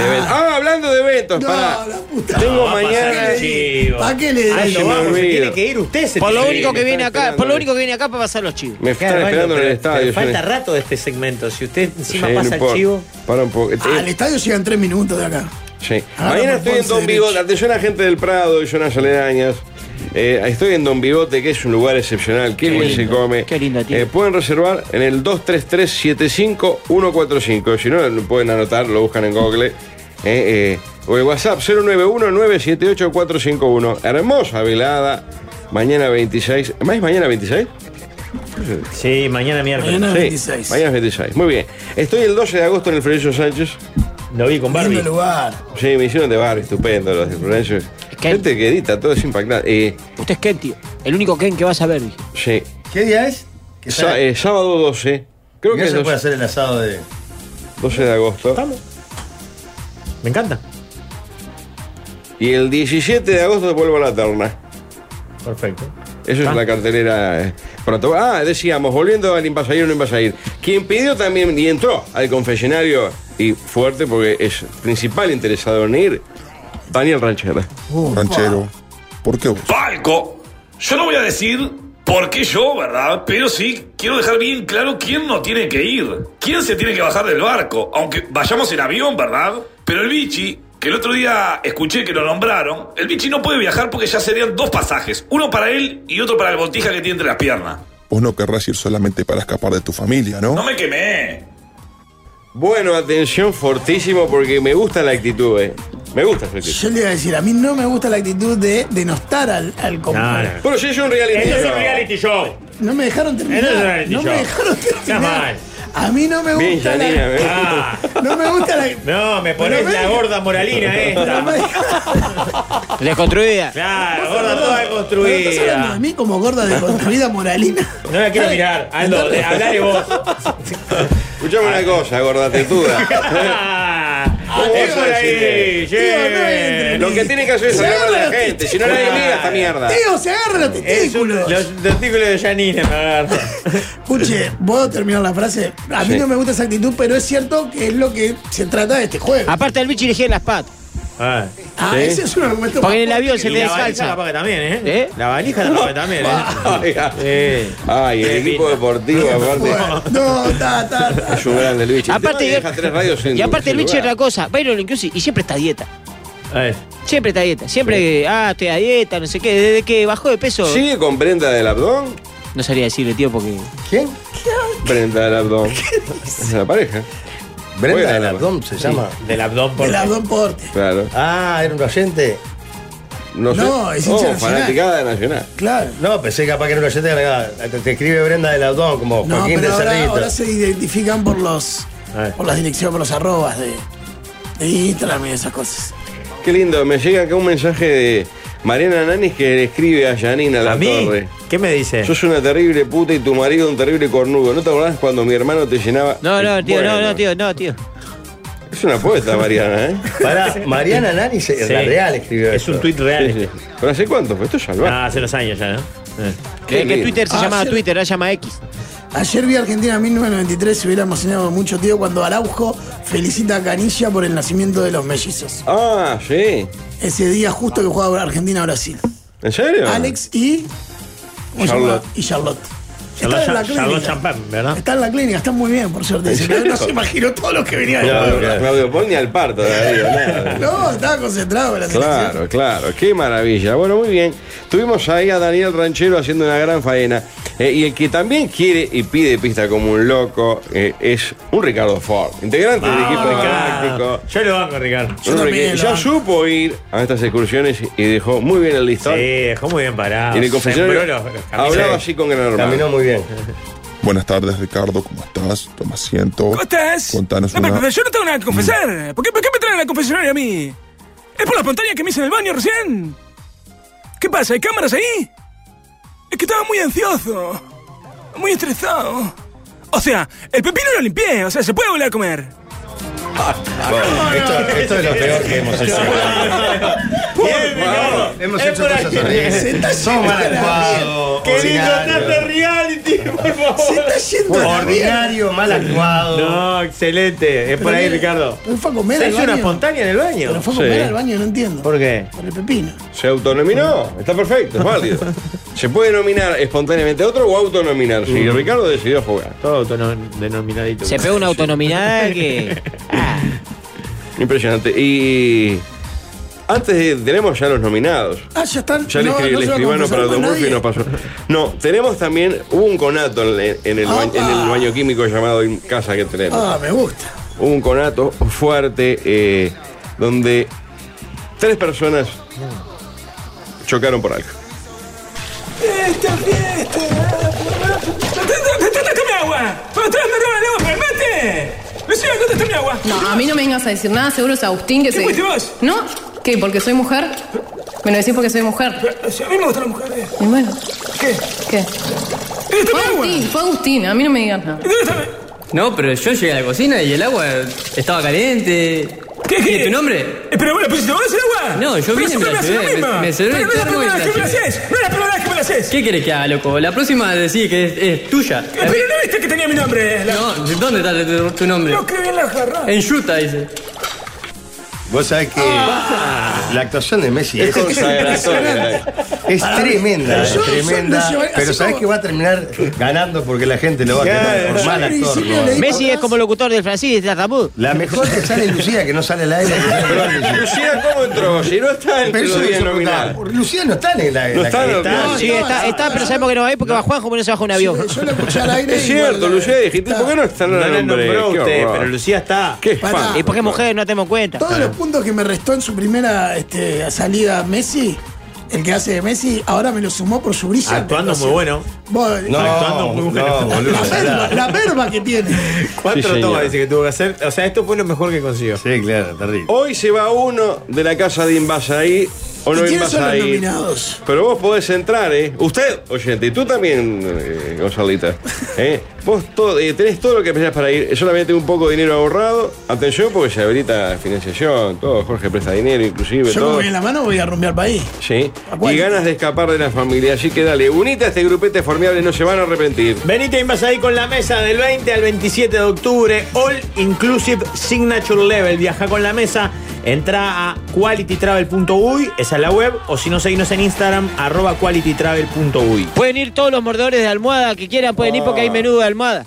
S3: evento. Ah, hablando de eventos,
S2: No,
S3: pará.
S2: la puta.
S3: Tengo
S4: No, va a
S3: mañana.
S4: pasar el chivo.
S2: ¿Para qué le
S4: Ay,
S3: Ay, se
S4: lo
S3: me
S4: vamos, se
S3: olvida.
S4: tiene que ir usted. se
S5: Por lo
S4: tiene que
S5: único
S4: ir.
S5: que viene acá,
S3: esperando.
S5: por lo único que viene acá para pasar los chivos.
S3: Me están
S4: Claro,
S3: esperando en
S4: pero-
S3: el
S4: pero
S3: estadio. yo
S4: Falta
S3: no-
S4: rato de este segmento. Si usted
S3: Sí,
S4: encima
S3: no
S4: pasa el
S3: importa.
S4: chivo. Ah,
S3: Para un poco. Eh,
S2: Al estadio llegan tres minutos de acá.
S3: sí.
S2: Ah,
S3: Mañana
S2: no,
S3: estoy en
S2: Ponce
S3: Don
S2: derecho.
S3: Bigote. Atención a la gente del Prado y zonas aledañas. Eh, estoy en Don Bigote, que es un lugar excepcional. Qué, bien se
S5: lindo,
S3: come.
S5: qué lindo tiene.
S3: Eh, pueden reservar en el 233-75145. Si no, lo pueden anotar, lo buscan en Google. Eh, eh, o el WhatsApp 091-978-451. Hermosa velada. Mañana 26. ¿Más es mañana 26?
S4: Sí, mañana miércoles.
S2: Mañana
S3: Sí,
S2: 26.
S3: Mañana 26. Muy bien. Estoy el 12 de agosto en el Florencio Sánchez.
S4: Lo vi con Barbie.
S2: Lindo lugar.
S3: Sí, me hicieron de bar, estupendo los de Florencio.
S5: que-
S3: Gente que edita, todo es impactante. Eh,
S5: Usted es Ken, tío. El único Ken que vas a ver, dije.
S3: sí.
S1: ¿Qué día es? ¿Qué
S3: Sa- eh, sábado 12, creo que es
S1: se puede
S3: 12,
S1: hacer el asado de.
S3: 12 de agosto.
S4: Estamos. Me encanta.
S3: Y el 17 de agosto vuelvo a la terna.
S4: Perfecto.
S3: Ah, Eso es la cartelera. eh, Pronto. Ah, decíamos, volviendo al Invasair o no Invasair. Quien pidió también y entró al confesionario y fuerte porque es principal interesado en ir, Daniel Ranchera.
S10: Ranchero. ¿Por qué vos?
S6: Palco. Yo no voy a decir por qué yo, ¿verdad? Pero sí quiero dejar bien claro quién no tiene que ir. Quién se tiene que bajar del barco. Aunque vayamos en avión, ¿verdad? Pero el bichi, que el otro día escuché que lo nombraron, el bichi no puede viajar porque ya serían dos pasajes. Uno para él y otro para el botija que tiene entre las piernas.
S10: Vos no querrás ir solamente para escapar de tu familia, ¿no?
S6: No me quemé.
S3: Bueno, atención fortísimo porque me gusta la actitud, eh. Me gusta esa actitud.
S2: Yo le iba a decir, a mí no me gusta la actitud de denostar al, al compañero.
S3: Pero si es un reality
S2: Eso es un
S4: reality show.
S2: No me dejaron
S4: Eso es un
S2: terminar.
S4: reality
S2: No me
S4: show.
S2: dejaron terminar.
S4: mal.
S2: A mí no me
S4: Bien,
S2: gusta
S4: Janina, ¿ves?
S2: la.
S4: Ah.
S2: No me gusta la.
S4: No, me ponés
S2: Pero
S4: la
S2: ven.
S4: gorda moralina esta.
S5: Desconstruida.
S4: Claro, gorda
S2: Pero estás hablando
S4: toda
S2: de
S4: construida.
S2: mí como gorda deconstruida moralina.
S4: No la quiero mirar. Aldo,
S2: eh,
S4: de- hablale vos.
S3: Escuchame una cosa, eh. gordatetuda.
S4: Es por ahí, yeah.
S3: Lo que tiene que hacer es hablar a la gente, si no nadie mira esta mierda.
S2: Tío, se agarra los testículos.
S4: Los testículos de Janine me agarran.
S2: Escuche, ¿puedo terminar la frase? A mí
S4: Sí.
S2: no me gusta esa actitud, pero es cierto que es lo que se trata de este juego.
S5: Aparte, el bicho le las patas.
S4: Ah,
S2: Ah,
S4: ¿sí?
S2: ese es un argumento.
S5: Porque en el
S2: más
S5: avión
S2: fuerte
S5: se
S2: que
S5: te
S2: la
S5: descalza.
S2: valija.
S4: Capaz que también, ¿eh?
S5: ¿Eh?
S4: La valija la tapa también, ¿eh? Sí.
S3: Ay, el
S4: Qué
S3: equipo
S4: pinta.
S3: deportivo, aparte,
S2: No, ta, ta, ta.
S3: es un grande el bicho.
S5: Aparte,
S3: Aparte, deja tres radios sin
S5: y aparte el
S3: sin
S5: bicho es
S3: lugar.
S5: otra cosa. Byron Inclusi, y siempre está a dieta.
S4: Eh.
S5: Siempre está a dieta. Siempre que, ah, estoy a dieta, no sé qué. Desde que bajó de peso.
S3: ¿Sigue con Brenda del Abdón?
S5: No sabría decirle, tío, porque.
S1: ¿Quién?
S3: Brenda del Abdón. Es la pareja.
S1: Brenda
S3: Juega
S1: del
S3: la-
S1: Abdón se
S3: Sí.
S1: llama.
S4: Del abdón por
S2: Del abdomen porte.
S3: Claro.
S1: Ah, era un oyente.
S3: No, sé.
S2: No, es hincha
S3: Oh,
S2: de Nacional.
S3: fanaticada de Nacional.
S2: Claro.
S1: No, pensé capaz que era un oyente de la- Te, te escribe Brenda del Abdón como
S2: No,
S1: Joaquín
S2: pero
S1: de
S2: ahora,
S1: Cerrito.
S2: ahora se identifican por los por las direcciones, por los arrobas de, de Instagram y esas cosas.
S3: Qué lindo, me llega acá un mensaje de Mariana Nanis que le escribe a Janina La
S4: ¿A mí?
S3: Torre.
S4: ¿Qué me dice?
S3: Sos una terrible puta y tu marido un terrible cornudo. ¿No te acordás cuando mi hermano te llenaba?
S5: No, no, tío,
S3: Bueno,
S5: no, no, tío, no, tío.
S3: Es una apuesta, Mariana, ¿eh?
S1: Pará, Mariana Nani se,
S4: Sí.
S1: la real escribió
S4: Es
S1: esto.
S4: un tuit real.
S3: Sí, sí. ¿Pero hace cuánto? Pues esto es salvaje.
S4: Ah, hace los años ya, ¿no? Eh.
S5: Desde que
S3: lindo.
S5: Twitter se
S2: Ah,
S5: llamaba
S2: sí.
S5: Twitter, ahora se llama X.
S2: Ayer vi Argentina 1993, se hubiera emocionado mucho, tío, cuando Araujo felicita a Canilla por el nacimiento de los mellizos.
S3: Ah, sí.
S2: Ese día justo que jugaba Argentina-Brasil.
S3: ¿En serio?
S2: Alex y. ¿cómo se llama?
S3: Charlotte.
S2: Y Charlotte.
S4: Charlotte,
S2: Están en la
S4: Cha- Charlotte
S2: clínica.
S4: Champagne, ¿verdad?
S2: Están en la clínica, están muy bien, por suerte. Dice,
S3: serio?
S2: No se imaginó todo lo que venía de
S3: Claudio, Claudio Pon ni al parto todavía, nada.
S2: No, estaba concentrado en la selección.
S3: Claro, claro, qué maravilla. Bueno, muy bien. Tuvimos ahí a Daniel Ranchero haciendo una gran faena. Eh, y el que también quiere y pide pista como un loco eh, es un Ricardo Ford, integrante del
S4: Vamos,
S3: equipo
S4: Ah, Ricardo.
S3: galáctico.
S4: Yo lo banco, Ricardo.
S2: Yo
S3: Un
S2: también
S3: Rique-
S2: lo
S3: ya
S2: banco.
S3: supo ir a estas excursiones y dejó muy bien el
S4: Sí,
S3: listón.
S4: dejó muy bien parado.
S3: Y en el confesionario
S4: Sembró los- los caminos.
S3: hablaba así con gran hermano.
S1: Caminó muy bien.
S10: Buenas tardes, Ricardo. ¿Cómo estás? Toma asiento.
S8: ¿Cómo estás?
S10: Contanos
S8: No, pero,
S10: una-
S8: pero yo no tengo nada que confesar. ¿Por qué, por qué me traen al confesionario a mí? ¿Es por la pantalla que me hice en el baño recién? ¿Qué pasa? ¿Hay cámaras ahí? Es que estaba muy ansioso. Muy estresado. O sea, el pepino lo limpié. O sea, se puede volver a comer.
S2: Ah,
S1: Bueno, esto, esto es lo peor que hemos hecho.
S4: Bien, Ricardo.
S1: Hemos
S4: Es
S1: hecho
S4: por
S1: cosas
S4: ahí.
S2: Se está
S1: horribles. Son mal
S2: yendo a la
S1: actuados.
S4: Qué lindo
S1: ordinarios.
S4: trata reality, por
S2: Se
S4: favor.
S2: está yendo a la mierda.
S1: Ordinario, mal actuado.
S4: No, excelente. Es por ahí, Ricardo.
S2: No fue a comer
S4: ¿Se
S2: al
S4: hizo una
S2: baño.
S4: espontánea en el
S2: Pero
S4: baño?
S2: fue a comer
S3: Sí.
S2: al baño, no entiendo.
S4: ¿Por qué?
S2: Por el pepino.
S3: ¿Se autonominó? Está perfecto, es válido. Se puede nominar espontáneamente a otro o autonominarse. Y Ricardo decidió jugar.
S4: Todo autodenominadito.
S5: Se pegó una autonominada que. Ah,
S3: Impresionante. Y antes de- tenemos ya los nominados.
S2: Ah, ya están.
S3: Ya le
S2: No,
S3: escribí
S2: no
S3: el
S2: se va a
S3: escribano
S2: confesar
S3: para
S2: con
S3: Don Murphy y
S2: nadie.
S3: no pasó. No, tenemos también, hubo un conato en, el- en el, baño, en el baño químico llamado en casa que tenemos.
S2: Ah, me gusta.
S3: Hubo un conato fuerte eh, donde tres personas
S2: Mm.
S3: chocaron por algo.
S8: Esta fiesta. ¡Tráeme agua! ¡Pero tráeme el agua para el mate! ¡Lucía, ¿dónde está mi agua?
S12: No, a mí no me vengas a decir nada, seguro es Agustín que
S8: ¿Qué
S12: se.
S8: fuiste vos?
S12: ¿No? ¿Qué? ¿Porque soy mujer? ¿Me lo decís porque soy mujer?
S8: A mí me gustan las mujeres.
S12: Y bueno,
S8: ¿Qué?
S12: ¿qué?
S8: ¡Esta
S12: Fue
S8: mi agua!
S12: Agustín, fue Agustín, a mí no me digas nada.
S8: ¿Dónde está mi-
S11: No, pero yo llegué a la cocina y el agua estaba caliente.
S8: ¿Qué, qué?
S11: ¿Y tu nombre?
S8: Eh, ¿Pero vos la pusiste vos el agua?
S11: No, yo
S8: Pero
S11: vine y me
S8: siempre
S11: la
S8: haces
S11: llevé,
S8: lo
S11: me-
S8: mismo.
S11: me llevé el
S8: Pero no es la
S11: termo y
S8: primera
S11: me
S8: vez que me
S11: la
S8: la haces. No es la primera vez que me la haces.
S13: vez?
S9: ¿Qué querés que haga, loco? La próxima decís que es, es tuya.
S13: Pero no
S11: este
S13: viste que tenía mi nombre. La-
S9: No, ¿dónde está tu, tu nombre?
S13: Lo escribí en la jarra.
S9: En Utah, dice.
S1: Vos sabés que
S2: Ah.
S1: la actuación de Messi es,
S3: Es consagración, eh.
S1: es tremenda, es
S2: Yo- yo-
S1: tremenda.
S2: yo- yo- así
S1: pero sabés
S2: como-
S1: que va a terminar ganando porque la gente lo va a quemar por mal actor. lo va a-
S5: Messi es como locutor del Francis de Tartamud.
S1: La mejor que sale Lucía, que no sale al aire.
S3: Lucía, ¿cómo entró? Si no está entre
S1: Pero
S3: los
S1: eso
S3: 10
S1: es
S3: nominados.
S1: insoportable. Lucía no está en el aire.
S3: No está en el
S5: No, sí, está, está, pero sabemos que no va a ir porque va Juanjo, pero no se baja un avión.
S3: Es cierto, Lucía, dijiste, ¿por qué no está en
S4: No le
S3: el nombre?
S4: nombró
S3: Qué
S4: usted,
S3: horror.
S4: pero Lucía está.
S3: ¿Qué
S2: Pará.
S5: ¿Y por qué mujeres no tenemos en cuenta?
S2: Todos los puntos que me restó en su primera este, salida Messi, el que hace de Messi, ahora me lo sumó por su brilla.
S4: Actuando muy bueno.
S2: Vos-
S4: No, Actuando muy bueno.
S2: la, verba, la verba que tiene.
S4: Cuatro
S3: señor.
S4: tomas dice que tuvo que hacer. O sea, esto fue lo mejor que consiguió.
S1: Sí, claro, terrible.
S3: Hoy se va uno de la casa de Invasaí o
S2: ¿Y
S3: no
S2: quiénes son los
S3: Invasaí.
S2: nominados?
S3: Pero vos podés entrar, ¿eh? Usted, oyente, y tú también, eh, Gonzalita. ¿eh? Vos to- eh, tenés todo lo que pensás para ir. Yo también tengo un poco de dinero ahorrado. Atención, porque se habilita financiación, todo. Jorge presta dinero, inclusive,
S2: Yo como
S3: todo.
S2: voy en la Ah, mano voy a rumbear país.
S3: Sí.
S2: cuál?
S3: Y ganas de escapar de la familia. Así que dale, unite a este grupete formidable, no se van a arrepentir.
S4: Benito vas ahí con la mesa del 20 al 27 de octubre, All Inclusive Signature Level. Viaja con la mesa, entra a qualitytravel.uy, esa es la web, o si no, seguimos en Instagram, arroba qualitytravel.uy.
S5: Pueden ir todos los mordedores de almohada que quieran, pueden ir
S3: Ah.
S5: porque hay menudo de almohada.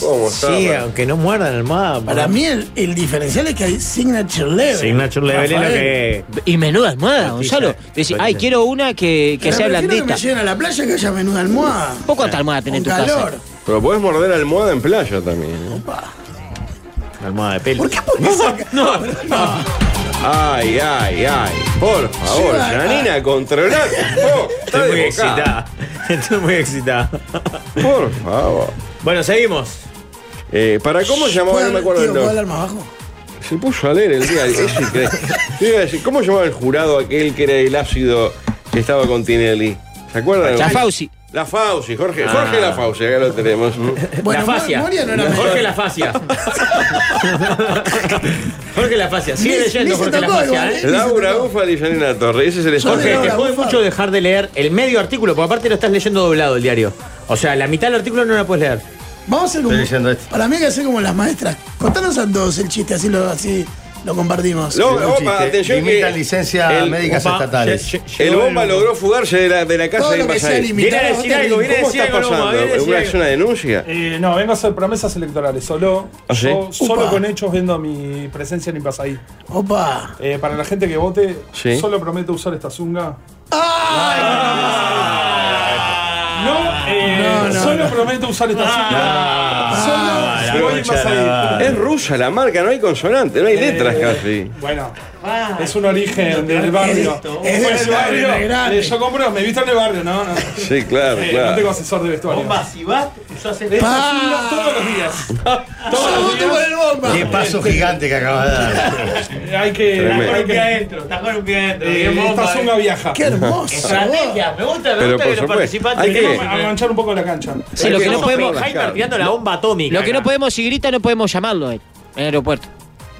S3: ¿Cómo está?
S4: Sí,
S3: Rafa?
S4: aunque no muerdan el mapa.
S2: Para mí el, el diferencial es que hay signature level.
S4: Signature Level es lo
S2: Rafael.
S3: Eh,
S4: que.
S5: Y menuda almohada, Gonzalo. Decís, ay, quiero una que, que
S2: Pero
S5: sea
S2: prefiero
S5: blandita.
S2: Que me lleven a la playa que haya menuda almohada.
S5: ¿Vos cuánta almohada tenés en tu
S2: Con
S5: casa?
S2: calor.
S3: Pero podés morder almohada en playa también. ¿eh?
S4: Almohada de pelo.
S2: ¿Por qué por qué saca-
S4: No,
S3: Ay, ay, ay. Por favor,
S2: Lleva-
S3: Janina, controlá. Oh, está
S4: Estoy muy excitada.
S3: desbocada.
S4: Estoy muy excitada.
S3: Por favor.
S4: Bueno, seguimos.
S3: Eh, ¿Para cómo llamaba? No me acuerdo
S2: Tío,
S3: el
S2: ¿puedo
S3: nombre.
S2: hablar más bajo?
S3: Se puso a leer el día. Es increíble. Yo iba a decir, ¿Cómo llamaba el jurado aquel que era el ácido que estaba con Tinelli? ¿Se acuerdan?
S5: La Fauci.
S3: La Fauci, Jorge.
S4: Ah.
S3: Jorge La Fauci, acá lo tenemos.
S2: Bueno,
S4: la fascia.
S2: Moria no era
S4: Jorge la fascia. Jorge la fascia. Sigue
S2: Ni- ni
S4: leyendo
S2: se
S4: Jorge la
S2: tocó igual,
S4: fascia. ¿eh?
S2: ¿eh?
S3: Laura Ufal y Janina Torres. Ese es el
S2: Jorge,
S4: Jorge,
S3: estado.
S4: te
S2: Ahora,
S4: jode
S2: por favor.
S4: mucho dejar de leer el medio artículo, porque aparte lo estás leyendo doblado el diario. O sea, la mitad del artículo no la puedes leer.
S2: Vamos a hacer
S1: Estoy leyendo
S2: como.
S1: esto.
S2: Para mí hay que hacer como las maestras. Contanos a todos el chiste, así lo, así lo compartimos.
S3: No,
S1: Tengo un
S3: opa,
S1: chiste.
S3: atención que
S1: Limitan licencias
S3: el-
S1: médicas
S4: Opa,
S1: estatales.
S4: lle- lle-
S3: El
S4: llegó
S3: bomba logró fugarse de la, de la casa
S2: Todo
S3: de
S2: lo que sea
S3: Masai.
S2: limitado.
S4: Viene a decir algo, viene a
S3: ¿Cómo
S4: decir
S3: está
S4: algo, Loma,
S3: pasando?
S4: viene a
S3: ¿Es
S4: decir
S3: una,
S4: algo.
S3: es una denuncia?
S14: Eh, no, vengo a hacer promesas electorales. Solo,
S3: ¿Ah, sí?
S14: yo solo
S2: Upa.
S14: con hechos vendo a mi presencia en Impasaí.
S2: Opa.
S14: Eh, para la gente que vote,
S3: Sí.
S14: solo prometo usar esta zunga.
S2: ¡Ah!
S14: No, eh,
S2: No, Ah, no,
S14: solo prometo usar esta zunga.
S4: la
S14: solo voy a
S4: concha
S14: Impasaí.
S3: Es rusa la Eh, marca, no hay consonante, no hay letras casi.
S14: Eh, Bueno, es un origen del barrio.
S2: Ah, Es
S14: Fue
S2: del
S14: el barrio.
S2: barrio, grande.
S14: Eh, yo compro, me visto en el barrio, ¿no? no.
S3: Sí, claro,
S14: Eh, no tengo
S3: claro.
S14: asesor de vestuario.
S4: si vas, usás el-
S14: Esta
S2: Ah,
S14: zunga todos los días. Todos los días.
S1: Qué paso gigante que acabas de dar.
S14: Eh, Hay que.
S3: Tremendo.
S14: Hay que
S4: adentro, estás con un pie adentro.
S14: eh,
S4: Bien, bomba,
S14: esta zunga
S4: eh.
S14: viaja.
S2: Qué hermoso.
S4: Estrategia, me gusta, me gusta
S3: Pero por
S4: que los
S3: supuesto,
S4: participantes
S3: hay que-
S4: tengan-
S14: Vamos a enganchar un poco la cancha.
S5: Sí, lo
S3: Hay
S5: que
S3: que
S5: no
S3: romper
S5: podemos.
S3: las
S4: Jaime
S3: caras.
S4: tirando la bomba atómica.
S5: Lo que no
S4: acá.
S5: podemos, si grita, no podemos llamarlo a él, en el aeropuerto.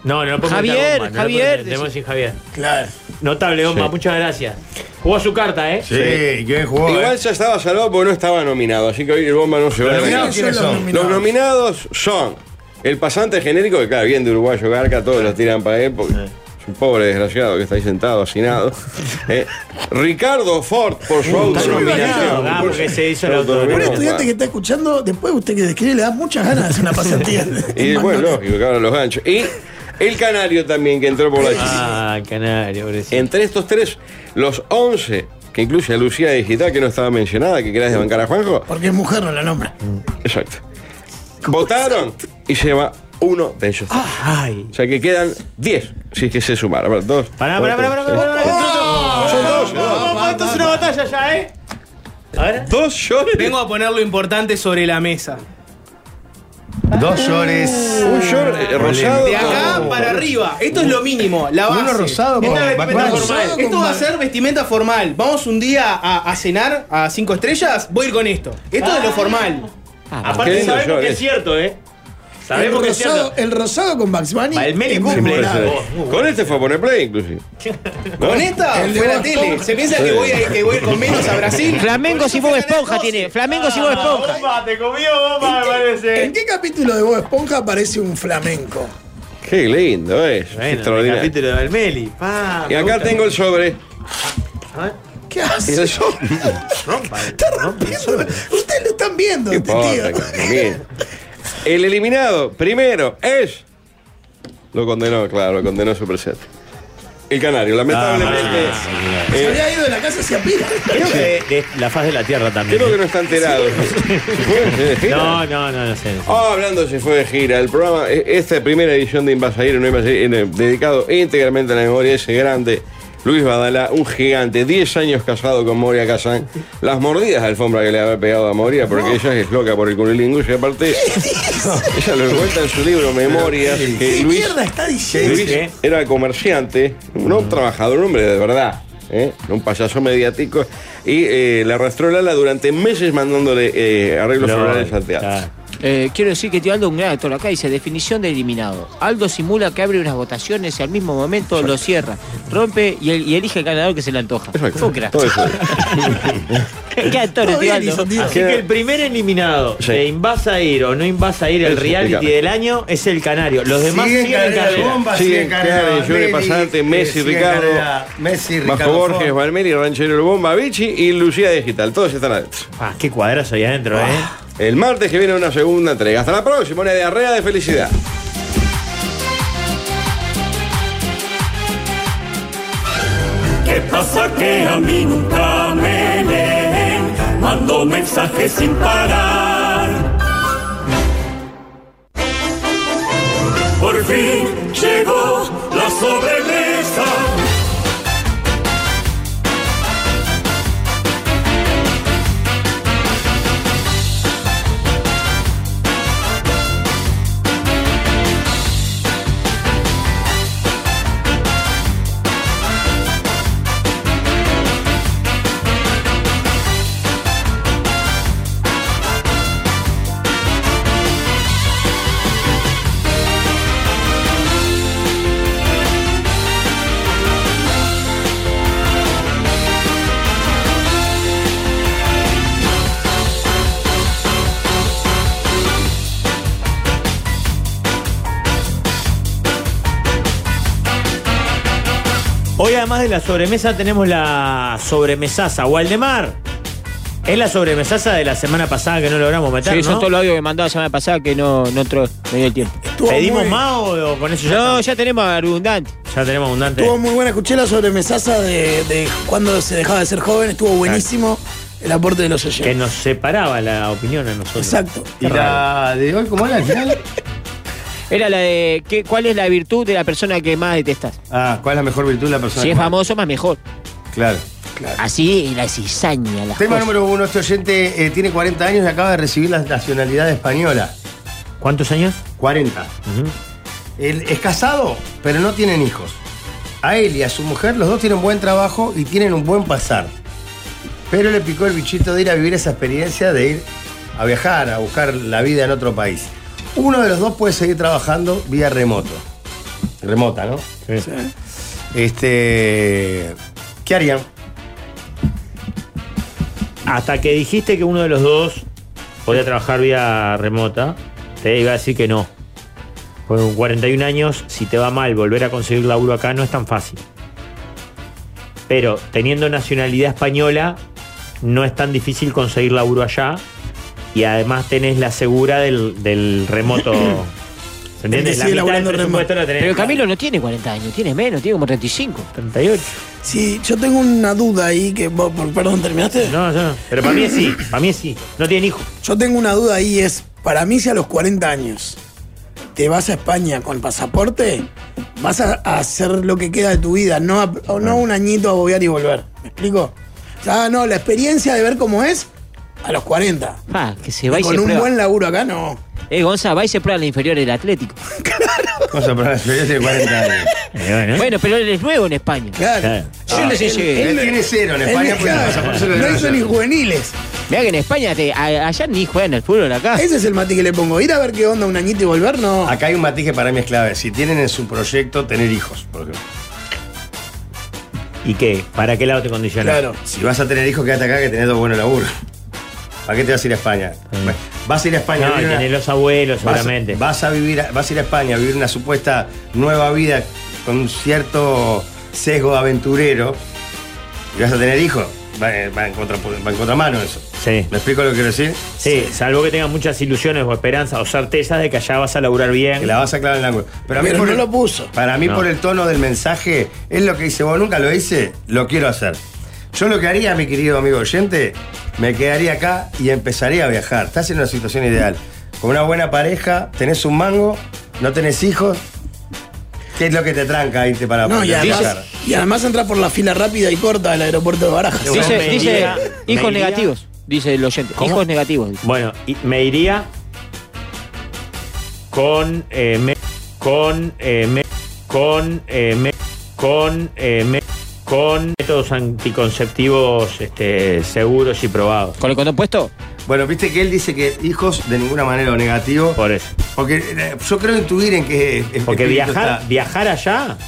S4: No, no podemos
S5: Javier,
S4: meter bomba, no
S5: Javier,
S4: podemos-
S5: decís.
S4: Tenemos que decir Javier.
S2: Claro.
S4: Notable bomba,
S3: Sí.
S4: muchas gracias. Jugó su carta, ¿eh?
S1: Sí, qué bien jugó.
S3: Igual
S1: eh.
S3: ya estaba salvado porque no estaba nominado, así que hoy el bomba no se va a
S1: Los
S3: ganar.
S1: nominados, ¿quiénes son?
S3: Los nominados son el pasante genérico, que claro, bien de Uruguayo Garca, todos los tiran para él, porque es un pobre desgraciado que está ahí sentado, hacinado. Eh, Ricardo Ford, por
S1: Uh,
S3: su
S4: nominado,
S3: autonominación.
S4: ah, porque se hizo el
S2: Un
S3: autonominación.
S2: estudiante que está escuchando, después usted que describe le da muchas ganas de hacer una pasantía.
S3: Y
S2: En
S3: bueno,
S2: Bangkok.
S3: lógico, claro, los ganchos. Y el canario también que entró por la chica.
S4: Ah, canario, pobrecito.
S3: Entre estos tres, los 11, que incluye a Lucía Digital, que no estaba mencionada, que querés bancar a Juanjo.
S2: Porque es mujer, no la nombra.
S3: Exacto. Votaron y lleva uno de ellos.
S4: Ay.
S3: O sea que quedan 10, si es que se sumaron. Bueno, Dos.
S4: Ah, Pará, pará, pará, pará, pará, pará, pará.
S2: Oh,
S3: Son
S4: Vamos,
S3: dos, dos.
S4: vamos, esto es una batalla ya, ¿eh? A ver.
S3: Dos shorts.
S15: Vengo a poner lo importante sobre la mesa.
S1: Dos llores.
S3: Un short eh, rosado.
S15: De acá
S3: con-
S15: para arriba. Esto es lo mínimo, la base.
S1: Uno rosado
S15: Esta
S1: con
S15: es vestimenta
S1: vacunas.
S15: formal.
S2: Rosado
S15: Esto
S2: con
S15: va a
S2: vac-
S15: ser vestimenta formal. Vamos un día a, a cenar a cinco estrellas, voy a ir con esto. Esto es lo formal.
S5: Ah,
S3: qué
S4: Aparte
S3: lindo
S4: sabemos
S3: short,
S4: que
S3: eh.
S4: es cierto, ¿eh?
S2: El
S4: porque es
S2: rosado,
S4: cierto.
S2: el rosado con Bugs Bunny.
S4: Valmeri
S2: es
S4: cumple.
S2: memorable.
S5: eh.
S3: Con este fue a poner play, inclusive.
S15: Con esta
S2: El de
S15: fue la
S2: Bob
S15: tele.
S2: Esponja.
S15: Se piensa que voy, a, que voy a ir con menos a Brasil.
S5: Flamengo si Bob Esponja tiene. Flamengo
S15: Ah,
S5: si Bob Esponja.
S4: te comió bomba, eh.
S2: ¿En qué capítulo de Bob Esponja aparece un flamenco?
S3: Qué lindo, es.
S4: el
S3: Extraordinario.
S4: capítulo Ah, de Belmeli.
S2: Ah,
S3: y acá tengo el sobre.
S2: ¿Qué hace?
S3: El sobre.
S2: Está rompiendo. Ustedes lo están viendo, este
S3: Importa,
S2: tío.
S3: que- bien. El eliminado, primero, es. Lo condenó, claro, lo condenó su presente. El canario, lamentablemente.
S2: Se
S3: eh,
S2: había ido de la casa hacia pila.
S4: Creo que de, de la faz de la tierra también. ¿eh?
S3: creo que no está enterado.
S4: No, no, no, no sé.
S3: Ah, hablando se fue de gira, el programa, e- esta primera edición de Invasair, no Invasair, en el- dedicado íntegramente a la memoria de ese grande Luis Badalá, un gigante, 10 años casado con Moria Kazan, las mordidas de alfombra que le había pegado a Moria, porque ella es loca por el cunilingus y aparte, ella lo cuenta en su libro Memorias, que
S2: ¿Qué
S3: Luis,
S2: mierda está diciendo?
S3: Luis era comerciante, no
S4: Mm.
S3: un trabajador, un hombre de verdad. ¿eh? Un payaso mediático y eh, le arrastró el ala durante meses mandándole eh, arreglos
S4: No,
S3: florales al teatro.
S5: Eh, quiero decir que tío Aldo es un gran actor. Acá dice definición de eliminado. Aldo simula que abre unas votaciones y al mismo momento lo cierra, rompe y, el- y elige el ganador que se le antoja. Fue un crack.
S3: Todo eso.
S5: ¿Qué actor,
S2: Todo
S5: tío
S2: bien
S5: Aldo?
S2: hizo, tío.
S4: Así que el primer eliminado de Invasa Ir o no Invasa Ir el
S3: Eso,
S4: reality
S3: explícame.
S4: del año es el Canario. Los demás
S1: Siguen
S4: siguen, en
S1: carrera,
S4: carrera.
S1: bomba,
S3: Sí,
S1: siguen carrera,
S3: Karen, Yuri
S1: Valmeri,
S3: Pasante,
S1: eh,
S3: Messi,
S1: siguen
S3: Ricardo,
S1: carrera, Messi,
S3: Bajo
S1: Ricardo
S3: Borges,
S1: Ford.
S3: Valmeri, Ranchero El Bomba, Vichy y Lucía Digital. Todos están adentro.
S4: Ah, qué cuadrazo ahí adentro, ¿eh?
S3: El martes que viene una segunda entrega. Hasta la próxima, una diarrea de felicidad.
S6: ¿Qué pasa que a mí nunca me leen? Mando mensajes sin parar. Por fin llegó la sobremesa.
S4: Hoy además de la sobremesa tenemos la sobremesaza. Waldemar. Es la sobremesaza de la semana pasada que no logramos meter,
S5: Sí,
S4: ¿no?
S5: son todos los audios que mandó la semana pasada Ah, que no, no entró, no dio el tiempo.
S4: ¿Pedimos más o, o con eso ya?
S5: No,
S4: estamos?
S5: ya tenemos abundante.
S4: Ya tenemos abundante.
S2: Estuvo muy buena. Escuché la sobre mesaza de, de cuando se dejaba de ser joven. Estuvo buenísimo el aporte de los
S4: Que
S2: oyentes.
S4: nos separaba la opinión a nosotros.
S2: Exacto.
S1: ¿Y la de hoy cómo era al final?
S5: Era la de ¿qué, cuál es la virtud de la persona que más detestas.
S1: Ah, ¿cuál es la mejor virtud de la persona?
S5: Si
S1: que
S5: es
S1: más-
S5: famoso, más mejor.
S1: Claro.
S5: Así la cizaña, las
S1: Tema
S5: cosas.
S1: número uno, este oyente eh, tiene 40 años y acaba de recibir la nacionalidad española.
S4: ¿Cuántos años?
S1: 40. Él es casado, pero no tienen hijos. A él y a su mujer, los dos tienen buen trabajo y tienen un buen pasar. Pero le picó el bichito de ir a vivir esa experiencia de ir a viajar, a buscar la vida en otro país. Uno de los dos puede seguir trabajando vía remoto. Remota, ¿no? Este. ¿Qué harían?
S4: Hasta que dijiste que uno de los dos podía trabajar vía remota, te iba a decir que no. Con 41 años, si te va mal volver a conseguir laburo acá no es tan fácil. Pero teniendo nacionalidad española, no es tan difícil conseguir laburo allá. Y además tenés la segura del, del remoto. ¿Se entiende?
S2: que sigue
S4: La mitad del
S2: laburando
S4: presupuesto la tenés.
S5: Pero Camilo no tiene 40 años, tiene menos, tiene como 35.
S4: 38.
S2: Sí, yo tengo una duda ahí que vos- perdón, ¿terminaste?
S4: No, no, no. Pero para mí es sí, para mí es sí. No tienen hijos.
S2: Yo tengo una duda ahí es, para mí si a los 40 años te vas a España con pasaporte, vas a, a hacer lo que queda de tu vida, no, a- o no un añito a bobear y volver. ¿Me explico? O sea, ah, no, la experiencia de ver cómo es a los 40.
S5: Ah, que se va y,
S2: con
S5: se
S2: un
S5: prueba.
S2: buen laburo acá, no.
S5: Eh, Gonza, va y se prueba la inferior del Atlético. Eh,
S1: Vamos a probar la experiencia de 40 años.
S5: Bueno, pero él es nuevo en España.
S2: Claro. Ah,
S5: Yo no sé si-
S1: Él tiene cero en
S2: Él-
S1: España pues, porque el
S2: claro,
S1: pasaporte se lo
S2: no
S1: dieron
S2: hizo
S1: ayer.
S2: ni juveniles.
S5: Mira que en España, te- a- allá ni juegan al fútbol acá.
S2: Ese es el matiz que le pongo. Ir a ver qué onda un añito y volver, no.
S1: Acá hay un matiz que para mí es clave. Si tienen en su proyecto tener hijos, por ejemplo.
S4: ¿Y qué? ¿Para qué lado te condiciona?
S1: Claro. Si vas a tener hijos, quédate acá que tenés dos buenos laburos. ¿Para qué te vas a ir a España? Bueno, Vas a ir a España.
S4: No,
S1: a
S4: y
S1: vivir
S4: tenés los abuelos,
S1: vas-
S4: seguramente.
S1: Vas, a vivir, a- vas a ir a España a vivir una supuesta nueva vida con un cierto sesgo aventurero y vas a tener hijos. Va, eh, va en, contra, va en contramano eso.
S4: Sí.
S1: ¿Me explico lo que quiero decir?
S4: Sí, salvo que tengas muchas ilusiones o esperanzas o certezas de que allá vas a laburar bien. Que
S1: la vas a clavar en la Pero, a mí por el- Para mí,
S4: No.
S1: por el tono del mensaje, es lo que dice, vos nunca lo hice, lo quiero hacer. Yo lo que haría, mi querido amigo oyente, me quedaría acá y empezaría a viajar. Estás en una situación ideal. Con una buena pareja, tenés un mango, no tenés hijos. ¿Qué es lo que te tranca irte para
S2: No, y
S1: para
S2: además,
S1: viajar?
S2: y además entrar por la fila rápida y corta del aeropuerto de Barajas.
S5: Dice,
S4: me
S5: dice
S4: iría- me iría-
S5: hijos negativos, dice el oyente.
S4: ¿Cómo?
S5: Hijos negativos.
S4: Bueno, y me iría con eh, me- con eh, me- con eh, me- con eh, me- con métodos anticonceptivos este, seguros y probados.
S5: ¿Con el condón puesto?
S1: Bueno, viste que él dice que hijos de ninguna manera o negativo.
S4: Por eso.
S1: Porque eh, yo creo intuir en que.
S4: Porque
S1: espíritu
S4: viajar,
S1: está.
S4: viajar allá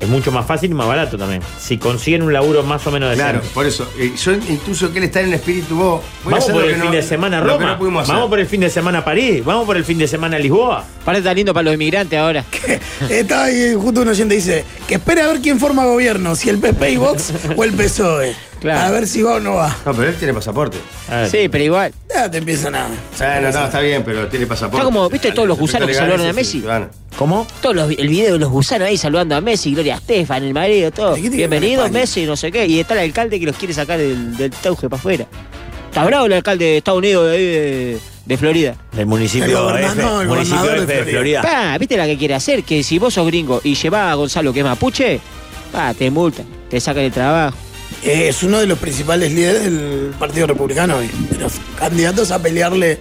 S4: es mucho más fácil y más barato también. Si consiguen un laburo más o menos decente.
S1: Claro, por eso. eh, Yo incluso que él está en el espíritu vos. voy a
S4: Vamos
S1: hacer
S4: por
S1: lo
S4: el
S1: que
S4: fin
S1: no-
S4: de semana a
S1: lo que
S4: Roma.
S1: no pudimos hacer.
S4: vamos por el fin de semana a París. Vamos por el fin de semana a Lisboa.
S5: Parece tan lindo para los inmigrantes ahora.
S2: Está ahí justo un oyente dice que espere a ver quién forma gobierno, si el PP y Vox o el PSOE. A ver si va o no va.
S1: No, pero él tiene pasaporte.
S5: Sí, pero igual.
S2: Ya te empiezan a.
S1: Bueno, no, está bien, pero tiene pasaporte.
S5: Está como, ¿viste todos los gusanos que saludaron a Messi?
S4: ¿Cómo?
S5: Todos los, el video de los gusanos ahí saludando a Messi, Gloria Estefan, el marido, todo. Bienvenidos, Messi, no sé qué. Y está el alcalde que los quiere sacar del, del tauge para afuera. Está bravo el alcalde de Estados Unidos de, ahí de- de Florida.
S4: Del municipio
S5: El
S4: F,
S5: gobernador, el
S4: municipio
S5: gobernador
S4: F de Florida.
S5: Pa, ¿viste la que quiere hacer? Que si vos sos gringo y llevás a Gonzalo que es mapuche, pa, te multan, te sacan el trabajo.
S2: Eh, Es uno de los principales líderes del Partido Republicano hoy. De los candidatos a pelearle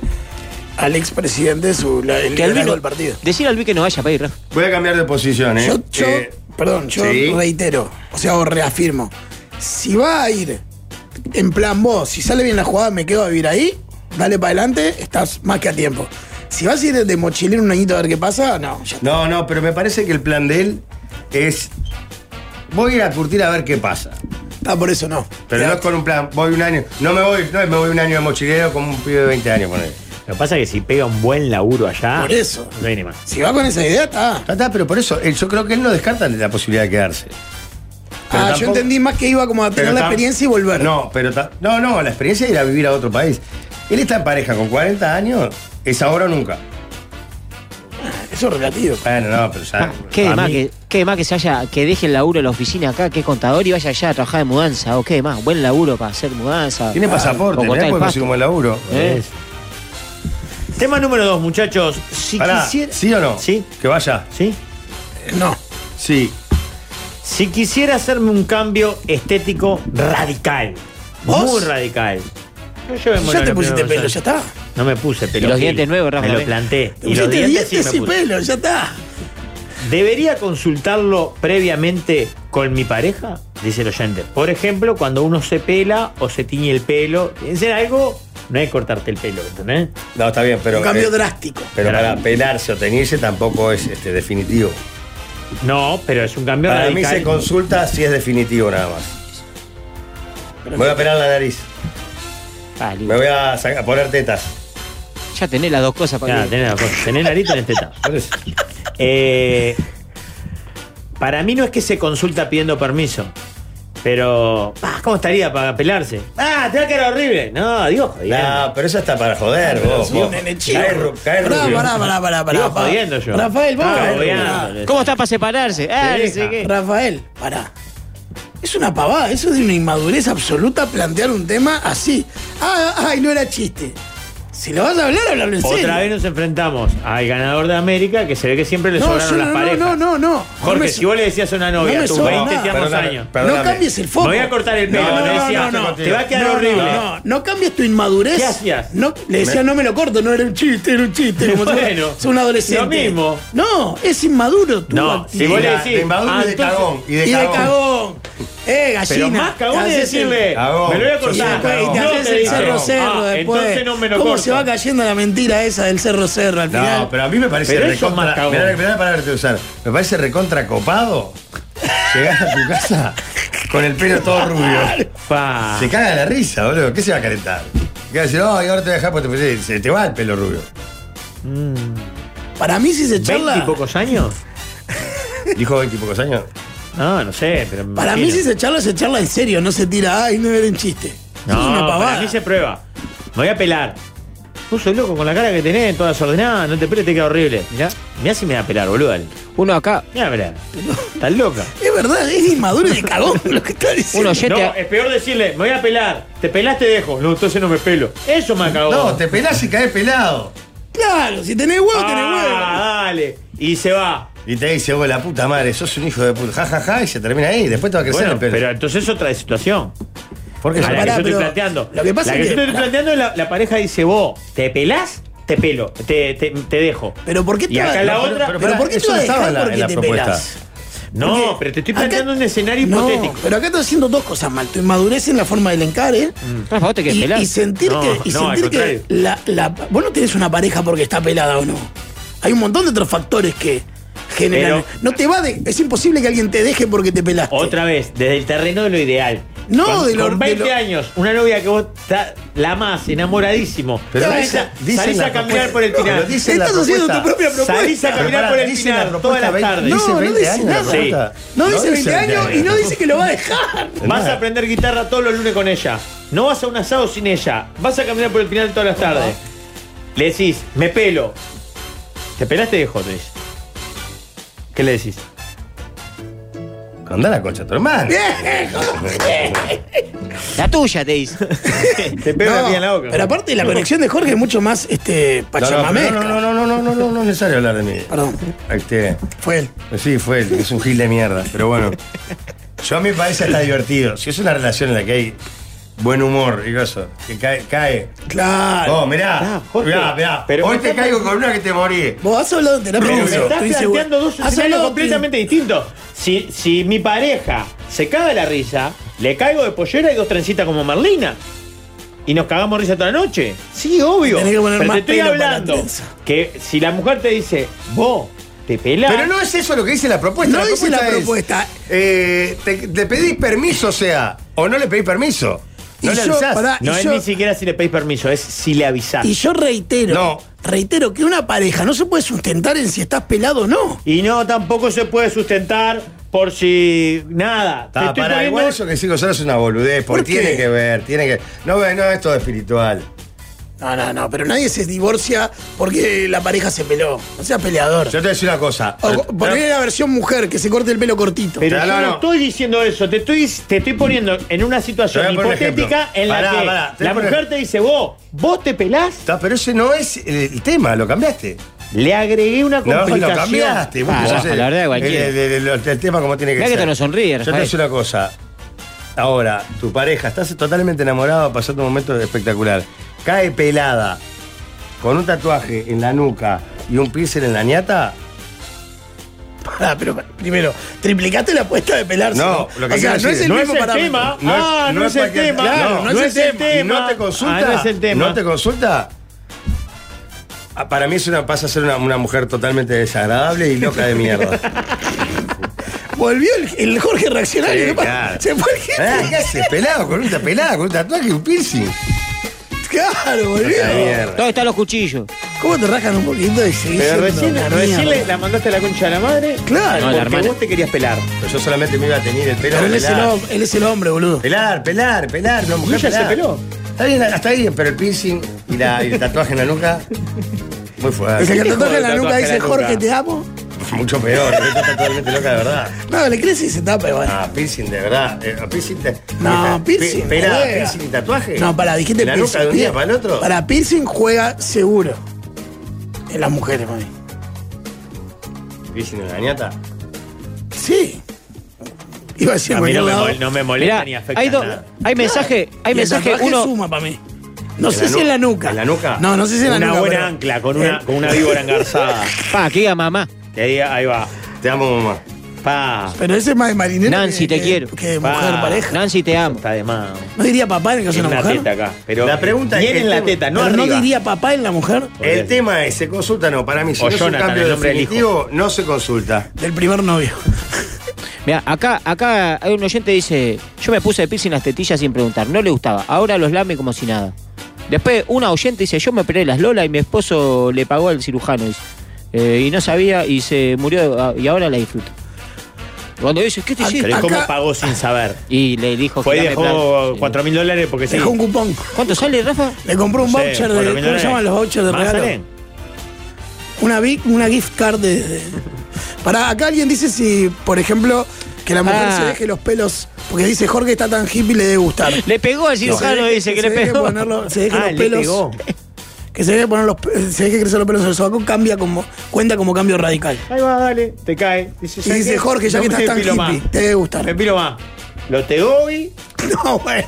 S2: al expresidente su, la- el
S5: Que Albi
S2: liderazgo
S5: no-
S2: del partido.
S5: Decir al Luis que no vaya para ir, Rafa.
S1: Voy a cambiar de posición, ¿eh?
S2: Yo, yo-
S1: Eh,
S2: perdón, yo
S1: sí.
S2: reitero, o sea, o reafirmo. Si va a ir en plan vos, si sale bien la jugada, me quedo a vivir ahí, dale para adelante, estás más que a tiempo. Si vas a ir de mochilero un añito a ver qué pasa, no, ya
S1: No, no, pero me parece que el plan de él es. Voy a ir a curtir a ver qué pasa.
S2: Ah, por eso no.
S1: Pero no es con un plan, voy un año. No me voy, no es me voy un año de mochilero como un pibe de 20 años con él.
S4: Lo que pasa es que si pega un buen laburo allá.
S1: Ah, Por eso.
S4: Ah, No viene más.
S2: Si va con esa idea, está.
S1: Está, pero por eso, él- yo creo que él no descarta la posibilidad de quedarse. Pero
S2: ah, yo
S1: tampoco-
S2: entendí más que iba como a tener
S1: Pero
S2: la
S1: tam-
S2: experiencia y volver.
S1: No, pero ta- no, no, la experiencia de ir a vivir a otro país. Él está en pareja con 40 años, es ahora o nunca.
S2: Eso es relativo.
S1: Bueno, no, pero ya.
S5: Qué
S1: a
S5: de más
S1: mí-
S5: que, qué de más que se haya, que deje el laburo en la oficina acá, que es contador y vaya allá a trabajar de mudanza, o qué de más, buen laburo para hacer mudanza.
S1: Tiene
S5: Ah,
S1: pasaporte,
S5: o cortar
S1: ¿no?
S5: el
S1: Puede
S5: pasto.
S1: conseguir un buen laburo.
S5: ¿Eh?
S4: Tema número dos, muchachos. Si
S1: Pará,
S4: quisiera-
S1: ¿Sí o no? Sí. Que vaya.
S4: ¿Sí?
S2: No.
S1: Sí.
S4: Si quisiera hacerme un cambio estético radical.
S2: ¿Vos?
S4: Muy radical. Yo llevé
S2: ya te
S4: monogramas,
S2: pusiste
S4: ¿no?
S2: pelo, ya está.
S4: No me puse pelo.
S5: Y los
S4: Gil.
S5: dientes nuevos, Rafa, ¿eh?
S4: Me lo
S5: también.
S4: planté.
S2: Te
S4: Y los
S2: pusiste
S4: dientes sí
S2: dientes
S4: me
S2: y
S4: puse.
S2: pelo, ya está.
S4: ¿Debería consultarlo previamente con mi pareja? Dice el oyente. Por ejemplo, cuando uno se pela o se tiñe el pelo. Piensen algo, no es cortarte el pelo, ¿entendés?
S1: No, está bien, pero.
S2: Un cambio
S1: eh,
S2: drástico.
S1: Pero para pelarse o teñirse tampoco es este, definitivo.
S4: No, pero es un cambio
S1: para mí
S4: radical.
S1: se consulta si es definitivo nada más. Me voy a pelar la nariz. Me voy a, saca- a poner tetas.
S5: Ya tenés las dos cosas para
S4: Claro, tenés la cosa. Tenés nariz, tenés teta. Eh, para mí no es que se consulta pidiendo permiso. Pero, ah, ¿cómo estaría para pelarse? Ah, te va a quedar horrible. No, Dios,
S1: No, pero eso está para joder, vos. vos. Cae ru- cae
S2: Pará,
S1: rubio.
S2: pará, pará, pará, pará.
S4: Digo,
S2: pará.
S4: jodiendo yo.
S2: Rafael, vos.
S4: Ah,
S2: pará.
S4: jodiendo.
S5: ¿Cómo está para separarse? Ah, no sé qué.
S2: Rafael, pará. Es una pavada, eso es de una inmadurez absoluta plantear un tema así. Ah, ay, no era chiste. Si lo vas a hablar, hablarlo en serio.
S4: Otra vez nos enfrentamos al ganador de América que se ve que siempre le
S2: no,
S4: sobraron
S2: yo
S4: las
S2: no,
S4: parejas.
S2: no, no, no, no.
S4: Jorge,
S2: No me
S4: si vos le decías a una novia,
S2: no me
S4: a tus
S2: sobra
S4: 20
S2: nada.
S4: te amo
S2: Perdóname,
S4: años.
S2: perdóname. No cambies el foco.
S4: Me voy a cortar el pelo.
S2: No,
S4: le
S2: no,
S4: decía,
S2: no, no.
S4: te va a quedar
S2: No, no,
S4: horrible.
S2: No, no, no cambies tu inmadurez.
S4: ¿Qué hacías?
S2: No, le decía, no me lo corto, no era un chiste, era un chiste. Como si fuera-
S4: Bueno,
S2: es un adolescente.
S4: lo mismo.
S2: No, es inmaduro tu
S4: No,
S2: actitud.
S4: si vos le
S2: Mira,
S4: decís.
S2: de inmaduro y de
S4: entonces-
S2: cagón, y de Y de cagón. cagón. Eh, gallina.
S4: Pero más cagón es
S2: Haces
S4: decirle,
S2: el-
S4: me lo voy a
S2: Y
S4: cortar.
S2: después- y te
S4: No,
S2: haces
S4: te
S2: el
S4: dice,
S2: cerro
S4: no.
S2: cerro
S4: Ah,
S2: después.
S4: entonces no me lo
S2: ¿Cómo
S4: corto.
S2: se va cayendo la mentira esa del cerro cerro al final?
S1: No, pero a mí me parece
S2: Pero eso es más
S1: recontra.
S2: cagón.
S1: Mirá, mirá la palabra que te usar. Me parece recontra copado. Llegás a tu casa con el pelo todo rubio. Se caga la risa, boludo. ¿Qué se va a calentar? ¿Qué va a decir? No, y ahora te voy a dejar porque te- se te va el pelo rubio.
S2: Para mí si se charla.
S4: ¿20 y pocos años?
S1: ¿Dijo 20 y pocos años?
S4: No, no sé, pero. me
S2: Para mí
S4: imagino.
S2: si se charla, se charla en serio, no se tira, ay, no era un chiste.
S4: No,
S2: es una
S4: para
S2: pavada.
S4: mí se prueba. Me voy a pelar. Vos sos loco con la cara que tenés, toda desordenada, no te peles, te queda horrible. Mirá, mirá si me da a pelar, boludo.
S5: Uno acá.
S4: Mirá, mirá. Estás loca.
S2: Es verdad, es inmaduro y de cagón lo que está diciendo.
S4: No, es peor decirle, me voy a pelar. Te pelás, te dejo. No, entonces no me pelo. Eso me acabó.
S1: No, te pelás y caes pelado.
S2: Claro, si tenés huevo,
S4: tenés huevo. dale. Y se va.
S1: Ah, Y te dice, vos la puta madre, sos un hijo de puta. Ja, ja, ja, y se termina ahí. Después te va a crecer
S4: Bueno,
S1: el pelo.
S4: pero entonces es otra situación.
S1: Porque
S4: A la que yo estoy planteando.
S1: lo que pasa
S4: la
S1: es
S4: que,
S1: que-
S4: yo te estoy planteando es la, la pareja dice, vos, ¿te pelás? Te pelo, te, te, te dejo. Pero ¿por
S2: qué te
S4: y
S2: va-
S4: acá la
S2: No, pero-
S4: otra,
S2: pero- pero ¿por qué te va a dejar porque te pelás?
S4: No,
S2: Porque
S4: pero te estoy
S2: acá-
S4: planteando un escenario
S2: No,
S4: hipotético.
S2: pero acá estás haciendo dos cosas mal. Tu inmadurez en la forma del encare.
S4: Mm.
S5: te querés
S2: y,
S5: pelar.
S2: y sentir
S5: No,
S2: que. Y
S5: no, al
S2: sentir que
S5: contrario.
S2: la, la- vos no tenés una pareja porque está pelada o no. Hay un montón de otros factores que generan.
S4: Pero-
S2: no te va de. Es imposible que alguien te deje porque te pelaste.
S4: Otra vez, desde el terreno de lo ideal.
S2: No,
S4: Con-
S2: de lo-
S4: Con 20
S2: de lo-
S4: años, una novia que vos ta- la más enamoradísimo.
S1: Pero
S4: salís
S1: dice-
S4: a,
S1: dicen
S4: salís
S1: la
S4: a caminar
S1: propuesta-
S4: por el
S1: No,
S4: pinar.
S1: pero dicen la Estás haciendo propuesta- tu propia propuesta.
S4: Salís a
S1: Pero
S4: caminar
S1: pará,
S4: por el
S1: dicen la
S4: pinar
S1: propuesta
S4: todas las
S1: 20
S4: tardes.
S1: No, Dice no 20 dice años la nada. propuesta.
S2: No
S1: No
S2: dice
S1: dice
S2: 20 años y no dice que lo va a dejar.
S4: Vas a aprender guitarra todos los lunes con ella. No vas a un asado sin ella. Vas a caminar por el final todas las tardes. Le decís, me pelo. ¿Te pelaste, viejo? Te dice. ¿Qué le decís?
S1: Andá a la concha, a tu hermano.
S5: La tuya, te dice.
S4: te
S2: pego la piel en la boca. Pero aparte, la conexión de Jorge es mucho más este, pachamamesca.
S1: No, no, no, no, no, no, no, no, no es necesario hablar de mí.
S2: Perdón.
S1: Este,
S2: fue él.
S1: Sí, fue él. Es un gil de mierda. Pero bueno. Yo a mí me parece hasta divertido. Si es una relación en la que hay buen humor y cosas, que cae. cae.
S2: Claro.
S1: Oh, mirá.
S2: Mirá, Jorge.
S1: mirá, mirá.
S2: Pero-
S1: Hoy te caigo con una que te morí.
S2: Vos has hablado en terapia.
S4: Pero
S2: con
S4: me
S2: eso,
S4: estás
S2: estoy
S4: planteando
S2: seguro.
S4: dos
S2: Has
S4: escenarios
S2: hablado-
S4: completamente distintos. Si, si mi pareja se caga de la risa, le caigo de pollera y dos trencitas como Merlina. Y nos cagamos de risa toda la noche. Sí, obvio.
S2: Tenés que poner
S4: Pero
S2: más
S4: te estoy
S2: pelo para la
S4: hablando
S2: trenza.
S4: que si la mujer te dice, vos te pelás.
S1: Pero no es eso lo que dice la propuesta.
S4: No dice la
S1: es,
S4: propuesta.
S1: eh, te, te pedís permiso, o sea, o no le pedís permiso. No
S4: Y
S1: le
S4: yo,
S1: avisás.
S2: pará, y
S4: No es
S2: yo-
S4: ni siquiera si le pedís permiso, es si le avisás.
S2: Y yo reitero,
S4: Ah. No.
S2: reitero que una pareja no se puede sustentar en si estás pelado o no.
S4: Y no, tampoco se puede sustentar por si nada. Te
S1: Ah,
S4: estoy
S1: pará,
S4: poniendo-
S1: igual eso que sí Gonzalo es una boludez, porque
S2: qué?
S1: tiene que ver, tiene que. No, ve- no, es todo espiritual.
S2: No, no, no, pero nadie se divorcia porque la pareja se peló. No seas peleador.
S1: Yo te voy a decir una cosa.
S2: O poner la versión mujer, que se corte el pelo cortito.
S4: Pero yo no, estoy diciendo eso, te estoy, te estoy poniendo en una
S1: Te
S4: situación
S1: voy a poner un
S4: hipotética
S1: ejemplo.
S4: en la
S1: Pará,
S4: que
S1: pará, te voy
S4: la
S1: a poner-
S4: mujer te dice, vos, vos te pelás.
S1: Está, pero ese no es el, el tema, lo cambiaste.
S4: Le agregué una
S1: No,
S4: complicación.
S1: lo cambiaste. vos
S4: Ah,
S1: sos
S4: Rafa,
S1: el-
S4: la verdad, cualquiera.
S1: el, el- el- el tema como tiene que
S4: Mirá que
S1: ser.
S4: te lo sonríe,
S1: Yo te voy a
S4: Rafael.
S1: decir una cosa. Ahora, tu pareja, estás totalmente enamorado, pasando un momento espectacular. Cae pelada, con un tatuaje en la nuca y un piercing en la ñata.
S2: Pará, pero primero, triplicaste la apuesta de pelarse.
S1: No, lo que
S2: o sea,
S1: quiero
S2: no es
S1: decir-
S2: el
S1: Ah, no
S2: mismo
S1: es el
S2: parámetro.
S1: tema. No es-
S4: Ah, no,
S1: no
S4: es
S1: es
S4: el
S1: cualquier-
S4: tema.
S1: claro, no es el tema. ¿No te consulta?
S4: Ah, no es el tema.
S1: ¿No te consulta? Ah, Para mí es una, pasa a ser una, una mujer totalmente desagradable y loca de mierda.
S2: Volvió el, el Jorge reaccionario.
S1: Sí,
S2: ¿qué pasa?
S1: claro.
S2: Se fue el jefe.
S1: Ah, ¿Qué haces? Pelado, con un ta- pelada, con un tatuaje y un piercing.
S2: Claro,
S1: Otra mierda.
S2: volvió.
S5: ¿Dónde están los cuchillos?
S2: ¿Cómo te rajan un poquito y seguís
S4: Pero
S2: siendo
S4: recién,
S2: una
S4: recién
S2: mierda?
S4: le- la mandaste a la concha de la madre.
S2: Claro.
S4: porque
S2: la hermana.
S4: vos te querías pelar.
S1: Pero yo solamente me iba a tener el pelo.
S2: Pero él es, el,
S1: pelar.
S2: hom- él es el hombre, boludo.
S1: Pelar, pelar, pelar, no, mujer.
S2: ella se
S1: pelar.
S2: peló.
S1: Está bien, hasta bien, pero el piercing y, la, y el tatuaje en la nuca. Muy fuerte.
S2: El que te toca en la
S1: Tatuaje
S2: nuca dice, Jorge, te amo.
S1: Mucho peor, porque esta está totalmente loca de verdad.
S2: No, le crece y se tapa igual.
S1: Ah, piercing de verdad. eh, piercing de,
S2: No,
S1: pe-
S2: piercing.
S1: pelada,
S2: juega.
S1: piercing y tatuaje.
S2: No, para, dijiste
S1: ¿En la nuca de un día para el otro?
S2: Para piercing juega seguro. En las mujeres, mami.
S1: Piercing en la ñata.
S2: Sí. Iba a decir,
S4: A mí Ah, no
S2: cualquier
S4: me,
S2: lado.
S4: mol- no me molesta ni afecta
S5: hay, do-
S4: nada.
S5: hay mensaje,
S2: Y
S5: hay
S2: el
S5: mensaje
S2: tatuaje
S5: uno.
S2: suma para mí. No
S4: ¿En
S2: sé
S4: la
S2: si en
S4: nuca?
S2: la nuca.
S4: ¿En la
S1: Ah.
S4: nuca?
S2: No, no sé si en la
S4: una
S2: nuca.
S4: Una buena
S2: pero-
S4: ancla, con una,
S2: Eh.
S4: con una víbora engarzada.
S5: Pa, que diga mamá.
S4: Que diga, ahí va.
S1: Te amo, mamá.
S4: Pa.
S2: Pero ese es más de marinero.
S5: Nancy,
S2: que-
S5: te
S2: que-
S5: quiero.
S2: Que mujer,
S4: Pa.
S2: pareja.
S5: Nancy, te amo.
S4: Está de más.
S2: No diría papá en el caso de
S4: En
S2: una
S4: la
S2: mujer.
S4: teta acá. Pero
S1: La pregunta es
S4: bien
S1: que
S4: en la
S1: el tema-
S4: teta, no
S1: pero no
S4: arriba.
S1: diría-
S2: ¿Diría papá en la mujer?
S1: El tema es, ¿se consulta o no? Para mí, si
S4: O
S1: no es
S4: Jonathan,
S1: un cambio
S4: el nombre del hijo.
S1: definitivo, no se consulta.
S2: Del primer novio.
S5: Mira, acá, acá hay un oyente que dice, yo me puse el piercing en las tetillas sin preguntar, no le gustaba, ahora los lame como si nada. Después una oyente dice, yo me operé las lolas y mi esposo le pagó al cirujano, dice. Eh, y no sabía y se murió ah, y ahora la disfruto. Cuando dice, ¿qué te
S4: Ah, Pero
S5: hiciste?
S4: es como pagó sin saber.
S5: Y le dijo
S4: Fue y
S5: girame
S4: dejó 4 mil dólares porque sí.
S2: Dejó un cupón.
S5: ¿Cuánto sale, Rafa?
S2: Le compró un
S4: No sé,
S2: voucher
S4: por lo
S2: de.
S4: menos
S2: ¿Cómo se
S4: es.
S2: llaman los vouchers de
S4: ¿Más
S2: regalo?
S4: salen?
S2: Una, big- una gift card de. de- Pará, acá alguien dice si, por ejemplo, que la mujer
S5: Ah.
S2: se deje los pelos. Porque dice Jorge está tan hippie le debe gustar.
S5: Le pegó al cirujano,
S2: deje-
S5: dice que,
S2: se
S5: le
S2: deje
S5: pegó.
S2: ponerlo- se deje los
S5: Ah, le
S2: pelos.
S5: pegó.
S2: Que se deje poner los pe- se deje crecer los pelos en el sobaco, cambia como, cuenta como cambio radical.
S4: Ahí va, dale, te cae.
S2: Y dice, Jorge, ya que estás tan hippie, te debe gustar.
S4: Me pilo más. Lo te gobi.
S2: No, bueno.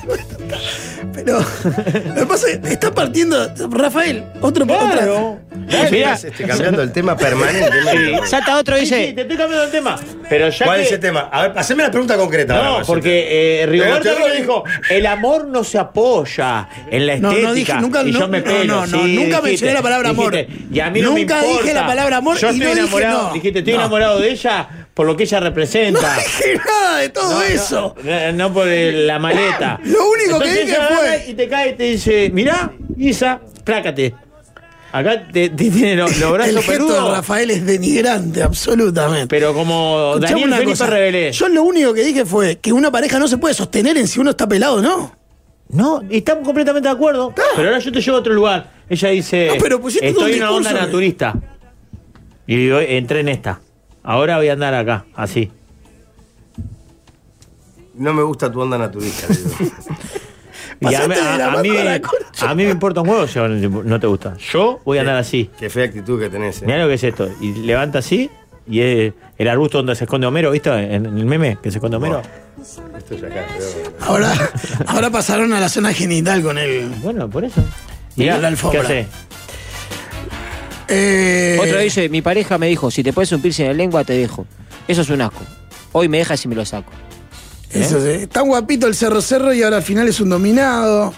S2: Pero lo que pasa es que está partiendo, Rafael, otro claro.
S1: Dale, estás, este, cambiando el tema permanente. ¿no?
S5: Salta otro y dice.
S4: te estoy cambiando el tema. Pero ya
S1: ¿Cuál
S4: que-
S1: es el tema? A ver, haceme la pregunta concreta.
S4: No,
S1: ahora, Marcelo.
S4: porque eh, Rigoberta
S1: Pero te
S4: Mendoza
S1: doy-
S4: dijo, el amor no se apoya en la
S2: No, no
S4: estética.
S2: dije, nunca-
S4: y yo
S2: no,
S4: me
S2: no,
S4: pelo.
S2: no, no,
S4: sí,
S2: nunca mencioné la palabra amor.
S4: dijiste, y a mí no me
S2: Nunca dije
S4: importa.
S2: la palabra amor
S4: Yo
S2: y
S4: estoy
S2: no dije
S4: enamorado.
S2: no.
S4: Dijiste, estoy
S2: No.
S4: enamorado de ella por lo que ella representa.
S2: No dije nada de todo
S4: No,
S2: eso.
S4: No, no por el- la maleta.
S2: Lo único que
S4: Entonces
S2: dije
S4: ella
S2: fue-
S4: agarra Y te cae y te dice, mirá, Isa, plácate. Acá te, te tiene lo- los
S2: El
S4: brazos
S2: gesto de
S4: peludos.
S2: Rafael es denigrante, absolutamente.
S4: Pero como
S2: Escuchame
S4: Daniel
S2: una
S4: Felipe
S2: cosa.
S4: Rebelé.
S2: Yo lo único que dije fue que una pareja no se puede sostener en si uno está pelado, ¿no?
S4: No, estamos completamente de acuerdo. Pero ahora yo te llevo a otro lugar. Ella dice,
S2: No, pero pusiste todo
S4: estoy
S2: un
S4: en una onda
S2: discurso, eh.
S4: naturista. Y digo, entré en esta. Ahora voy a andar acá, así.
S1: No me gusta tu onda naturista. le digo.
S4: Y a, mí-
S1: Pasaste de la
S4: a- a
S1: mano
S4: mí,
S1: a la
S4: a mí me importa un huevo si no te gusta. Yo voy a andar así.
S1: Qué fea actitud que tenés. eh.
S4: Mirá lo que es esto. Y levanta así y es el arbusto donde se esconde Homero, ¿viste? En en el meme que se esconde Homero.
S1: Esto es acá, pero-
S2: Ahora, ahora pasaron a la zona genital con él.
S4: Bueno, por eso.
S2: Mirá, la
S4: ¿qué
S2: alfombra.
S4: hace?
S2: Eh,
S5: Otro dice, mi pareja me dijo, si te pones un piercing en la lengua te dejo. Eso es un asco. Hoy me dejas y me lo saco.
S2: eso
S4: ¿Eh?
S2: sí. Está guapito el cerro cerro y ahora al final es un dominado.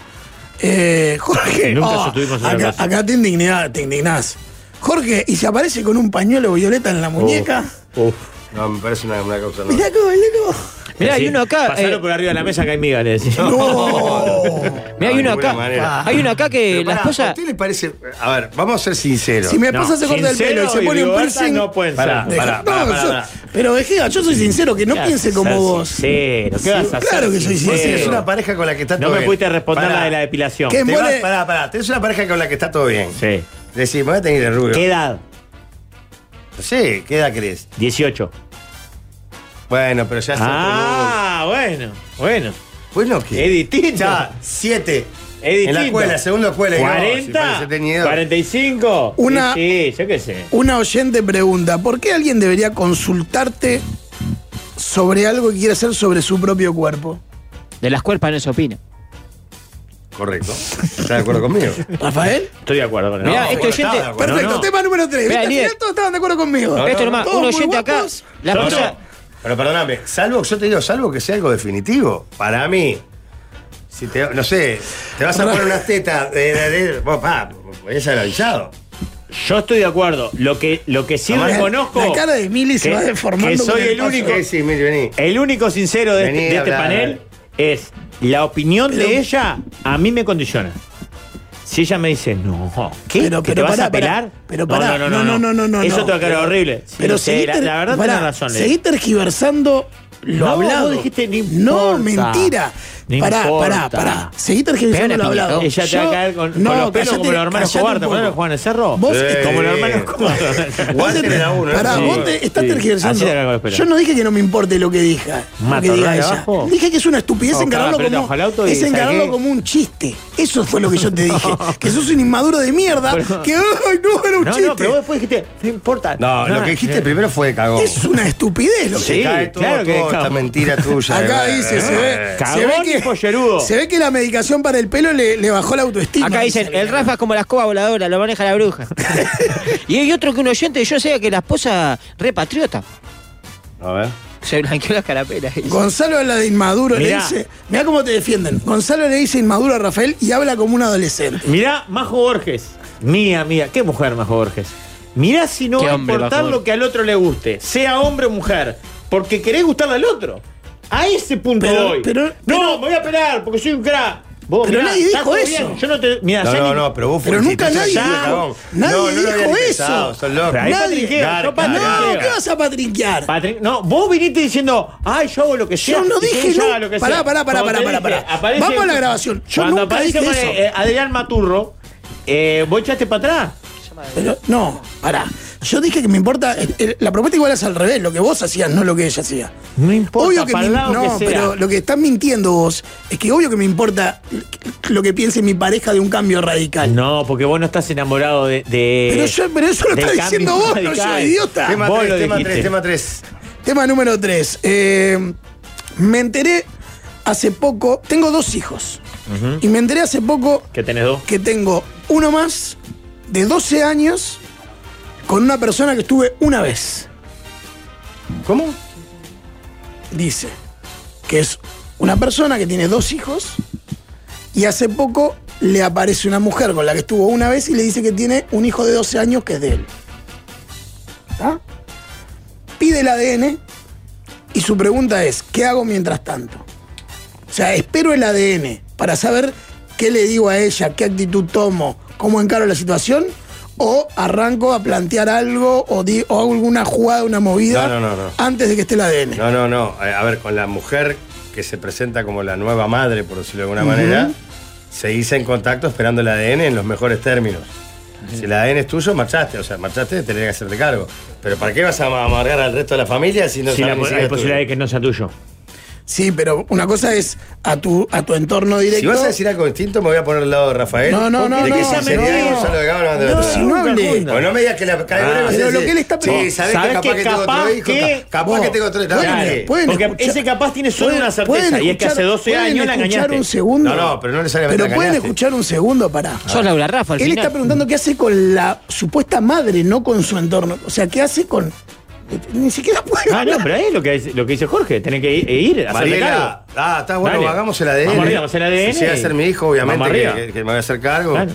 S2: Eh, Jorge,
S4: Nunca
S2: oh,
S4: estuvimos en la
S2: acá,
S4: casa.
S2: acá te, indignás, te indignás. Jorge, y se aparece con un pañuelo violeta
S4: Oh.
S2: en la muñeca.
S4: Uf.
S1: No, me parece una, una causa. no.
S2: Mirá cómo, mirá cómo.
S5: Mirá, hay
S4: Sí,
S5: uno acá.
S4: Pasalo
S5: eh,
S4: por arriba de la mesa que hay miga, le decís.
S5: mirá, hay
S1: de
S5: uno
S1: ninguna
S5: acá. Ah.
S1: manera.
S5: Hay uno acá que
S1: Pero
S5: la
S1: pará, ¿A
S5: esposa.
S1: usted le parece.? A ver, vamos a ser sinceros.
S2: Si mi esposa
S4: No,
S2: se corta el pelo y se
S4: sincero
S2: pone un
S4: Rigoberta
S2: piercing.
S4: No pueden
S1: Pará,
S4: ser.
S2: Deja-
S1: pará,
S2: no,
S1: pará, pará,
S2: yo-
S1: pará.
S2: Pero Vejea, yo soy sincero, que no
S4: ¿Qué vas
S2: piense
S4: a
S2: como
S4: ser
S2: vos.
S4: sincero? ¿Qué vas a hacer?
S2: Claro que soy sincero.
S1: Es una pareja con la que está
S4: No
S1: todo
S4: me
S1: bien.
S4: pudiste responder
S1: Pará.
S4: la de la depilación.
S2: ¿Qué?
S1: Te
S2: Embole-
S1: vas- pará, pará. Tenés una pareja con la que está todo bien.
S4: Sí.
S1: Decís, me voy a tener el rubio.
S4: ¿Qué edad?
S1: No sé, ¿qué edad crees?
S4: 18.
S1: Bueno, pero ya está.
S4: Ah, bueno, bueno.
S1: Bueno,
S4: Es
S1: Pues ¿qué?
S4: distinto.
S1: Ya, siete.
S4: es distinto.
S1: En la escuela, segunda escuela. y no, si parece
S4: 40,
S1: tenía-
S4: 45.
S2: Una-
S4: Sí, sí, yo qué sé.
S2: Una oyente pregunta, ¿por qué alguien debería consultarte sobre algo que quiere hacer sobre su propio cuerpo?
S5: De las cuerpas no se opina.
S1: Correcto. ¿Estás de acuerdo conmigo?
S2: ¿Rafael?
S4: Estoy de acuerdo con él.
S5: Mirá,
S4: No,
S5: este
S1: bueno,
S5: oyente.
S1: está, bueno.
S2: Perfecto,
S4: no.
S2: tema número 3.
S5: Vea, líder.
S2: Todos estaban de acuerdo conmigo.
S5: Esto nomás,
S2: Todos
S5: un
S2: muy
S5: oyente acá.
S2: guapos.
S5: La
S4: No,
S5: esposa.
S4: no.
S1: Pero perdóname, salvo, yo te digo, salvo que sea algo definitivo, para mí, si te, no sé, te vas a poner unas tetas, de, de, de- vos, pa, es avisado.
S4: Yo estoy de acuerdo. Lo que, lo que sí
S1: Además,
S4: reconozco.
S2: la cara de Mili se
S4: que-
S2: va deformando
S4: Que
S2: con
S4: soy
S2: el
S4: el
S2: paso.
S4: único.
S1: Sí, sí, Mili, vení.
S4: El único sincero de,
S1: Vení,
S4: este- de este
S1: habla,
S4: panel es la opinión de ella a mí me condiciona. Si ella me dice, no, ¿qué?
S2: Pero-
S4: ¿Que
S2: pero
S4: ¿Te vas
S2: pará,
S4: a pelar?
S2: pará, pero pará.
S4: no, no, no, no, no,
S2: no, no,
S4: Eso
S2: no.
S4: te va a quedar horrible. Sí,
S2: Pero
S4: lo sé,
S2: seguí,
S4: la,
S2: ter-
S4: la verdad
S2: pará,
S4: tenés razón. Leo.
S2: seguí tergiversando lo
S4: No,
S2: hablado.
S4: vos dijiste, no importa.
S2: mentira.
S4: No
S2: pará,
S4: importa.
S2: pará, pará. Seguí tergiversando
S5: Pega
S2: lo
S5: una
S2: hablado.
S5: piña,
S4: Ella te va a
S2: Yo-
S4: caer con, con los pelos
S2: cállate,
S4: como los hermanos
S2: cállate
S4: Cobar. ¿Te
S2: un
S4: acuerdas de
S2: poco.
S4: Juan el Cerro?
S2: Vos-
S4: Como los hermanos
S1: Eh,
S4: Cobar.
S1: Guante de la uno,
S2: Pará,
S1: ¿eh?
S2: vos
S1: Sí.
S2: te estás
S4: sí. Así
S2: tergiversando.
S4: la cago de espera.
S2: Yo no dije que no me importe lo que diga. lo
S4: Mato,
S2: que diga
S4: arranca
S2: ella.
S4: abajo.
S2: Dije que es una estupidez
S4: No,
S2: encararlo,
S4: caga, aprieta bajo el auto
S2: como,
S4: y
S2: es encararlo
S4: saqué.
S2: como un chiste. Eso fue lo que yo te dije. que sos un inmaduro de mierda. que, ay, no, era un
S4: No,
S2: chiste.
S4: no, pero vos después dijiste, no importa.
S1: No, lo que dijiste primero fue de cagón.
S2: Es una estupidez lo que
S4: Sí,
S1: Cae todo,
S4: claro que
S1: todo
S4: es
S1: esta
S4: cagón.
S1: mentira tuya.
S2: Acá
S1: de-
S2: dice, se ve,
S4: Cagón
S2: se ve
S4: y pollerudo.
S2: que, se ve que la medicación para el pelo le, le bajó la autoestima.
S5: Acá dicen,
S2: dice.
S5: el Rafa es como la escoba voladora, lo maneja la bruja. y hay otro que un oyente, yo sé que la esposa repatriota.
S1: A ver.
S5: Se blanqueó la carapela.
S2: Gonzalo habla de inmaduro,
S4: Mirá.
S2: le dice. Mirá cómo te defienden. Gonzalo le dice inmaduro a Rafael y habla como un adolescente.
S4: Mirá, Majo Borges. Mía, mía. Qué mujer, Majo Borges. Mirá si no
S5: Qué
S4: va a
S5: hombre,
S4: importar
S5: Majo
S4: lo que al otro le guste, sea hombre o mujer, porque querés gustarle al otro. A ese punto
S1: Pero-
S4: voy.
S1: pero-
S4: no, me voy a pelear porque soy un crack. Vos,
S1: Pero nadie
S4: está
S1: dijo
S4: todo
S1: eso.
S4: Yo no te. Mirá,
S1: no,
S4: ya
S1: no,
S4: ni-
S1: no, pero vos
S4: Pero
S1: fuiste-
S4: nunca
S1: tú
S4: nadie
S1: estás
S4: dijo-
S1: cagón.
S4: nadie
S1: no, no lo habían
S4: dijo
S1: empezado,
S4: eso.
S1: Son locos.
S4: Pero ahí patrinqueo, yo patrinqueo.
S2: No, ¿qué vas a patrinquear?
S4: Patrin- no, vos viniste diciendo, ay, yo hago lo que sea.
S2: Yo no
S4: y
S2: dije
S4: yo
S2: no.
S4: haga lo que
S2: Pará,
S4: sea.
S2: pará, pará,
S4: Cuando te
S2: pará, pará,
S4: dije,
S2: pará.
S4: aparece-
S2: Vamos a la grabación. Yo
S4: Cuando
S2: nunca
S4: aparece
S2: dije
S4: con,
S2: eso.
S4: eh, Adrián Maturro, eh, vos echaste para atrás.
S2: Pero, no, pará. Yo dije que me importa. eh, eh, La propuesta igual es al revés, lo que vos hacías, no lo que ella hacía.
S4: No importa,
S2: obvio que
S4: para
S2: me,
S4: el lado
S2: No,
S4: que sea.
S2: pero lo que estás mintiendo vos es que obvio que me importa lo que piense mi pareja de un cambio radical.
S4: No, porque vos no estás enamorado de. Eh, de-
S2: Pero yo- pero eso lo
S4: del
S2: estás
S4: cambio
S2: diciendo vos, no
S4: radical.
S2: yo, idiota.
S4: Vos
S2: Tema tres,
S4: lo
S2: tema
S4: dijiste.
S2: tres, tema Tema número 3. me enteré hace poco. Tengo dos hijos.
S4: Ujú.
S2: Y me enteré hace poco
S4: Que tenés dos.
S2: que tengo uno más de 12 años con una persona que estuve una vez.
S1: ¿Cómo?
S2: Dice que es una persona que tiene dos hijos y hace poco le aparece una mujer con la que estuvo una vez y le dice que tiene un hijo de 12 años que es de él. ¿Está? Pide el ADN y su pregunta es, ¿qué hago mientras tanto? O sea, espero el ADN para saber qué le digo a ella, qué actitud tomo, cómo encaro la situación, o arranco a plantear algo o, di- o hago alguna jugada, una movida
S1: No, no, no, no.
S2: antes de que esté el ADN.
S1: No, no, no. Eh, A ver, con la mujer que se presenta como la nueva madre, por decirlo de alguna manera, se hizo en contacto esperando el ADN en los mejores términos. Si el ADN es tuyo, marchaste. O sea, marchaste, tenés que hacerte cargo. Pero ¿para qué vas a amargar al resto de la familia si no
S4: Sí,
S1: sabes
S4: la-
S1: ni
S4: hay
S1: siquiera es tuyo?
S4: posibilidad de que no sea tuyo.
S2: Sí, pero una cosa es a tu, a tu entorno directo.
S1: Si vas a decir algo distinto, me voy a poner al lado de Rafael.
S2: No, no, no,
S1: De
S2: no,
S1: que
S2: no,
S1: sinceridad
S2: no.
S1: y Gonzalo de Gama no van a
S2: No,
S1: tener
S2: si
S1: nada.
S2: no hablé.
S1: Pues no me digas que la
S2: Ah,
S1: cabrera
S2: pero lo que él está
S1: Sí, sabés que capaz que, tengo otro hijo. ca- Capaz que tengo otro hijo.
S4: Claro, Porque ese capaz tiene solo
S2: pueden-
S4: una certeza
S2: pueden
S4: y es que
S2: escuchar-
S4: hace 12
S2: pueden
S4: años la
S2: escuchar
S4: engañaste.
S2: un segundo.
S1: No, no, pero no necesariamente
S2: Pero
S1: la
S2: pueden
S1: engañaste.
S2: escuchar un segundo, pará.
S5: Sos Laura Rafa al
S2: Él
S5: final.
S2: está preguntando qué hace con la supuesta madre, no con su entorno. O sea, qué hace con. Ni siquiera puede.
S4: Ah, no, pero ahí es lo que, lo que dice Jorge, tenés que ir, e ir a hacerle cargo.
S1: Mariela, ah, está bueno,
S4: Dale.
S1: hagamos el ADN.
S4: Vamos arriba, hagamos el ADN.
S1: Si llega a ser mi hijo,
S4: Vamos
S1: obviamente, que,
S4: arriba.
S1: que- que me voy a hacer cargo.
S4: Claro.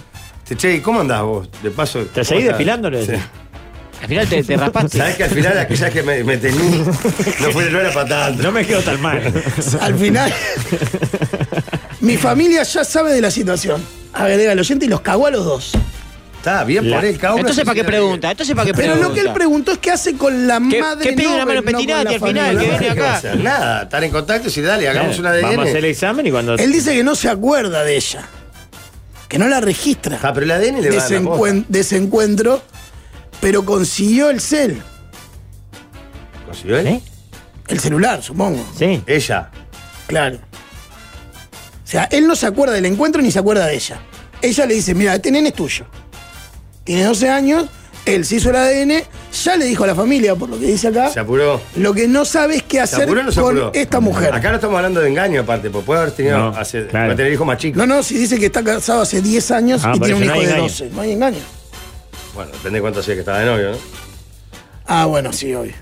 S1: Che, Che, ¿y ¿cómo andás vos? De paso.
S4: Te seguís desfilándole.
S5: Al final te, te raspaste.
S1: Sabés que al final aquella que me, me tení no, fue, no era para tanto.
S4: No me quedo tan mal.
S2: Al final. mi familia ya sabe de la situación. Agrega al oyente y los cagó a los dos.
S1: Está bien por él, cada uno
S5: Entonces,
S1: se
S5: ¿para qué
S1: siente-
S5: pregunta? Entonces, ¿para qué
S2: Pero
S5: pregunta?
S2: lo que él preguntó es qué hace con la
S5: ¿Qué-
S2: madre.
S5: qué pide una mano
S2: Nobel, no con
S5: Pettinati
S2: la
S5: al final?
S2: familia?
S5: Que viene
S1: ¿Qué va a
S5: acá.
S1: hacer? Nada, estar en contacto y si dale, hagamos
S4: Claro,
S1: una ADN.
S4: Vamos a hacer el examen y cuando.
S2: Él dice que no se acuerda de ella. Que no la registra.
S1: Ah, pero el ADN le va a dar la
S2: Desencuen- desencuentro. Pero consiguió el cel.
S1: posta. ¿Consiguió él?
S5: ¿Eh?
S2: El celular, supongo.
S4: Sí.
S1: Ella.
S2: Claro. O sea, él no se acuerda del encuentro ni se acuerda de ella. Ella le dice, mira, este nene es tuyo. Tiene 12 años, él se hizo el ADN, ya le dijo a la familia, por lo que dice acá.
S1: Se apuró.
S2: Lo que no sabe es qué
S1: ¿Se
S2: hacer
S1: apuró o no se Ah,
S2: con
S1: apuró?
S2: esta mujer.
S1: Acá no estamos hablando de engaño, aparte, porque puede haber tenido.
S4: No,
S1: hace-
S4: claro.
S1: puede tener hijos más chicos.
S2: No, no, si dice que está casado hace 10 años
S4: Ah,
S2: y
S4: por
S2: tiene un hijo
S4: eso no hay
S2: de
S4: engaño.
S2: 12. No hay engaño.
S1: Bueno, depende de cuánto hacía que estaba de novio, ¿no?
S2: Ah, bueno, sí, obvio.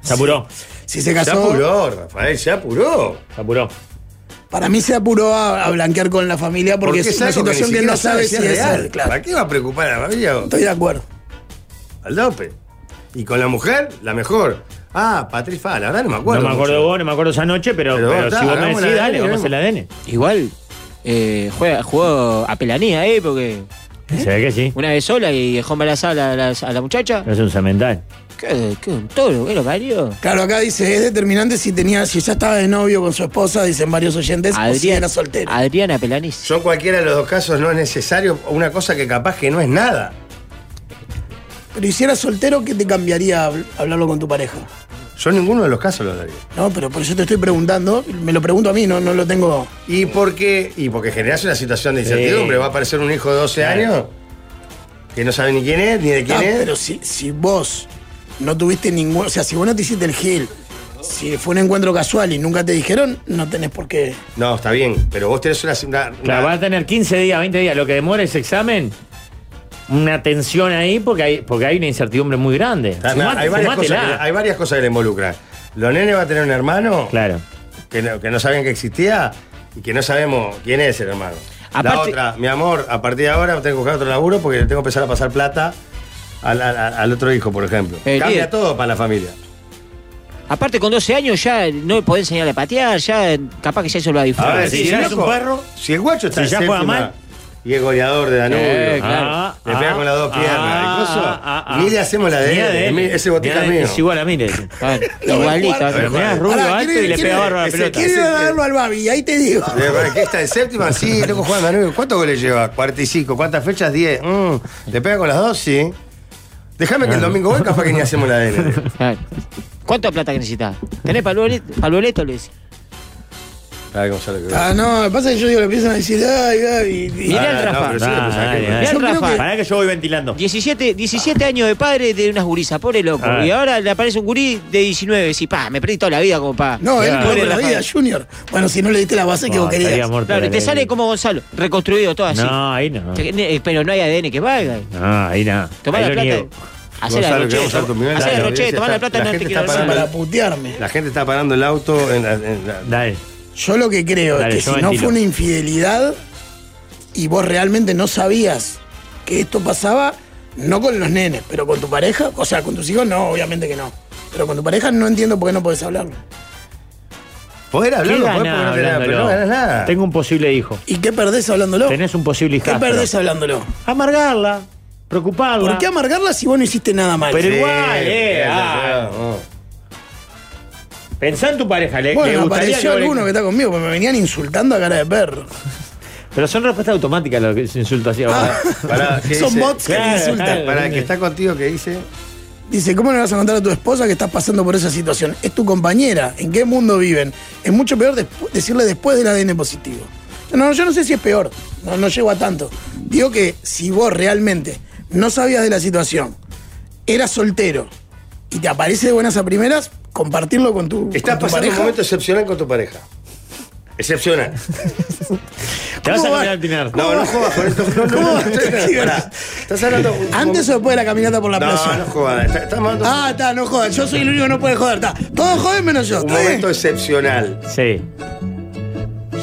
S4: Se apuró.
S2: Si se casó,
S1: Se apuró, Rafael, se apuró.
S4: Se apuró.
S2: para mí se apuró a, a blanquear con la familia porque, es una
S1: algo ni
S2: situación que,
S1: siquiera
S2: no sabe si es
S1: real.
S2: real. Claro.
S1: ¿Para qué va a preocupar a la familia?
S2: Estoy de acuerdo.
S1: Al dope. Y con la mujer, la mejor. Ah, Patriz Fa, la verdad no me acuerdo.
S4: no me acuerdo
S1: mucho.
S4: vos, no me acuerdo esa noche, pero,
S1: Pero
S4: pero
S1: está,
S4: si vos me
S1: hagamos
S4: decís,
S1: la
S4: dale,
S1: ADN,
S4: vamos a hacer el ADN.
S5: Igual, eh, juega, jugó a pelanía, ¿eh? Porque
S4: Se ve que sí.
S5: una vez sola y dejó embarazada a la, la- a la muchacha.
S4: Es un cemental.
S5: Eh, ¿Qué, qué un toro, güey, lo parió?
S2: Claro, acá dice, es determinante si tenía, si ya estaba de novio con su esposa, dicen varios oyentes, o si
S5: Adrián-
S2: era soltero.
S5: Adriana Pelanis.
S1: Son cualquiera de los dos casos, no es necesario una cosa que capaz que no es nada.
S2: Pero si era soltero, ¿qué te cambiaría habl- hablarlo con tu pareja?
S1: Yo ninguno de los casos los daría.
S2: No, pero por eso te estoy preguntando, me lo pregunto a mí, no, no lo tengo.
S1: ¿Y por qué? Y porque generás una situación de
S4: Sí.
S1: incertidumbre. Va a aparecer un hijo de 12 años que no sabe ni quién es, ni de quién
S2: Ah,
S1: es.
S2: pero si, si vos no tuviste ningún, o sea, si vos no te hiciste el gel, si fue un encuentro casual y nunca te dijeron, no tenés por qué.
S1: No, está bien, pero vos tenés una. una-
S4: Claro, va a tener 15 días, 20 días. Lo que demora ese examen, una tensión ahí porque hay, porque hay una incertidumbre muy grande.
S1: una-
S4: Fumate-
S1: Ah, hay, varias cosas,
S4: fumatela.
S1: que- hay varias cosas que le involucran. ¿Los nenes va a tener un hermano?
S4: Claro.
S1: Que no, que no sabían que existía y que no sabemos quién es el hermano. la
S5: Aparte-
S1: otra, mi amor, a partir de ahora tengo que buscar otro laburo porque le tengo que empezar a pasar plata al, al- al otro hijo, por ejemplo.
S5: Eh,
S1: Cambia
S5: líder.
S1: todo para la familia.
S5: Aparte, con 12 años ya no podés enseñarle a patear, ya capaz que ya eso lo va a disfrutar.
S1: A ver, si, tirás un perro, si el guacho está
S5: Si ya
S1: en
S5: juega
S1: séptima
S5: mal.
S1: y es goleador de Danubio,
S5: Eh, claro.
S1: ah, le pega
S5: ah,
S1: con las dos piernas,
S5: ah,
S1: incluso
S5: ah, ah.
S1: ni le hacemos la de
S5: Ni
S1: él,
S5: ADN.
S1: mi- ese
S4: Mirá,
S1: botica es mío.
S4: Es igual a mí. le-
S5: Ah, Igualito.
S4: Pero mirá,
S1: Pará,
S4: rubio
S1: ¿quiere-
S4: alto y le
S1: quiere-
S4: pega barba a la
S1: ese-
S4: pelota.
S1: quiere
S2: Quiero darlo al Babi, ahí te digo.
S1: Eh, para que está en séptima, sí, loco Juan Danubio. ¿Cuántos goles lleva? 45. ¿Cuántas fechas? 10. Mm, ¿Le pega con las dos? Sí. Déjame que el domingo vuelva capaz que ni hacemos la ADN.
S5: ¿Cuánta plata que necesitas? ¿Tenés para el boleto, para el boleto, Luis?
S2: Ah, no, lo que pasa es que yo digo, lo empiezan a decir, ay, ay.
S5: Mirá
S4: Ah,
S5: el Rafa. Mirá el Rafa.
S4: que yo voy ventilando.
S5: 17, 17 años de padre de unas gurisas, pobre loco.
S4: Ah.
S5: Y ahora le aparece un gurí de 19 y decís, pa, me perdí toda la vida como pa.
S2: No, él
S5: Pobre
S2: jugó con la
S5: Rafa.
S2: vida, Junior. Bueno, si no le diste la base que
S5: No,
S2: vos querías.
S5: estaría muerto Claro, de y te la sale alegría. como Gonzalo, reconstruido todo así.
S4: E. No, ahí no.
S5: Que- eh, Pero no hay ADN que valga.
S4: No, Ah, ahí nada.
S5: Tomá
S4: Ahí
S5: la
S4: lo
S5: plata.
S4: niego.
S5: Hacé la
S1: Gonzalo, que
S5: roche.
S1: vamos a dar tu millón.
S5: Hacé la
S1: Dale,
S5: roche,
S1: audiencia,
S5: tomá la
S1: está-
S5: plata,
S1: la
S5: no te
S1: gente
S5: quiero
S1: está
S5: ver
S1: parando.
S5: más.
S2: Para putearme.
S1: La gente está parando el auto. En la- en la-
S2: Yo lo que creo
S1: Dale,
S2: es
S1: yo
S2: que si no
S1: ventilo.
S2: fue una infidelidad y vos realmente no sabías que esto pasaba, no con los nenes, pero con tu pareja, o sea, con tus hijos no, obviamente que no. Pero con tu pareja no entiendo por qué no podés hablarlo.
S1: Poder
S4: ¿Qué
S1: hablarlo, poder
S4: ganás
S1: poder hablar, pero no
S4: hablándolo?
S1: ganas nada.
S4: Tengo un posible hijo.
S2: ¿Y qué perdés hablándolo?
S4: Tenés un posible
S2: ¿Qué
S4: hijastro.
S2: perdés hablándolo?
S4: Ah, Amargarla, preocuparla.
S2: ¿Por qué amargarla si vos no hiciste nada mal?
S4: Pero igual, eh. ah. Pensá en tu pareja, le, le
S2: Bueno,
S4: gustaría
S2: apareció
S4: que-
S2: alguno que está conmigo, porque me venían insultando a cara de perro.
S4: Pero son respuestas automáticas lo que se insulta así ahora.
S1: Pará, ¿qué
S2: Ah. Son
S1: dice?
S2: bots que
S4: Claro,
S2: te insultan.
S4: claro,
S1: Para el que está contigo, que dice?
S2: Dice, ¿cómo le vas a contar a tu esposa que estás pasando por esa situación? Es tu compañera. ¿En qué mundo viven? Es mucho peor despu- decirle después del ADN positivo. No, yo no sé si es peor. No, no llego a tanto. Digo que si vos realmente no sabías de la situación, eras soltero y te aparece de buenas a primeras, compartirlo con tu,
S1: Estás
S2: con tu
S1: pasando un
S2: pareja.
S1: momento excepcional con tu pareja. Excepcional.
S4: Te vas a mirar
S1: No, no jodas con esto. No, no,
S2: ¿Cómo
S1: no.
S2: vas a
S1: Pará. Estás hablando. un-
S2: ¿Antes o después de la caminata por la
S1: No,
S2: plaza?
S1: no jodas. Está- Estamos hablando.
S2: Ah, está, no jodas. Yo soy el único que no puede joder. Está. Todos joden menos yo.
S1: Un
S2: ¿está bien?
S1: momento excepcional.
S4: Sí.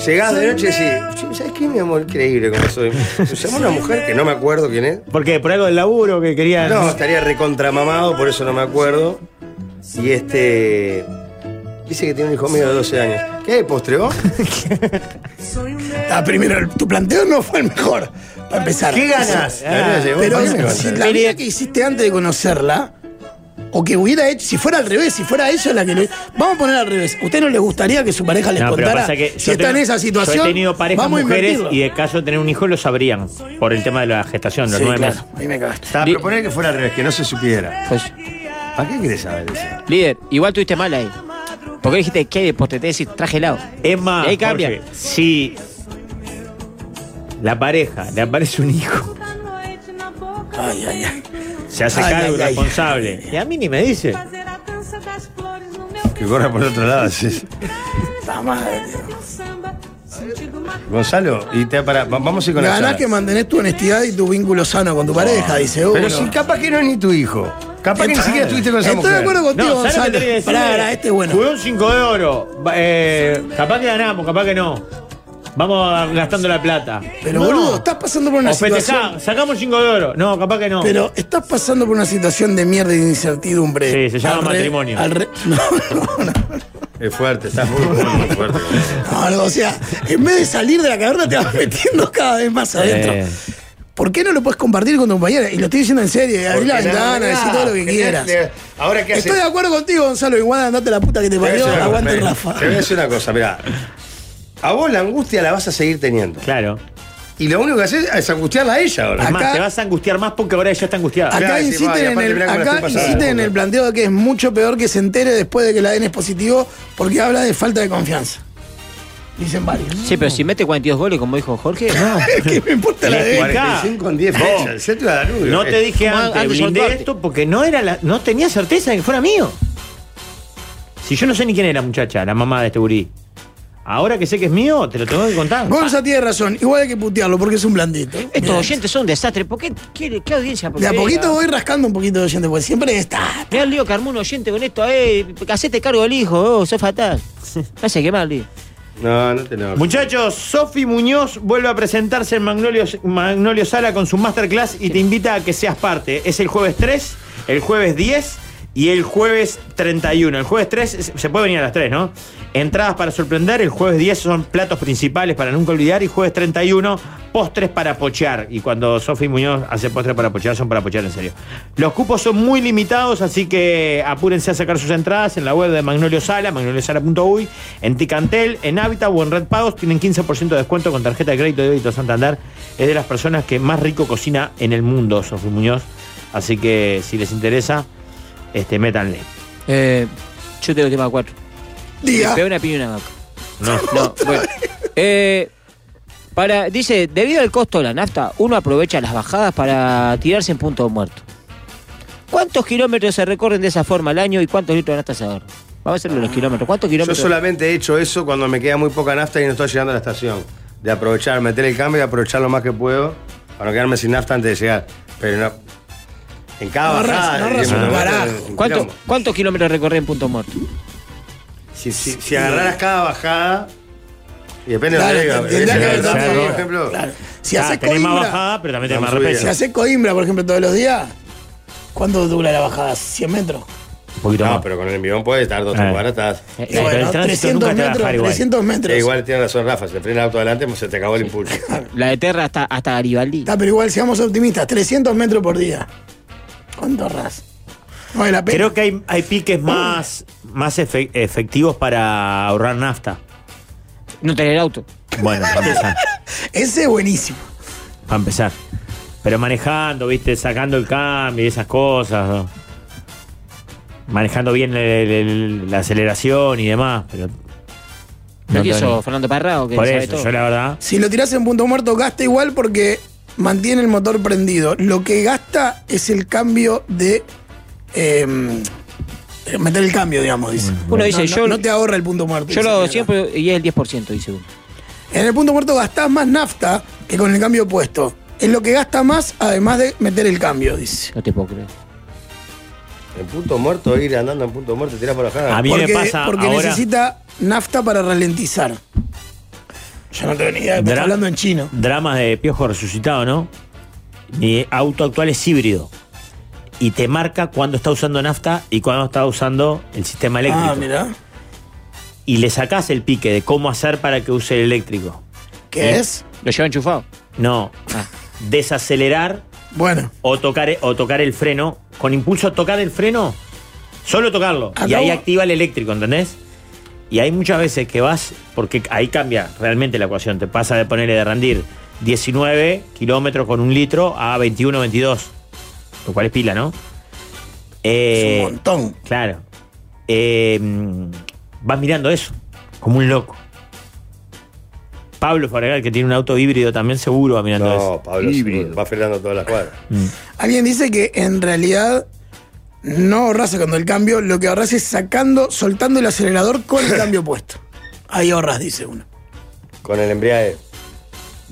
S1: Llegás de noche y decís, "Che, ¿sabes qué, mi amor? Increíble como soy. Se llama una mujer que no me acuerdo quién es.
S4: Porque por algo del laburo que querían.
S1: No, estaría recontramamado, por eso no me acuerdo. Y este. Dice que tiene un hijo mío de 12 años. ¿Qué? ¿Postreó?
S2: Ah, primero, el- tu planteo no fue el mejor. Para empezar.
S1: ¿Qué ganas?
S2: Ah,
S1: La verdad,
S2: pero
S1: ¿para qué me
S2: si
S1: ganas?
S2: la vida que hiciste antes de conocerla, o que hubiera hecho, si fuera al revés, si fuera eso la que le. Vamos a poner al revés. ¿Usted no le gustaría que su pareja les
S4: No, pero
S2: contara
S4: pasa que yo
S2: si está en
S4: tengo-
S2: esa situación?
S4: Yo he tenido parejas
S2: vamos a
S4: mujeres
S2: invertirlo.
S4: y de caso de tener un hijo lo sabrían por el tema de la gestación, los
S2: Sí,
S4: nueve
S2: claro.
S4: meses.
S2: Ahí me cagaste.
S1: Estaba proponer que fuera al revés, que no se supiera.
S2: Pues
S1: ¿Para qué querés saber eso?
S5: Líder, igual tuviste mal ahí. Porque dijiste, ¿qué? Pues te decís, traje helado.
S4: Es más,
S5: Y ahí cambia.
S4: Jorge, si la pareja le aparece un hijo,
S2: Ay, ay, ay.
S4: se hace
S2: Ay,
S4: cargo
S2: ay, ay.
S4: responsable. Y a mí ni me dice.
S1: Que corra por el otro lado. sí.
S2: Está mal.
S1: Gonzalo, y te, para, vamos a ir con la
S2: Ganás
S1: charla.
S2: que mantenés tu honestidad y tu vínculo sano con tu pareja, dice uno.
S1: Pero si capaz que no es ni tu hijo. Capaz que ni
S2: Entonces-
S4: Ah.
S1: siquiera estuviste con esa
S2: Estoy
S1: mujer.
S2: de acuerdo contigo,
S4: No, ¿sabes lo que
S2: Gonzalo.
S4: tenés que decir?
S2: Pará, pará, este es bueno.
S4: Jugué un 5 de oro. Va- eh, capaz que ganamos, capaz que no. Vamos gastando la plata.
S2: Pero
S4: No.
S2: boludo, estás pasando por una
S4: O festejá,
S2: situación.
S4: sacamos 5 de oro. No, capaz que no.
S2: Pero estás pasando por una situación de mierda y de incertidumbre.
S4: Sí, se llama
S2: Al re-
S4: matrimonio.
S2: al re- no, no, no,
S1: Es fuerte, estás muy, muy fuerte.
S2: no, no, O sea, en vez de salir de la caverna te vas metiendo cada vez más adentro.
S4: Eh,
S2: ¿Por qué no lo puedes compartir con tu compañera? Y lo estoy diciendo en serio. Abrí la
S1: Porque nada,
S2: ventana, decí todo lo que quieras.
S1: nada. Ahora que haces.
S2: Estoy de acuerdo contigo, Gonzalo. Igual andate la puta que te
S1: Te voy a
S2: parió.
S1: decir una cosa,
S2: Aguante,
S1: mirá,
S2: Rafa.
S1: Te voy a decir una cosa, mirá. A vos la angustia la vas a seguir teniendo.
S4: Claro.
S1: Y lo único que haces es angustiarla a ella ahora.
S4: Es más,
S2: Acá-
S4: te vas a angustiar más porque ahora ella está angustiada.
S1: Mirá,
S2: Acá
S1: decís, "Vaya,
S2: insisten en
S1: aparte,
S2: el,
S1: mirá cómo la
S2: acá
S1: estoy pasando".
S2: insisten en el planteo de que es mucho peor que se entere después de que el ADN es positivo porque habla de falta de confianza. Dicen varios.
S5: Sí, pero si mete 42 goles, como dijo Jorge.
S2: ¿Qué me importa la
S4: Le
S2: ADN?
S4: explicá.
S1: 45 en 10
S4: Vos.
S1: fechas. El centro de Danubio.
S4: No te
S1: Eh,
S4: dije
S5: Como
S4: antes,
S5: Anderson
S4: blindé
S5: Duarte.
S4: esto porque no era la- no tenía certeza de que fuera mío. Si yo no sé ni quién era la muchacha, la mamá de este gurí. Ahora que sé que es mío, te lo tengo que contar.
S2: Gonza tiene razón, igual hay que putearlo porque es un blandito.
S5: Estos oyentes son un desastre. ¿Por qué, qué, qué audiencia?
S2: De a poquito voy rascando un poquito de oyente, porque siempre está.
S5: Mirá el lío que armó un oyente con esto. Eh, hacete cargo del hijo, oh, sos fatal. Me hace quemar, lío.
S1: No, no te lo.
S4: Muchachos, Sofi Muñoz vuelve a presentarse en Magnolio, Magnolio Sala con su masterclass y te invita a que seas parte. Es el jueves 3, el jueves 10 y el jueves 31. El jueves 3 es- se puede venir a las 3, ¿no? Entradas para sorprender, el jueves 10 son platos principales para nunca olvidar y jueves 31 postres para pochear. Y cuando Sofi Muñoz hace postres para pochear, son para pochear en serio. Los cupos son muy limitados, así que apúrense a sacar sus entradas en la web de Magnolio Sala, magnoliosala.uy, en Ticantel, en Habitat o en Red Pagos. Tienen 15% de descuento con tarjeta de crédito de débito Santander. Es de las personas que más rico cocina en el mundo, Sofi Muñoz. Así que si les interesa, este, métanle.
S5: Eh, yo tengo tema 4. Le pegué una piña y una vaca.
S4: No.
S5: No, bueno. Eh, para, dice, debido al costo de la nafta, uno aprovecha las bajadas para tirarse en punto muerto. ¿Cuántos kilómetros se recorren de esa forma al año y cuántos litros de nafta se ahorra? Vamos a hacerlo en los kilómetros. ¿Cuántos
S1: Yo
S5: kilómetros?
S1: solamente he hecho eso cuando me queda muy poca nafta y no estoy llegando a la estación. De aprovechar, meter el cambio y aprovechar lo más que puedo para no quedarme sin nafta antes de llegar. Pero no. En cada
S5: No
S1: bajada.
S5: arras- no
S1: eh,
S5: arras un
S1: me meto
S5: carajo.
S1: en
S5: ¿Cuánto-
S1: quilombo.
S5: ¿Cuántos kilómetros recorre en punto muerto?
S1: Si, si- si agarraras cada bajada. Y depende
S2: Claro,
S1: de
S2: te-
S1: dónde
S2: tendría que
S1: venga.
S2: haber
S1: Cerro,
S2: dado
S1: por
S2: una-
S1: ejemplo.
S2: Si haces
S4: Ah, tenés más
S2: Coimbra-
S4: bajada, pero también tenés más
S1: Vamos
S4: repeso.
S2: Si haces Coimbra, por ejemplo, todos los días, ¿cuánto dura la bajada? ¿100 metros?
S4: Un poquito
S1: no, pero con el envión puede estar dos o tres cuadras. estás-
S2: Y bueno, pero el tránsito 300 nunca te va a metros, bajar igual. 300 metros.
S1: Eh, igual tiene razón Rafa, se frena el auto adelante, pues se te acabó el impulso.
S5: La de Terra hasta, hasta Garibaldi.
S2: Está, pero igual, seamos optimistas, 300 metros por día. ¿Cuánto ras? No la pena.
S4: Creo que hay, hay piques más, más efe- efectivos para ahorrar nafta.
S5: No tener auto.
S4: Bueno, para empezar.
S2: Ese es buenísimo.
S4: para empezar. Pero manejando, viste, sacando el cambio y esas cosas. ¿no? Manejando bien el- el- la aceleración y demás. Pero
S5: ¿No
S4: No,
S5: quiso
S4: Tony.
S5: Fernando Parrao? Que
S4: por
S5: sabe
S4: eso,
S5: todo?
S4: yo la verdad.
S2: Si lo tirás en punto muerto, gasta igual porque mantiene el motor prendido. Lo que gasta es el cambio de. eh, meter el cambio, digamos, dice.
S5: Uno dice,
S2: No, no-
S5: yo-
S2: No te ahorra el punto muerto.
S5: Yo
S2: dice.
S5: lo hago siempre y es el 10%, dice uno.
S2: En el punto muerto gastás más nafta que con el cambio puesto. Es lo que gasta más, además de meter el cambio, dice.
S5: No te puedo creer.
S1: En punto muerto, ir andando en punto muerto, tirás por la jana.
S2: porque, porque necesita nafta para ralentizar. Yo no tengo ni idea, me está
S4: Dra-
S2: hablando en chino.
S4: Dramas de piojo resucitado, ¿no? Mi auto actual es híbrido. Y te marca cuando está usando nafta y cuando está usando el sistema eléctrico.
S2: Ah, mirá.
S4: Y le sacás el pique de cómo hacer para que use el eléctrico.
S2: ¿Qué
S4: ¿Eh?
S2: es?
S5: Eh, ¿Lo lleva enchufado? Ah.
S4: No. Desacelerar
S2: Bueno.
S4: o tocar, o tocar el freno. Con impulso, tocar el freno. Solo tocarlo. Y
S2: Acabo-
S4: ahí activa el eléctrico, ¿entendés? Y hay muchas veces que vas, porque ahí cambia realmente la ecuación. Te pasa de ponerle de rendir 19 kilómetros con un litro a 21, 22. Lo cual es pila, ¿no? Eh,
S2: es un montón.
S4: Claro. Eh, mm, vas mirando eso, como un loco. Pablo Fabregal, que tiene un auto híbrido también, seguro va mirando
S1: No,
S4: eso.
S1: Pablo, seguro, va frenando todas las cuadras.
S2: Alguien dice que en realidad no ahorras sacando el cambio, lo que ahorras es sacando, soltando el acelerador con el cambio puesto. Ahí ahorras, dice uno.
S1: Con el embriague.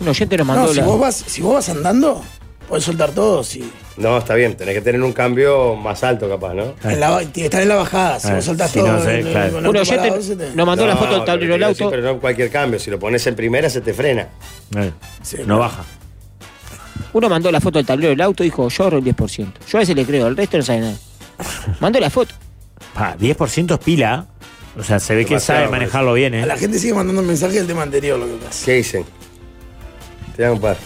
S5: Un oyente nos
S2: No,
S5: mandó
S2: si
S5: la-
S2: vos, vas, si vos vas andando, podés soltar todo. Si,
S1: No, está bien, tenés que tener un cambio más alto capaz, ¿no?
S2: en la ba- estar en la bajada, si
S1: Ah,
S2: vos soltás
S1: si
S2: todo.
S1: no sé,
S2: eh,
S1: claro.
S2: con el
S1: Un
S2: auto
S1: oyente
S2: parado, se te-
S1: No, pero te quiero decir, pero no cualquier cambio, si lo pones en primera se te frena.
S4: no baja.
S5: Uno mandó la foto del tablero del auto y dijo, yo ahorro el 10%. Yo a ese le creo, el resto no sabe nada. Mandó la foto.
S4: Pa, 10% es pila. O sea, se ve que
S1: Demasiado,
S4: sabe manejarlo bien, ¿eh?
S2: La gente sigue mandando mensajes del tema anterior, lo que pasa.
S1: ¿Qué dicen? Te dan un par.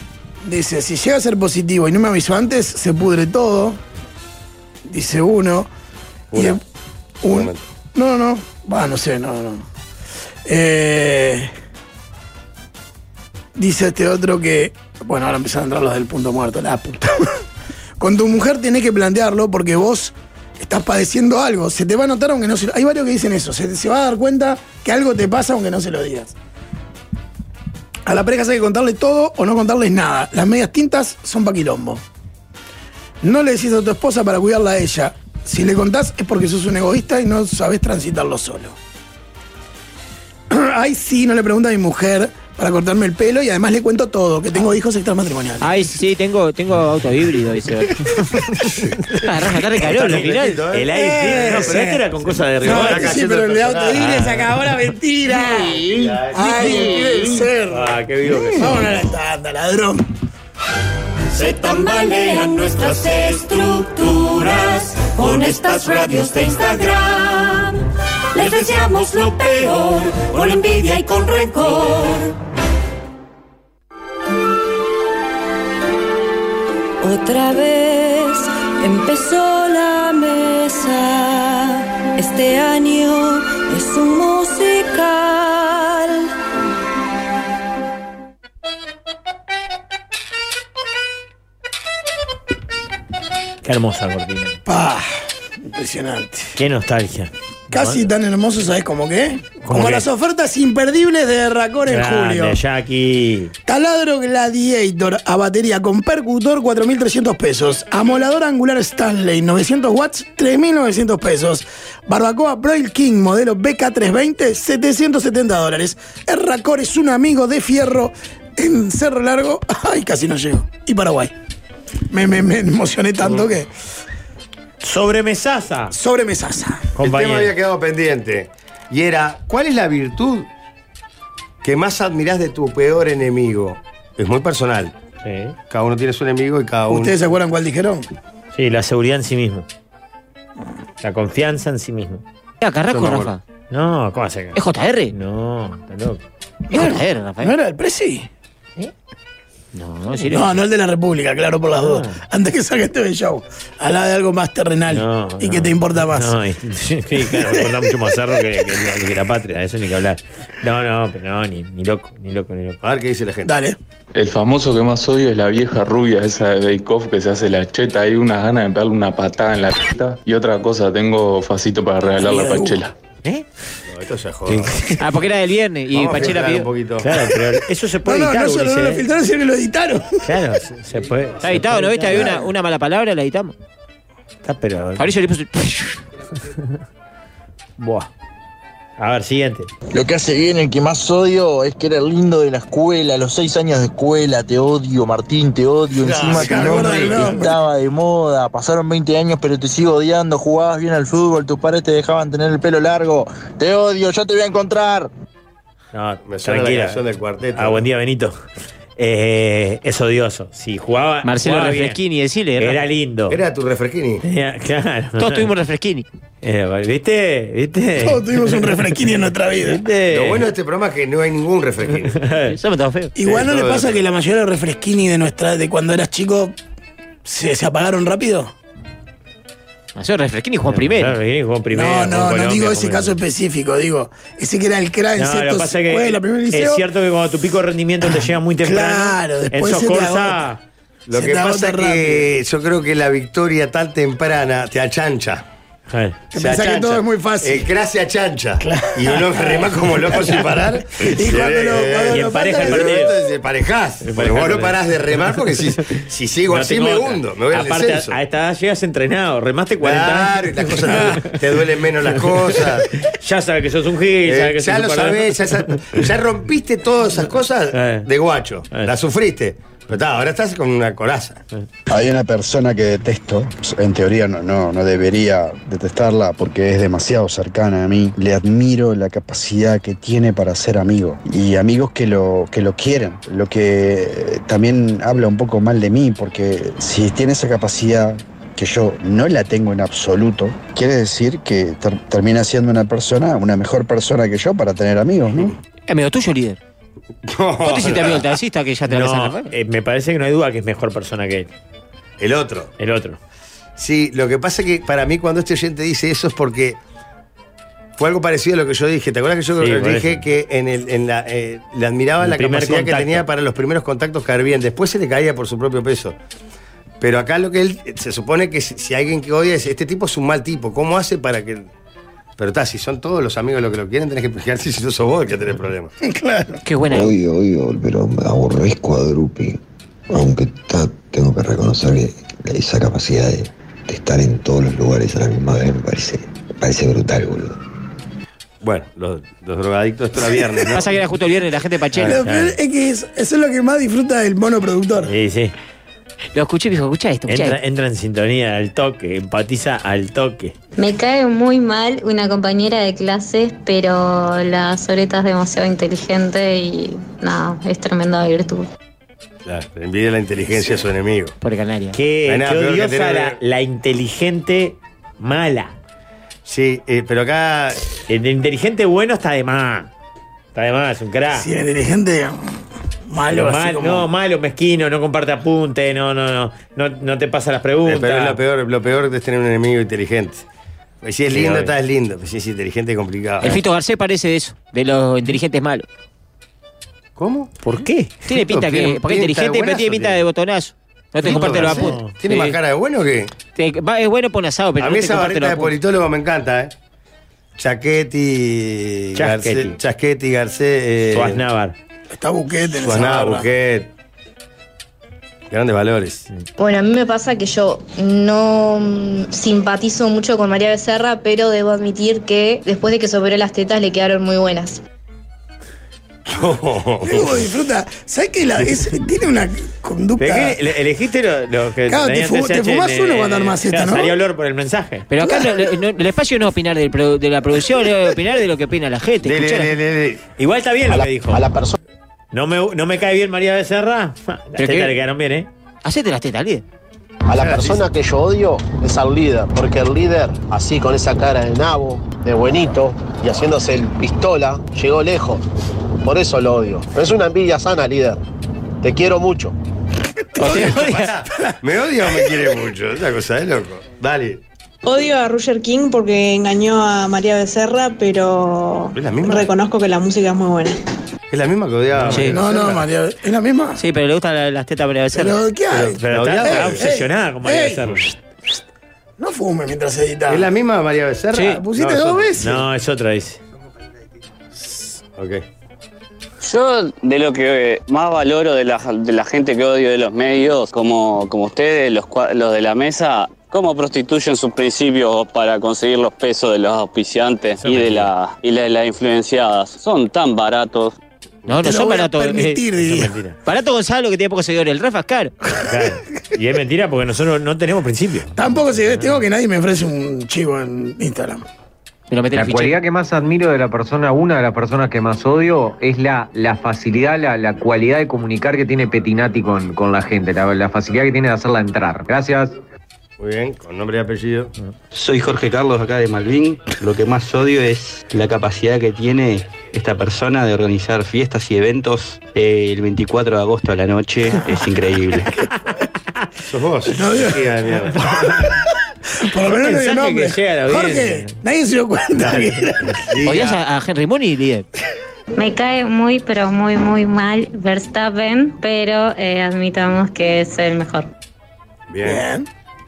S2: Dice, si llega a ser positivo y no me avisó antes, se pudre todo. Dice uno. Y de- un- no, no, no. Va, no sé, no, no. Eh, dice este otro que. Bueno, ahora empiezan a entrar los del punto muerto, la puta. Con tu mujer tenés que plantearlo porque vos estás padeciendo algo. Se te va a notar aunque no se lo. Hay varios que dicen eso. Se, se va a dar cuenta que algo te pasa aunque no se lo digas. A la pareja hay que contarle todo o no contarles nada. Las medias tintas son pa' quilombo. No le decís a tu esposa para cuidarla a ella. Si le contás es porque sos un egoísta y no sabés transitarlo solo. ay, sí, no le pregunta a mi mujer para cortarme el pelo y además le cuento todo, que tengo hijos extramatrimoniales.
S5: Ay, sí, tengo, tengo auto híbrido, dice.
S4: Ah,
S5: Arrasa, está recaló, al final.
S4: El aire, no, pero esto era con cosas de rigor.
S2: No, sí, pero el auto híbrido se acabó la mentira. Ay, el cerro.
S4: Ah, qué vivo que
S2: Vamos a la tanda, ladrón.
S6: Se tambalean nuestras estructuras con estas radios de Instagram. Les deseamos lo peor, con envidia y con rencor.
S16: Otra vez empezó la mesa. Este año es un musical.
S4: Qué hermosa cortina.
S2: Pa, impresionante.
S4: Qué nostalgia.
S2: Casi tan hermoso, ¿sabes cómo qué?
S4: ¿Cómo
S2: Como
S4: qué?
S2: las ofertas imperdibles de Racor en
S4: Grande,
S2: julio.
S4: Jackie.
S2: Taladro Gladiator a batería con percutor 4.300 pesos. Amolador angular Stanley 900 watts 3.900 pesos. Barbacoa Broil King modelo BK320 770 dólares. Erracor es un amigo de fierro en Cerro Largo. Ay, casi no llego. Y Paraguay. Me, me, me emocioné tanto que...
S4: Sobremesaza.
S2: Sobremesaza.
S1: El tema había quedado pendiente. Y era, ¿cuál es la virtud que más admirás de tu peor enemigo? Es muy personal. Cada uno tiene su enemigo y cada uno.
S2: ¿Ustedes se acuerdan cuál dijeron?
S4: Sí, la seguridad en sí mismo. La confianza en sí mismo.
S5: Era Carrasco, Yo me acuerdo.
S4: No, ¿cómo hace?
S5: ¿Es JR?
S4: No, está loco.
S5: Es JR, Rafael.
S2: ¿No era el Prezi?
S5: No, sí,
S2: No, no el de la República, claro, por las dudas.
S4: Ah.
S2: Antes que salga este show, habla de algo más terrenal y que te importa más.
S4: No, y- sí, claro, recordá mucho más cerro que, que- que la patria, eso ni que hablar. No, no, pero no, ni, ni loco, ni loco, ni loco.
S1: A ver qué dice la gente.
S2: Dale.
S17: El famoso que más odio es la vieja rubia, esa de Bake Off que se hace la cheta. Hay unas ganas de pegarle una patada en la cheta. Y otra cosa, tengo facito para regalar la pachela.
S1: No, esto ya joda.
S5: Ah, porque era del viernes y
S1: Vamos a
S5: Pachela
S1: filtrar
S5: pidió.
S1: un poquito.
S4: Claro, pero eso se
S2: No,
S4: puede
S2: no,
S4: editar,
S2: no solo no lo
S4: Ulises, ¿eh?
S2: filtraron, sino que lo editaron.
S4: Claro, se, se puede.
S5: Está editado, ¿no viste? Había una, una mala palabra, la editamos.
S4: Está, pero.
S5: Fabricio le puso.
S4: Buah. A ver, siguiente.
S18: Lo que hace bien, el que más odio, es que era el lindo de la escuela, los seis años de escuela, te odio, Martín, te odio,
S2: No,
S18: encima
S2: se
S18: tu
S2: cagó
S18: nombre
S2: del nombre.
S18: estaba de moda, pasaron 20 años pero te sigo odiando, jugabas bien al fútbol, tus padres te dejaban tener el pelo largo, te odio, yo te voy a encontrar.
S4: No,
S1: Me suena la
S4: tranquila.
S1: canción del cuarteto.
S4: Ah, buen día, Benito. Eh, es odioso. Si jugaba.
S5: Marcelo
S4: jugaba bien.
S5: Refresquini, decile. ¿eh? Rafa.
S4: Era lindo.
S1: Era tu refresquini.
S4: Tenía- claro.
S5: Todos tuvimos refresquini.
S4: Eh, ¿Viste? ¿Viste?
S2: Todos tuvimos un refresquini en nuestra vida.
S4: ¿Viste?
S1: Lo bueno de este programa es que no hay ningún refresquini.
S5: Somos todos feos.
S2: Igual no
S1: Sí,
S2: le
S1: todo
S2: pasa
S1: bien.
S2: que la mayoría de los refresquini de nuestra, de cuando eras chico, se, se apagaron rápido.
S5: Marcelo Refresquini jugó primero.
S4: Refresquini jugó primero.
S2: no, no, no digo ese caso específico, digo, ese que era el crack en
S4: No, lo
S2: sexto
S4: que pasa es
S2: escuela, primer
S4: que
S2: liceo.
S4: es cierto que cuando tu pico de rendimiento te llega muy temprano,
S2: Claro, después
S4: en
S2: se te
S4: Socorza,
S1: Lo
S2: Se
S1: que
S2: te
S1: pasa es
S2: agota
S1: que yo creo que la victoria tan temprana te achancha.
S2: Te pensás que todo es muy fácil.
S1: El crack se achancha. Y uno rema como loco sin parar.
S2: Y cuando lo- cuando Y lo empareja
S4: pasa, el partido.
S1: Emparejás. Pero
S4: Empareja
S1: vos
S4: el partido.
S1: no parás de remar porque si, si sigo
S4: no
S1: así
S4: tengo
S1: me
S4: otra.
S1: hundo. Me voy al
S4: Aparte,
S1: descenso.
S4: a esta edad llegas entrenado, remaste 40
S1: Claro, y
S4: años.
S1: las cosas te, te duelen menos las cosas.
S4: ya sabes que sos un gil,
S1: Eh,
S4: sabes que
S1: ya
S4: sos
S1: lo
S4: un parador.
S1: sabés, ya, sa- ya rompiste todas esas cosas de guacho. Las sufriste. Pero está, ahora estás con una coraza.
S19: Hay una persona que detesto, en teoría no, no, no debería detestarla porque es demasiado cercana a mí. Le admiro la capacidad que tiene para ser amigo y amigos que lo, que lo quieren, lo que eh, también habla un poco mal de mí porque si tiene esa capacidad que yo no la tengo en absoluto, quiere decir que ter- termina siendo una persona, una mejor persona que yo para tener amigos, ¿no?
S5: Amigo tuyo, líder. ¿Vos te hiciste amigo del taxista que ya te la
S4: No,
S5: pasaste?
S4: eh, me parece que no hay duda que es mejor persona que él.
S1: El otro.
S4: El otro.
S1: Sí, lo que pasa es que para mí cuando este oyente dice eso es porque fue algo parecido a lo que yo dije. ¿Te acuerdas que yo
S4: Sí, por
S1: dije
S4: eso.
S1: que en el- en la, eh, le admiraba
S4: El
S1: la
S4: primer
S1: capacidad que
S4: contacto.
S1: tenía para los primeros contactos que bien? Después se le caía por su propio peso. Pero acá lo que él se supone que si, si alguien que odia es este tipo es un mal tipo, ¿cómo hace para que.? Pero está, si son todos los amigos los que lo quieren, tenés que explicar si no sos vos el que tenés problemas.
S2: Claro.
S5: Qué buena.
S20: Odio, odio, pero me aborrezco a Drupi. Aunque ta- tengo que reconocer que esa capacidad de, de estar en todos los lugares a la misma vez me parece, me parece brutal, boludo.
S1: Bueno, los, los drogadictos esto era viernes, ¿no?
S5: Pasa que era justo el viernes la gente pachela.
S2: Lo peor es que es- eso es lo que más disfruta el monoproductor.
S4: Sí, sí.
S5: Lo escuché y dijo, escucha esto,
S4: escucha entra, entra en sintonía al toque, empatiza al toque.
S7: Me cae muy mal una compañera de clases, pero la Soreta es demasiado inteligente y nada, es tremenda virtud.
S1: Claro, le envidia la inteligencia a su enemigo.
S5: Por Canarias.
S4: Qué,
S1: No hay nada
S4: qué
S1: peor que
S4: odiosa
S1: tener-
S4: la, la inteligente mala.
S1: Sí, eh, pero acá.
S4: El inteligente bueno está de más. Está de más, es un crack.
S2: Si el dirigente malo,
S4: Pero
S2: así
S4: mal-
S2: como-
S4: No, malo, mezquino, no comparte apunte, no, no, no. No, no te pasa las
S1: Eh,
S4: preguntas.
S1: pero es lo peor, lo peor es tener un enemigo inteligente. Pues si es
S5: Sí,
S1: lindo,
S5: obvio.
S1: estás lindo. Pues si es inteligente, es complicado.
S5: El Fito Garcés parece de eso, de los inteligentes malos.
S1: ¿Cómo?
S4: ¿Por qué?
S5: Tiene pinta que. Porque es inteligente, pero tiene pinta de botonazo. No te
S1: Fito
S5: comparte los
S1: Garcés.
S5: apuntes.
S1: ¿Tiene más cara de bueno o qué?
S5: es bueno por un asado, pero
S1: a
S5: no
S1: mí
S5: te
S1: esa
S5: comparte
S1: barrita
S5: los
S1: de
S5: apuntes.
S1: politólogo me encanta, ¿eh? Chaquetti.
S4: Chasquetti.
S1: Garcés- Chasquetti, Garcés. eh,
S4: Suárez Navar.
S2: Está buquete en esa
S1: Suárez Navar,
S2: barra.
S1: Buquet. Grandes valores.
S21: Bueno, a mí me pasa que yo no mm, simpatizo mucho con María Becerra, pero debo admitir que después de que se operó las tetas le quedaron muy buenas.
S2: Digo, disfruta. ¿Sabes que la- es- tiene una conducta?
S4: ¿De qué? Le- elegiste los que
S2: Claro, te
S4: tenían
S2: fu- te
S4: TSH en-
S2: fumás uno
S4: en-
S2: cuando armás
S4: claro,
S2: esto, ¿no?
S4: Salía olor por el mensaje.
S5: Pero acá no- no- el espacio no es opinar del produ- de la producción, es opinar de lo que opina la gente. escuchá la-
S4: Igual está bien
S5: A
S4: lo
S5: la-
S4: que dijo.
S5: a la
S4: persona. No me, no me cae bien María Becerra. Las
S5: ¿Pero
S4: tetas
S5: qué?
S4: le quedaron bien, ¿eh?
S5: Hacete las tetas, líder.
S22: A la persona que yo odio es al líder, porque el líder, así con esa cara de nabo, de buenito, y haciéndose el pistola, llegó lejos. Por eso lo odio. No es una envidia sana, líder. Te quiero mucho.
S1: ¿Me odia o me quiere mucho? Esa cosa es loco. Dale.
S23: Odio a Roger King porque engañó a María Becerra, pero
S1: ¿Es la misma?
S23: reconozco que la música es muy buena.
S1: Es la misma que odiaba.
S5: Sí.
S1: María
S5: No, no,
S1: Becerra.
S2: María, ¿es la misma?
S5: Sí, pero le gustan la- las tetas a María Becerra.
S2: Pero, ¿qué hay?
S1: Pero- pero está- está obsesionada con María Becerra.
S2: No fume mientras edita.
S1: ¿Es la misma María Becerra?
S2: Sí. Pusiste
S1: es
S2: dos
S1: otra.
S2: veces.
S4: No, es otra, dice.
S1: Ok.
S24: Yo de lo que eh, más valoro de la, de la gente que odio de los medios, como, como ustedes, los, cua- los de la mesa, cómo prostituyen sus principios para conseguir los pesos de los auspiciantes y de, la, y la- de las influenciadas. Son tan baratos.
S5: No, no son baratos. eh,
S24: diría.
S5: barato Gonzalo, que tiene pocos seguidores. El Rafa es caro.
S4: Claro. Y es mentira porque nosotros no tenemos principio.
S2: Tampoco
S1: Ah.
S2: se tengo que nadie me ofrece un chivo en Instagram.
S25: La cualidad que más admiro de la persona, una de las personas que más odio, es la, la facilidad, la, la cualidad de comunicar que tiene Petinati con, con la gente, la, la facilidad que tiene de hacerla entrar. Gracias.
S1: Muy bien, con nombre y apellido.
S26: Soy Jorge Carlos acá de Malvin. Lo que más odio es la capacidad que tiene esta persona de organizar fiestas y eventos eh, el 24 de agosto a la noche. Es increíble.
S1: Sos vos. Hija de mierda.
S2: Por lo menos no dio
S5: Mensaje
S2: nombre.
S5: que llega a la
S2: Jorge,
S5: audiencia.
S2: nadie se dio cuenta. que era.
S5: Odias a, a Henry Moni, líder.
S7: Me cae muy, pero muy, muy mal Verstappen, pero eh, admitamos que es el mejor.
S1: Bien.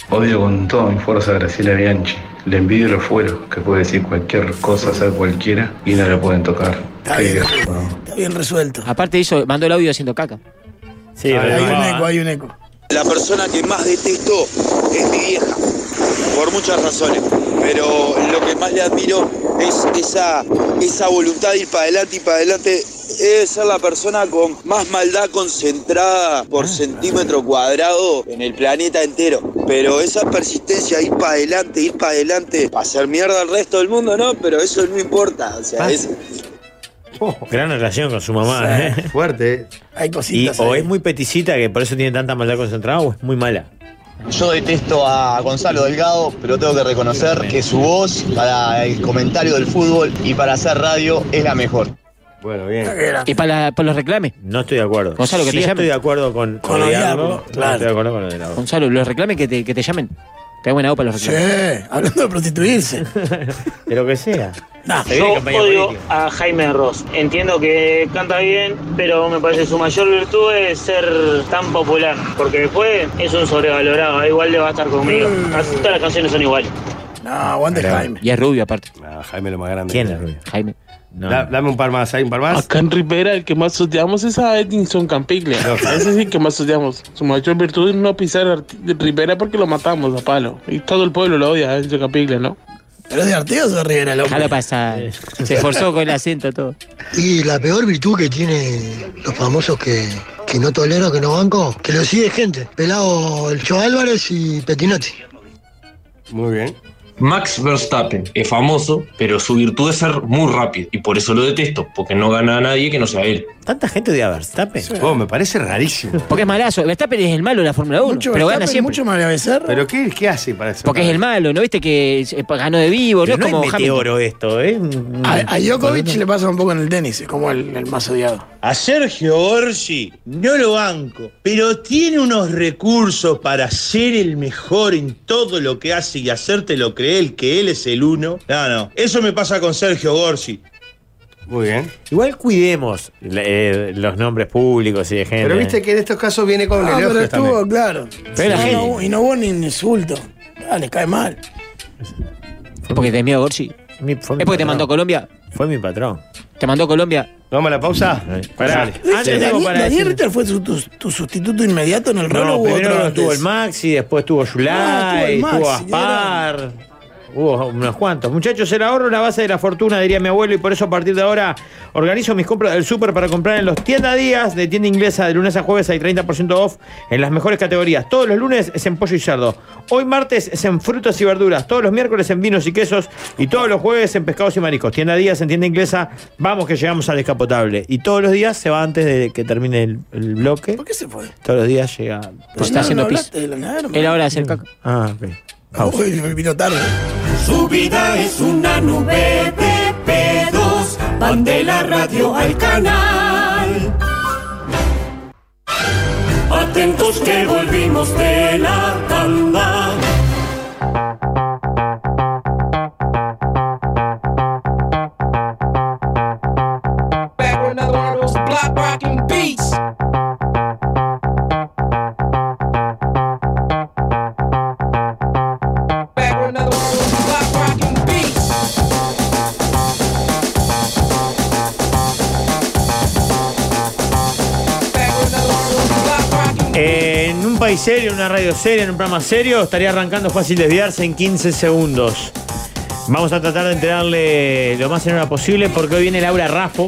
S27: Odio con toda mi fuerza a Graciela Bianchi. Le envidio los fueros, que puede decir cualquier cosa, ser cualquiera, y no la pueden tocar.
S2: Está bien resuelto.
S5: Aparte hizo, mandó el audio haciendo caca.
S4: Sí,
S2: hay un eco, hay un eco.
S28: La persona que más detesto es mi vieja, por muchas razones, pero lo que más le admiro es esa, esa voluntad de ir para adelante y para adelante. Es ser la persona con más maldad concentrada por centímetro cuadrado en el planeta entero. Pero esa persistencia, ir para adelante, ir para adelante, hacer mierda al resto del mundo, no, pero eso no importa. O
S2: Ah,
S28: sea, es,
S4: Gran relación con su mamá,
S1: Sí,
S4: ¿eh?
S1: Fuerte.
S2: Hay
S4: Y, o es muy peticita que por eso tiene tanta maldad concentrada o es muy mala.
S27: Yo detesto a Gonzalo Delgado, pero tengo que reconocer que su voz para el comentario del fútbol y para hacer radio es la mejor.
S1: Bueno, bien.
S5: ¿Y para, la- para Ah, los reclames?
S4: No estoy de acuerdo.
S5: Gonzalo, que
S4: Sí
S5: te llamen.
S4: estoy de acuerdo con, con odiarlo,
S5: odiarlo,
S4: no
S5: claro.
S4: Estoy de acuerdo con odiarlo.
S5: Gonzalo, los reclames que te, que te llamen. Te hago una para los
S2: Sí,
S5: reclames.
S2: hablando de prostituirse.
S4: De lo que sea.
S21: Ah, Yo odio a Jaime Ross. Entiendo que canta bien, pero me parece que su mayor virtud es ser tan popular. Porque después es un sobrevalorado. Igual le va a estar conmigo. Casi Todas las canciones son iguales.
S2: No, aguante Jaime.
S5: Y es rubio aparte.
S1: Ah, Jaime lo más grande.
S4: ¿Quién es rubio?
S5: Jaime.
S1: Da- dame un par más, hay un par más.
S20: Acá en Rivera el que más odiamos es a Edinson Campiglia. Ese es el que más odiamos. Su mayor virtud es no pisar a Rivera porque lo matamos a palo. Y todo el pueblo lo odia a Edinson Campiglia, ¿no?
S2: ¿Pero es de Artigas o de Rivera López?
S5: Déjalo pasar. Eh, Se esforzó con el acento todo.
S8: Y la peor virtud que tienen los famosos que, que no tolero, que no banco, que lo sigue gente. Pelado el Cho Álvarez y Petinotti.
S1: Muy bien.
S9: Max Verstappen es famoso, pero su virtud es ser muy rápido. Y por eso lo detesto, porque no gana a nadie que no sea él.
S5: ¿Tanta gente odia a Verstappen?
S1: Oh, me parece rarísimo.
S5: Porque es malazo. Verstappen es el malo de la Fórmula 1.
S1: Mucho
S5: pero gana
S1: Verstappen,
S5: siempre.
S1: mucho ¿Pero qué, qué hace para eso?
S5: Porque es el malo, ¿no viste que eh, ganó de vivo?
S4: Pero
S5: no es como
S4: es
S5: Hamilton.
S4: meteoro esto, ¿eh? Un-
S2: A, a Djokovic
S4: Perdón.
S2: le pasa un poco en el tenis, es como el, el más odiado.
S4: Ah,
S10: A Sergio Orsi no lo banco, pero tiene unos recursos para ser el mejor en todo lo que hace y hacértelo creer que él es el uno. No, no, eso me pasa con Sergio Orsi.
S1: Muy bien.
S4: Igual cuidemos la- eh, los nombres públicos y de gente.
S1: Pero viste que en estos casos viene con
S2: Ah,
S1: el
S2: pero
S1: elogio
S2: estuvo,
S1: también.
S2: claro.
S1: Pero
S2: No,
S1: la
S2: no,
S1: gente.
S2: y no hubo ni un insulto. Ah, le cae mal.
S5: Porque te miedo, Gorsi.
S4: es porque
S5: te mandó a Colombia.
S4: Fue mi patrón.
S5: ¿Te mandó a Colombia?
S1: Vamos a la pausa.
S4: Pará. Antes Ah, tengo
S2: Daniel,
S4: para
S2: Daniel
S4: decir-
S2: Ritter fue su- tu, tu sustituto inmediato en el rol
S4: No,
S2: o hubo otro
S4: primero
S2: antes?
S4: estuvo el Maxi, después estuvo
S2: Ah,
S4: Yulay,
S2: estuvo el
S4: estuvo
S2: Maxi,
S4: Aspar. Hubo unos cuantos. Muchachos, el ahorro es la base de la fortuna, diría mi abuelo, y por eso a partir de ahora organizo mis compras del súper para comprar en los tiendadías de tienda inglesa de lunes a jueves. Hay 30% off en las mejores categorías. Todos los lunes es en pollo y cerdo. Hoy martes es en frutas y verduras. Todos los miércoles en vinos y quesos. Y todos los jueves en pescados y mariscos. Tienda días en tienda inglesa. Vamos que llegamos al escapotable. Y todos los días se va antes de que termine el, el bloque. ¿Por
S2: qué se fue?
S4: Todos los días llega.
S5: Pues está haciendo pis. Era hora de hacer caca.
S4: Ah, ok. Pausa.
S2: vino tarde.
S6: Su vida es una nube de pedos. Van de la radio al canal. Atentos que volvimos de la tanda.
S11: back with another one of those block rocking beats. Back with another one of those block rocking beats.
S4: En un país serio, en una radio seria, en un programa serio, estaría arrancando fácil desviarse en 15 segundos. Vamos a tratar de enterarle lo más en hora posible porque hoy viene Laura Raffo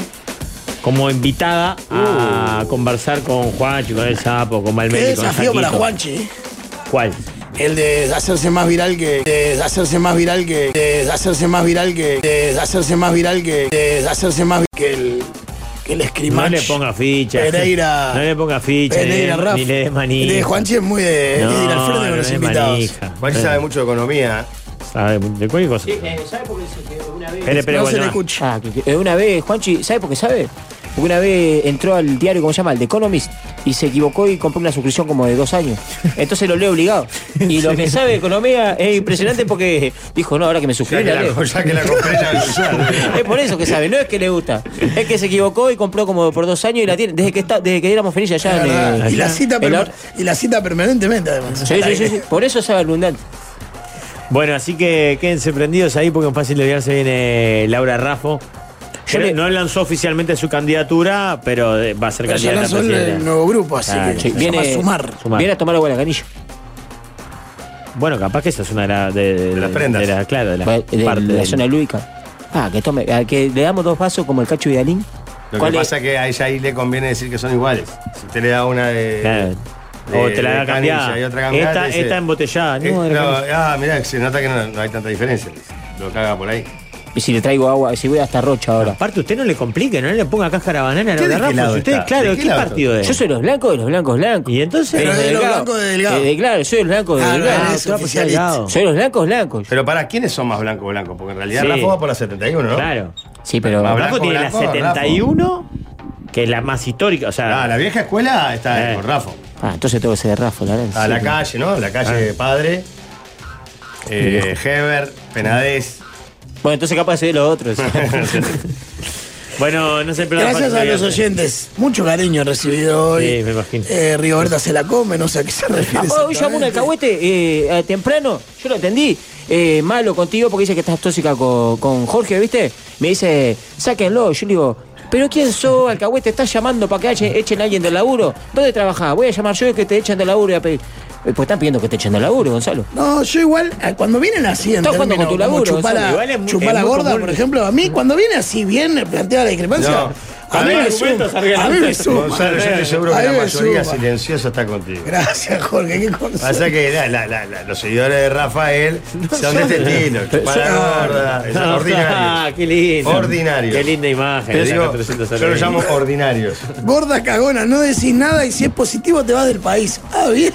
S4: como invitada a conversar con Juanchi, con el sapo,
S2: Uh.
S4: con
S2: Qué
S4: Malmeri, con
S2: desafío para
S4: Saquito.
S2: Juanchi. eh.
S4: ¿Cuál?
S2: El de hacerse más viral que. De hacerse más viral que. De hacerse más viral que. De hacerse más viral que. De hacerse más vi- que el. Que el
S4: No
S2: escrimache.
S4: le ponga ficha.
S2: Pereira.
S4: No le ponga ficha. ni
S2: Pereira,
S4: le-
S2: Rafa.
S4: ni le des
S2: El
S4: manija.
S2: de Juanchi es muy de. es de ir al frente
S4: no
S2: con los
S4: le des
S2: invitados.
S4: manija.
S1: Juanchi sabe mucho de economía.
S4: Sabe Ah, de cualquier cosa.
S5: eh, ¿Sabe por qué se quedó una vez?
S4: Espere, espere, No se bueno. le escucha.
S5: Ah, que- que- una vez, Juanchi, ¿sabe por qué sabe? Porque una vez entró al diario, ¿cómo se llama? El The Economist, y se equivocó y compró una suscripción como de dos años. Entonces lo leo obligado. Y lo que sabe de economía es impresionante porque dijo, no, ahora que me suscribí.
S1: Ya que
S5: la
S1: la-
S5: leo.
S1: ya que la compré, ya la usé.
S5: Es por eso que sabe, no es que le gusta. Es que se equivocó y compró como por dos años y la tiene. Desde que está, desde que éramos felices allá en
S2: Ah,
S5: el-
S2: Y la, cita
S5: en
S2: perma-
S5: la-
S2: y la cita permanentemente, además.
S5: Sí, sí, sí, sí. Por eso sabe abundante.
S4: Bueno, así que quédense prendidos ahí porque en Fácil Desviarse viene Laura Raffo. Creo- No lanzó oficialmente su candidatura, pero eh, va a ser
S2: Pero ya
S4: candidata a
S2: lanzó el
S4: presidenta.
S2: nuevo grupo, así
S4: Ah,
S2: que
S4: sí.
S2: se llama Sumar.
S5: Viene a tomar agua de la canilla.
S4: Bueno, capaz que esa es una de, la- de- de-
S5: las prendas.
S4: de la- claro, de la
S5: Bueno, de
S4: parte
S5: la
S4: del-
S5: zona lúdica. Ah, que tome, ah, que le damos dos vasos como el cacho Vidalín.
S1: Lo
S5: ¿Cuál
S1: que
S5: es?
S1: pasa es que a ella ahí le conviene decir que son iguales. Si usted le da una de.
S4: Claro.
S1: de-
S4: O te la
S1: de
S4: da
S1: canilla
S4: cambiada.
S1: y otra cambiada,
S4: Esta-
S1: te dice,
S4: esta embotellada, no,
S1: "Eh,
S4: de canilla".
S1: ah, mirá, se nota que no, no hay tanta diferencia. dice. Lo caga por ahí.
S4: Eh,
S5: Y si le traigo agua, si voy hasta Rocha ahora.
S4: Aparte, usted no le complique, no le ponga cáscara banana a Laura
S5: ¿Usted de qué
S4: Raffo.
S5: lado
S4: Si usted-
S5: está?
S4: claro,
S5: ¿De
S4: ¿de
S5: qué
S4: ¿qué,
S5: lado
S4: partido
S5: está?
S4: es?
S5: Yo soy de los blancos de los blancos blancos.
S4: Y entonces.
S5: Pero de los blancos de Delgado. Eh, de- claro, soy de los blancos de Ah, Delgado. no, es Claro, pues, está oficialista. Delgado. Soy los blancos blancos.
S1: Pero para, ¿quiénes son más blancos blancos? Porque en realidad
S4: Sí.
S1: Rafa va por la 71, ¿no?
S4: Claro.
S5: Sí, pero.
S1: Más
S4: Raffo
S1: blanco,
S4: tiene la
S1: blanco,
S4: 71, que es la más histórica. O sea, Eh.
S1: Ah, la vieja escuela está con Rafa.
S5: Ah, entonces tengo que ser de Rafa, la verdad.
S1: A la
S5: Sí.
S1: calle, ¿no? La
S4: Ah.
S1: calle Padre. Eh, Heber, Penadez.
S5: Bueno, entonces capaz de los otros.
S4: bueno, no sé, pero.
S2: Gracias a los oyentes. Mucho cariño recibido hoy.
S4: Sí, me imagino.
S2: Eh, Rigoberta se la come, no sé a qué se refiere.
S5: Ah, hoy llamó un alcahuete eh, a- temprano, yo lo atendí. eh, malo contigo porque dice que estás tóxica con, con Jorge, ¿viste? Me dice, sáquenlo. Yo le digo, ¿Pero quién sos, alcahuete? ¿Estás llamando para que eche- echen a alguien del laburo? ¿Dónde trabajás? Voy a llamar yo y que te echen del laburo y a pedir. Eh, Pues están pidiendo que te echen del laburo, Gonzalo.
S2: No, yo igual, eh, cuando vienen así, en
S5: Estás jugando con
S2: términos
S5: tu
S2: como
S5: laburo,
S2: chupar
S5: Gonzalo.
S2: la-
S5: Igual es muy-
S2: chupar
S5: es
S2: la
S5: muy
S2: gorda,
S5: común.
S2: por ejemplo, a mí, cuando viene así bien planteada la discrepancia,
S1: No.
S2: a, mí me suma. A mí me suma.
S1: Gonzalo, yo te aseguro
S2: A
S1: que
S2: mí
S1: la
S2: me
S1: mayoría
S2: suma.
S1: silenciosa está contigo.
S2: Gracias, Jorge, qué cosa.
S1: Pasa que la- la- la- la- los seguidores de Rafael son de este estilo. chupa la gorda, es
S4: Ah,
S1: ordinario.
S4: qué lindo.
S1: Ordinario.
S4: Qué linda imagen.
S1: Te
S4: esa
S1: digo,
S4: 400
S1: yo lo
S4: alegrías.
S1: llamo ordinarios.
S2: Gorda cagona, no decís nada y si es positivo te vas del país. Ah, bien.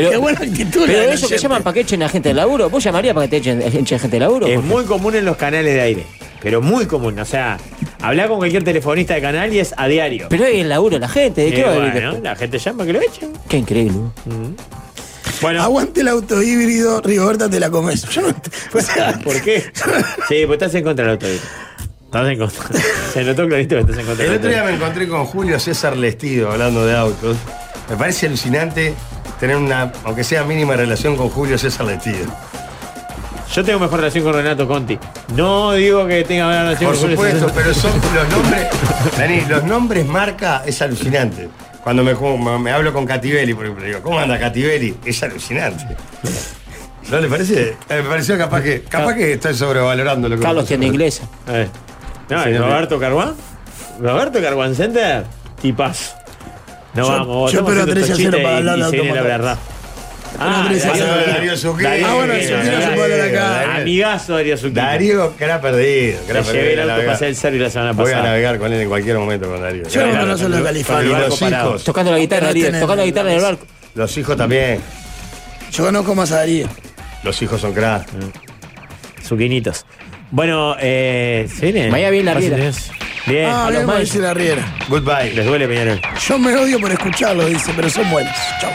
S5: Pero,
S2: Qué buena actitud. la
S5: pero
S2: del
S5: eso que
S2: oyente.
S5: llaman para que echen a gente del laburo, ¿vos llamarías para que te echen, echen gente del laburo?
S4: Es muy común en los canales de aire. Pero muy común. O sea, hablar con cualquier telefonista de canal y es a diario.
S5: Pero es el laburo, la gente, ¿de qué
S4: Eh,
S5: va a vivir
S4: bueno, la gente llama que lo echen.
S5: Qué increíble.
S4: Bueno.
S2: Aguante el auto híbrido, Rigoberta te la comes. Yo no, o sea,
S4: ¿Por qué? Sí, pues estás en contra del autobús. Estás en contra. Se notó clarito que estás en contra
S1: El
S4: del
S1: otro día
S4: autobús.
S1: me encontré con Julio César Lestido hablando de autos. Me parece alucinante tener una, aunque sea mínima relación con Julio César Lestido.
S4: Yo tengo mejor relación con Renato Conti. No digo que tenga mala relación
S1: Por
S4: con
S1: supuesto, pero son los nombres. Dani, los nombres marca es alucinante. Cuando me, ju- me- me hablo con Cativelli, por ejemplo, digo, ¿cómo anda Cativelli? Es alucinante. ¿No le parece? Eh, Me pareció capaz que, capaz que estoy sobrevalorando lo que
S5: Carlos tiene inglesa.
S4: Eh. No,
S1: Sí,
S4: ¿y
S1: no,
S4: Roberto Carguán. Roberto Carguán Center, tipaz. No
S1: Yo-
S4: vamos, vos,
S1: yo
S4: estamos
S1: espero
S4: haciendo
S1: 3 a 0
S4: estos
S1: para
S4: chistes
S1: hablar
S4: y-
S1: de
S4: y se viene la
S1: automóviles.
S4: verdad.
S1: Ah, Darío Zucchini. Darío Zucchini. Ah, bueno, Zucchini no se puede hablar acá.
S4: Amigazo Darío Zucchini.
S1: Darío, que era perdido. Que era
S4: Le llevé el
S1: perdido,
S4: auto
S1: navegar.
S4: para hacer el servicio la semana
S1: Voy a
S4: pasada.
S1: navegar con él en cualquier momento con Darío.
S4: Yo no conozco
S1: Con
S4: la
S1: los
S4: California.
S1: hijos.
S5: Tocando la guitarra,
S1: Pero
S5: Darío,
S1: tienen-
S5: tocando la guitarra en el barco.
S1: Los hijos también.
S2: Yo conozco más a Darío.
S1: Los hijos son crack.
S4: Zuquinitos. Mm. Bueno, eh, se viene.
S2: Mañana viene la
S4: Pasen
S2: Riera.
S4: ellos. Bien.
S2: Ah,
S4: A los
S2: bien,
S4: más.
S2: dice la Riera.
S1: Goodbye.
S4: Les duele, Peñarol.
S2: Yo me odio por escucharlo, dice, pero son buenos. Chau.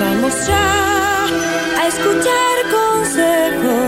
S3: Vamos ya a escuchar consejos.